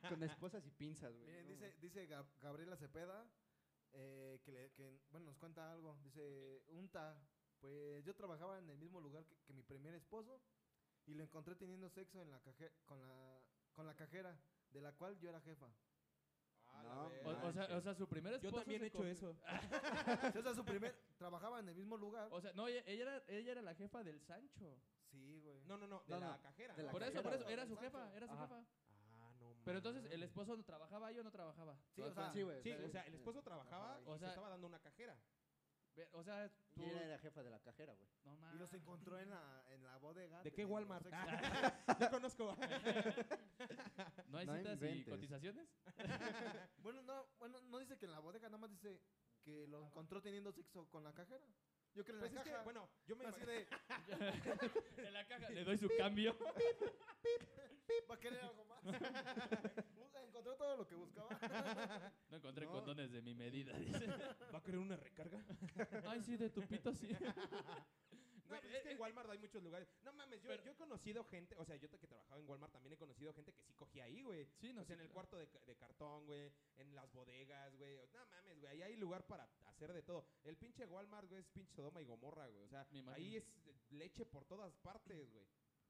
Con esposas y pinzas, güey. Miren, no dice, mames. dice Gab- Gabriela Cepeda eh, que le que, que, bueno, nos cuenta algo. Dice, unta, pues yo trabajaba en el mismo lugar que, que mi primer esposo y lo encontré teniendo sexo en la caje- con, la, con la cajera, de la cual yo era jefa. Ah, No, la O, verga. o sea, o sea, su primer Yo esposo. también se he hecho cogió- eso. Sí, o sea, su primer, trabajaba en el mismo lugar. O sea, no, ella, ella era, ella era la jefa del Sancho. Sí, güey. no, no, no, de No, la no, cajera. de ¿no? la por eso, cajera, por eso, güey. era su Del Sancho. jefa, era su Ajá. jefa. Ah, no mames. Pero entonces, ¿el esposo no trabajaba ahí o no trabajaba? Sí, o sea, Sí, güey. Sí, pero- o sea, el esposo trabajaba Ajá, y eh, o se sea- estaba dando una cajera. Ve- O sea, tú... Y ella era jefa de la cajera, güey. No y los mames. encontró en la, en la Ah, bodega. ¿De qué teniendo Walmart? sexo. Ah. Yo conozco. Pues Pues ¿No hay No citas y inventes. cotizaciones? Bueno, no, bueno, no dice que en la bodega, nada más dice que lo encontró teniendo sexo con la cajera. Yo creo en Pues la es que, caja. bueno, yo me así imagino... de, en la caja, le doy su cambio. va a querer algo más. Puta, Encontró todo lo que buscaba. No encontré No. condones de mi medida, dice. ¿Va a querer una recarga? Ay, sí, de tu pito, sí. No, Güey, pues es que eh, en Walmart hay muchos lugares. No mames, yo, pero- yo he conocido gente, o sea, yo que trabajaba en Walmart también he conocido gente que sí cogía ahí, güey. Sí, no O sea, sé. Pues en el cuarto de, ca- de cartón, güey, en las bodegas, güey. No mames, güey, ahí hay lugar para hacer de todo. El pinche Walmart, güey, es pinche Sodoma y Gomorra, güey. O sea, Me imagino. ahí es leche por todas partes, güey.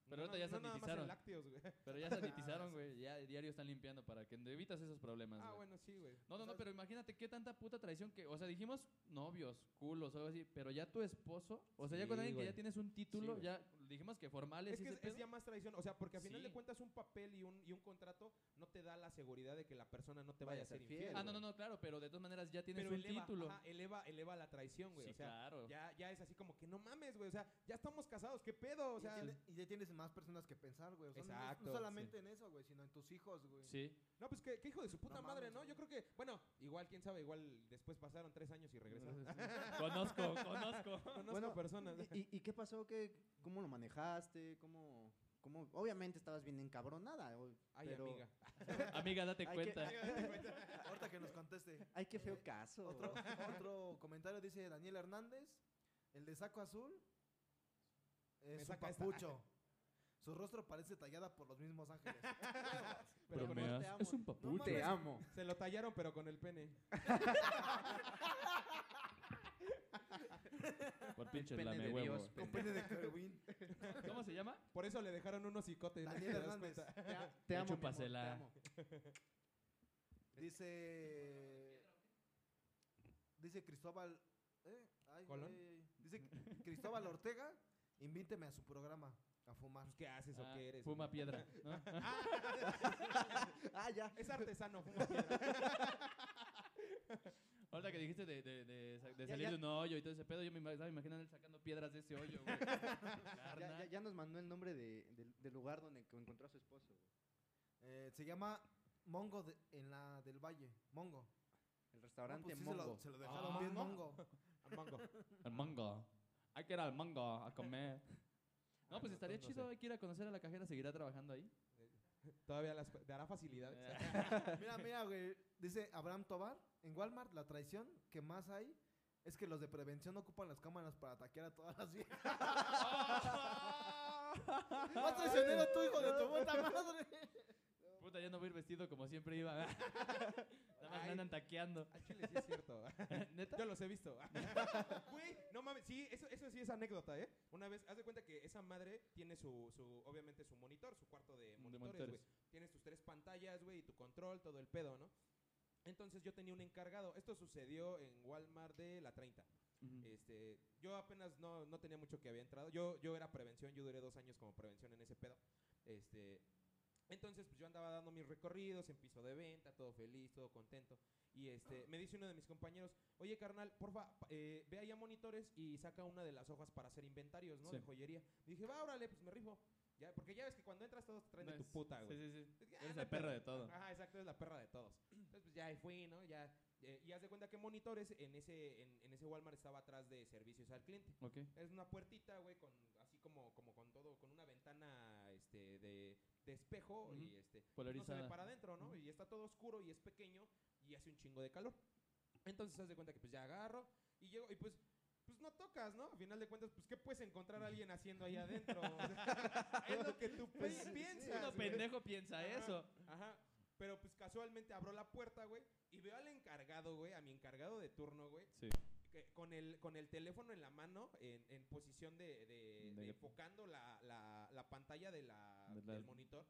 Pero no, ahorita ya no nada más en sanitizaron. Ah, lácteos, güey. Ah, Pero ya sanitizaron, güey. Ya diario están limpiando para que evitas esos problemas. Ah, güey. bueno, sí, güey. No, O no, no, sea, pero imagínate qué tanta puta traición que, o sea, dijimos novios, culos, algo así, pero ya tu esposo, o sea, ya con Sí, alguien que güey. ya tienes un título, güey. ya dijimos que formales. Es y que ese es, es pedo. ya más traición, o sea, porque a final de Sí. cuentas un papel y un, y un contrato no te da la seguridad de que la persona no te Vaya vaya, a a ser ser infiel. fiel, Ah, güey. no, no, no, claro, pero de todas maneras ya tienes Pero un eleva, título. ajá, eleva, eleva la traición, güey. sí, o sea, claro. ya, ya es así como que no mames, güey. O sea, ya estamos casados, ¿qué pedo? O Y ya sea, tiene- y ya tienes más personas que pensar, güey. O sea, no es- Exacto, no, sí. solamente en eso, güey, sino en tus hijos, güey. Sí. no, pues qué, qué hijo de su puta No madre, mames, ¿no? Yo creo que, bueno, igual, quién sabe, igual después pasaron tres años y regresaron. conozco, conozco. Conozco Bueno, personas. ¿Y, y- y qué pasó? ¿Qué, ¿Cómo lo manejaste? ¿Cómo, cómo? Obviamente estabas bien encabronada. o- Ay, pero, amiga. Amiga, date Hay que- cuenta. Ahorita que nos conteste. Ay, qué feo Eh, caso. Otro, otro comentario dice Daniel Hernández, el de saco azul Me es un saca esta. papucho. Su rostro parece tallada por los mismos ángeles. Pero con- Bromeas. Es un papucho. mames. amo. se lo tallaron, pero con el pene. Por pinches pene de lamehuevos. Dios. Con pene de querubín. ¿Cómo se llama? Por eso le dejaron unos cicotes. ¿no? Daniel ¿Te das Hernández. cuenta? Te, a- te Me amo. mi amor, chúpasela. te amo. Dice. Dice Cristóbal. ¿eh? Ay, ¿Colón? güey. Dice Cristóbal Ortega, invíteme a su programa a fumar. Pues, ¿Qué haces o Ah, qué eres? Fuma piedra. ¿no? Ah, ya. Es artesano, fuma piedra. Ahorita que dijiste de, de, de, sa- de Ya, salir ya. de un hoyo y todo ese pedo, yo me ima- estaba imaginando él sacando piedras de ese hoyo, Ya, güey. Carnal. ya- ya nos mandó el nombre de- del- del lugar donde que encontró a su esposo. güey. Eh, se llama Mongo de- en la del Valle. Mongo. El No, restaurante pues sí se, Mongo. lo, se lo dejaron Ah. bien Mongo. A mango. Al mango. Hay que ir al mango a comer. No, pues estaría entonces no chido, sé. hay que ir a conocer a la cajera, seguirá trabajando ahí. Todavía las dará facilidades. Mira, mira, güey. Dice Abraham Tobar, en Walmart la traición que más hay es que los de prevención ocupan las cámaras para ataquear a todas las viejas. Más traicionero tu hijo de tu puta madre. Puta, ya no voy a ir vestido como siempre iba. Nada más Ay. me andan taqueando. Al chile sí es cierto. ¿Neta? Yo los he visto. Güey, no mames, sí, eso, eso sí es anécdota, ¿eh? Una vez, haz de cuenta que esa madre tiene su, su obviamente su monitor, su cuarto de monitores, güey. monitores. Tienes tus tres pantallas, güey, y tu control, todo el pedo, ¿no? Entonces yo tenía un encargado. Esto sucedió en Walmart de la 30. Ujú. Este, yo apenas no, no tenía mucho que había entrado. Yo, yo era prevención, yo duré dos años como prevención en ese pedo. Este, entonces, pues yo andaba dando mis recorridos en piso de venta, todo feliz, todo contento. Y este, me dice uno de mis compañeros, oye carnal, porfa, pa- eh, ve ahí a monitores y saca una de las hojas para hacer inventarios, ¿no? Sí. De joyería. dije, va, órale, pues me rifo. Ya, porque ya ves que cuando entras todos te traen de No tu es- puta, güey. Pues, Sí, sí, sí. Es que, ah, Eres no el hay pedo. perro de todo. Ajá, exacto, es la perra de todos. Entonces, pues ya ahí fui, ¿no? Ya, eh, y haz de cuenta que monitores en ese, en, en ese Walmart estaba atrás de servicios al cliente. Ok. Es una puertita, güey, con, así como, como con todo, con una ventana este, de, de espejo y Ujú. este, no se ve Polarizada. para adentro, ¿no? Ujú. Y está todo oscuro y es pequeño y hace un chingo de calor. Entonces haz de cuenta que pues ya agarro y llego y pues pues no tocas, ¿no? Al final de cuentas, pues ¿qué puedes encontrar a alguien haciendo ahí adentro? O sea, es lo que tú pi- sí, piensas. Pues, Uno güey. pendejo piensa Ajá. eso. Ajá. Pero pues casualmente abro la puerta, güey, y veo al encargado, güey, a mi encargado de turno, güey, Sí. que- con, el, con el teléfono en la mano, en, en posición de, de- De- de enfocando la, la- la pantalla de la- De la- del monitor.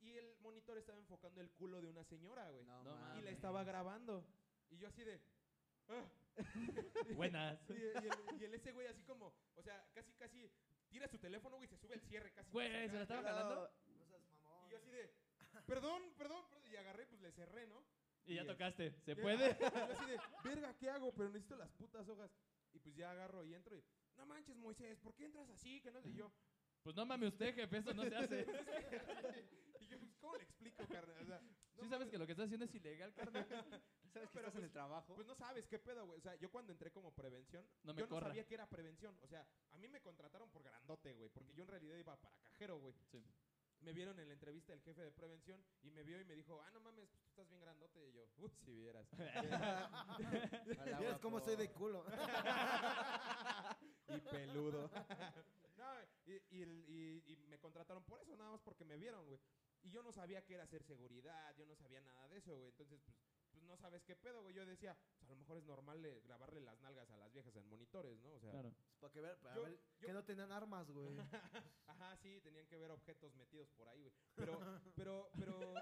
Y el monitor estaba enfocando el culo de una señora, güey. No, No y mames. la estaba grabando. Y yo así de... "Ah". Buenas. Y, y el, y el ese güey así como, o sea, casi, casi tira su teléfono, güey, y se sube el cierre casi. Güey, casi se la acá. estaba jalando No seas mamón. Y yo así de, perdón, perdón, perdón", Y agarré, pues le cerré, ¿no? y ya Y- tocaste. ¿Se Y- puede? y yo así de, verga, ¿qué hago? Pero necesito las putas hojas. Y pues ya agarro y entro y, no manches, Moisés, ¿por qué entras así? Que no sé Y yo. Pues no mames usted, jefe, eso no se hace. y yo, pues, ¿cómo le explico, carnal? O sea, no Sí sabes que lo que estás haciendo es ilegal, carnal. ¿Sabes que pero estás en pues- el trabajo? Pues no sabes qué pedo, güey. O sea, yo cuando entré como prevención, No me yo no corra. sabía que era prevención. O sea, a mí me contrataron por grandote, güey, porque yo en realidad iba para cajero, güey. Sí. Me vieron en la entrevista del jefe de prevención y me vio y me dijo, ah, no mames, pues tú estás bien grandote. Y yo, uy, si vieras. Hola, ¿Vieras cómo guapo. estoy de culo? Pues, y peludo. no, y, y el- y- y me contrataron por eso, nada más porque me vieron, güey. Y yo no sabía qué era hacer seguridad, yo no sabía nada de eso, güey. Entonces, pues, pues no sabes qué pedo, güey. Yo decía, pues a lo mejor es normal eh, grabarle las nalgas a las viejas en monitores, ¿no? O sea, Claro. Para que ver, para Yo- ver yo- que no tenían armas, güey. Ajá, sí, tenían que ver objetos metidos por ahí, güey. Pero, pero, pero.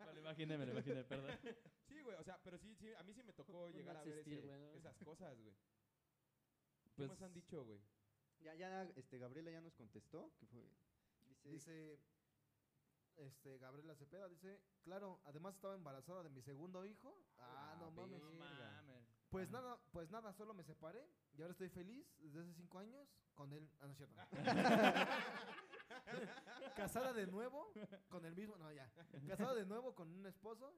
Me lo imaginé, me lo imaginé, perdón. sí, güey, o sea, pero sí, sí, a mí sí me tocó llegar a Max ver Steel, ese- güey, ¿no? esas cosas, güey. ¿Qué Pues, más han dicho, güey? Ya, ya, este, Gabriela ya nos contestó. Que fue, dice, Dice este Gabriela Cepeda, dice, claro, además estaba embarazada de mi segundo hijo. Ah, Ah, no mames. No mames. Pues nada, pues nada, solo me separé y ahora estoy feliz desde hace cinco años con él. Ah, no es cierto. Casada de nuevo con el mismo, no ya. Casada de nuevo con un esposo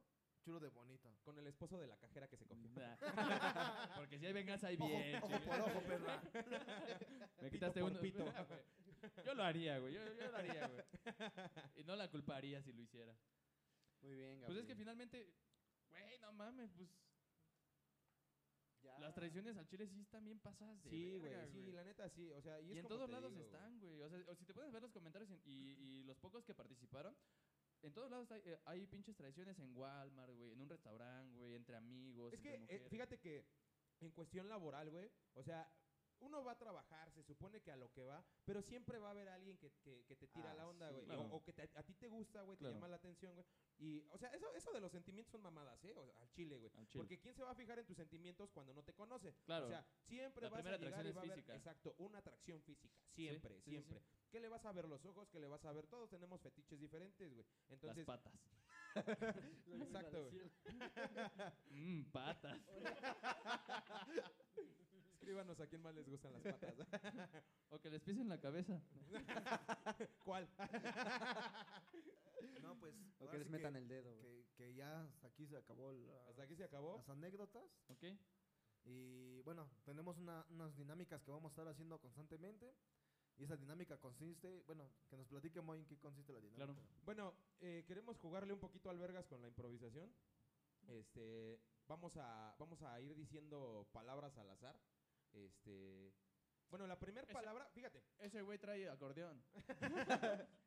chulo de bonito. Con el esposo de la cajera que se cogió. Nah. Porque si hay venganza, hay bien. Ojo por ojo, perra. Me Pito quitaste por uno. pito. Ah, güey. Yo lo haría, güey. Yo, yo lo haría, güey. Y no la culparía si lo hiciera. muy bien, Pues es que Gabriela". finalmente, güey, no mames, pues Ya. las traiciones al chile sí están bien pasadas. De Ah. Sí, verga, güey, sí, la neta sí. O sea, y, Y, es en como todos te lados digo, güey. están, güey. O sea, o si te puedes ver los comentarios en- y, y los pocos que participaron, en todos lados hay, eh, hay pinches traiciones en Walmart, güey, en un restaurante, güey, entre amigos. Es que, entre eh, mujeres. fíjate que en cuestión laboral, güey, o sea, uno va a trabajar, se supone que a lo que va, pero siempre va a haber alguien que, que- que te tira Ah, la onda, sí. güey. Claro. O, o que te- a ti te gusta, güey, Claro. te llama la atención, güey. Y, o sea, eso, eso de los sentimientos son mamadas, ¿eh? O sea, al chile, güey. Al chile. Porque ¿quién se va a fijar en tus sentimientos cuando no te conoce? claro, O sea, siempre La vas a primera llegar atracción y es va a haber, física. exacto, una atracción física, siempre, sí, sí, sí. siempre. ¿Qué le vas a ver los ojos? ¿Qué le vas a ver? Todos tenemos fetiches diferentes, güey. Entonces, las patas. Lo iba a Exacto, güey. decir. Mmm, patas. escríbanos a quién más les gustan las patas. O que les pisen la cabeza. ¿Cuál? No, pues. O ahora que les sí metan el dedo, güey. que, que ya hasta aquí se acabó la- Hasta aquí se acabó. las anécdotas. ¿Ok? Y bueno, tenemos una- unas dinámicas que vamos a estar haciendo constantemente. Y esa dinámica consiste, bueno, que nos platique Moy en qué consiste la dinámica. Claro. Bueno, eh, queremos jugarle un poquito al vergas con la improvisación. Este, vamos a, vamos a ir diciendo palabras al azar. Este, bueno, la primera Esa- palabra, fíjate, Ese güey trae acordeón.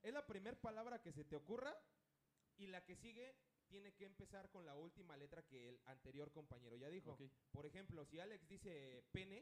es la primera palabra que se te ocurra y la que sigue tiene que empezar con la última letra que el anterior compañero ya dijo. Ok. Por ejemplo, si Alex dice pene,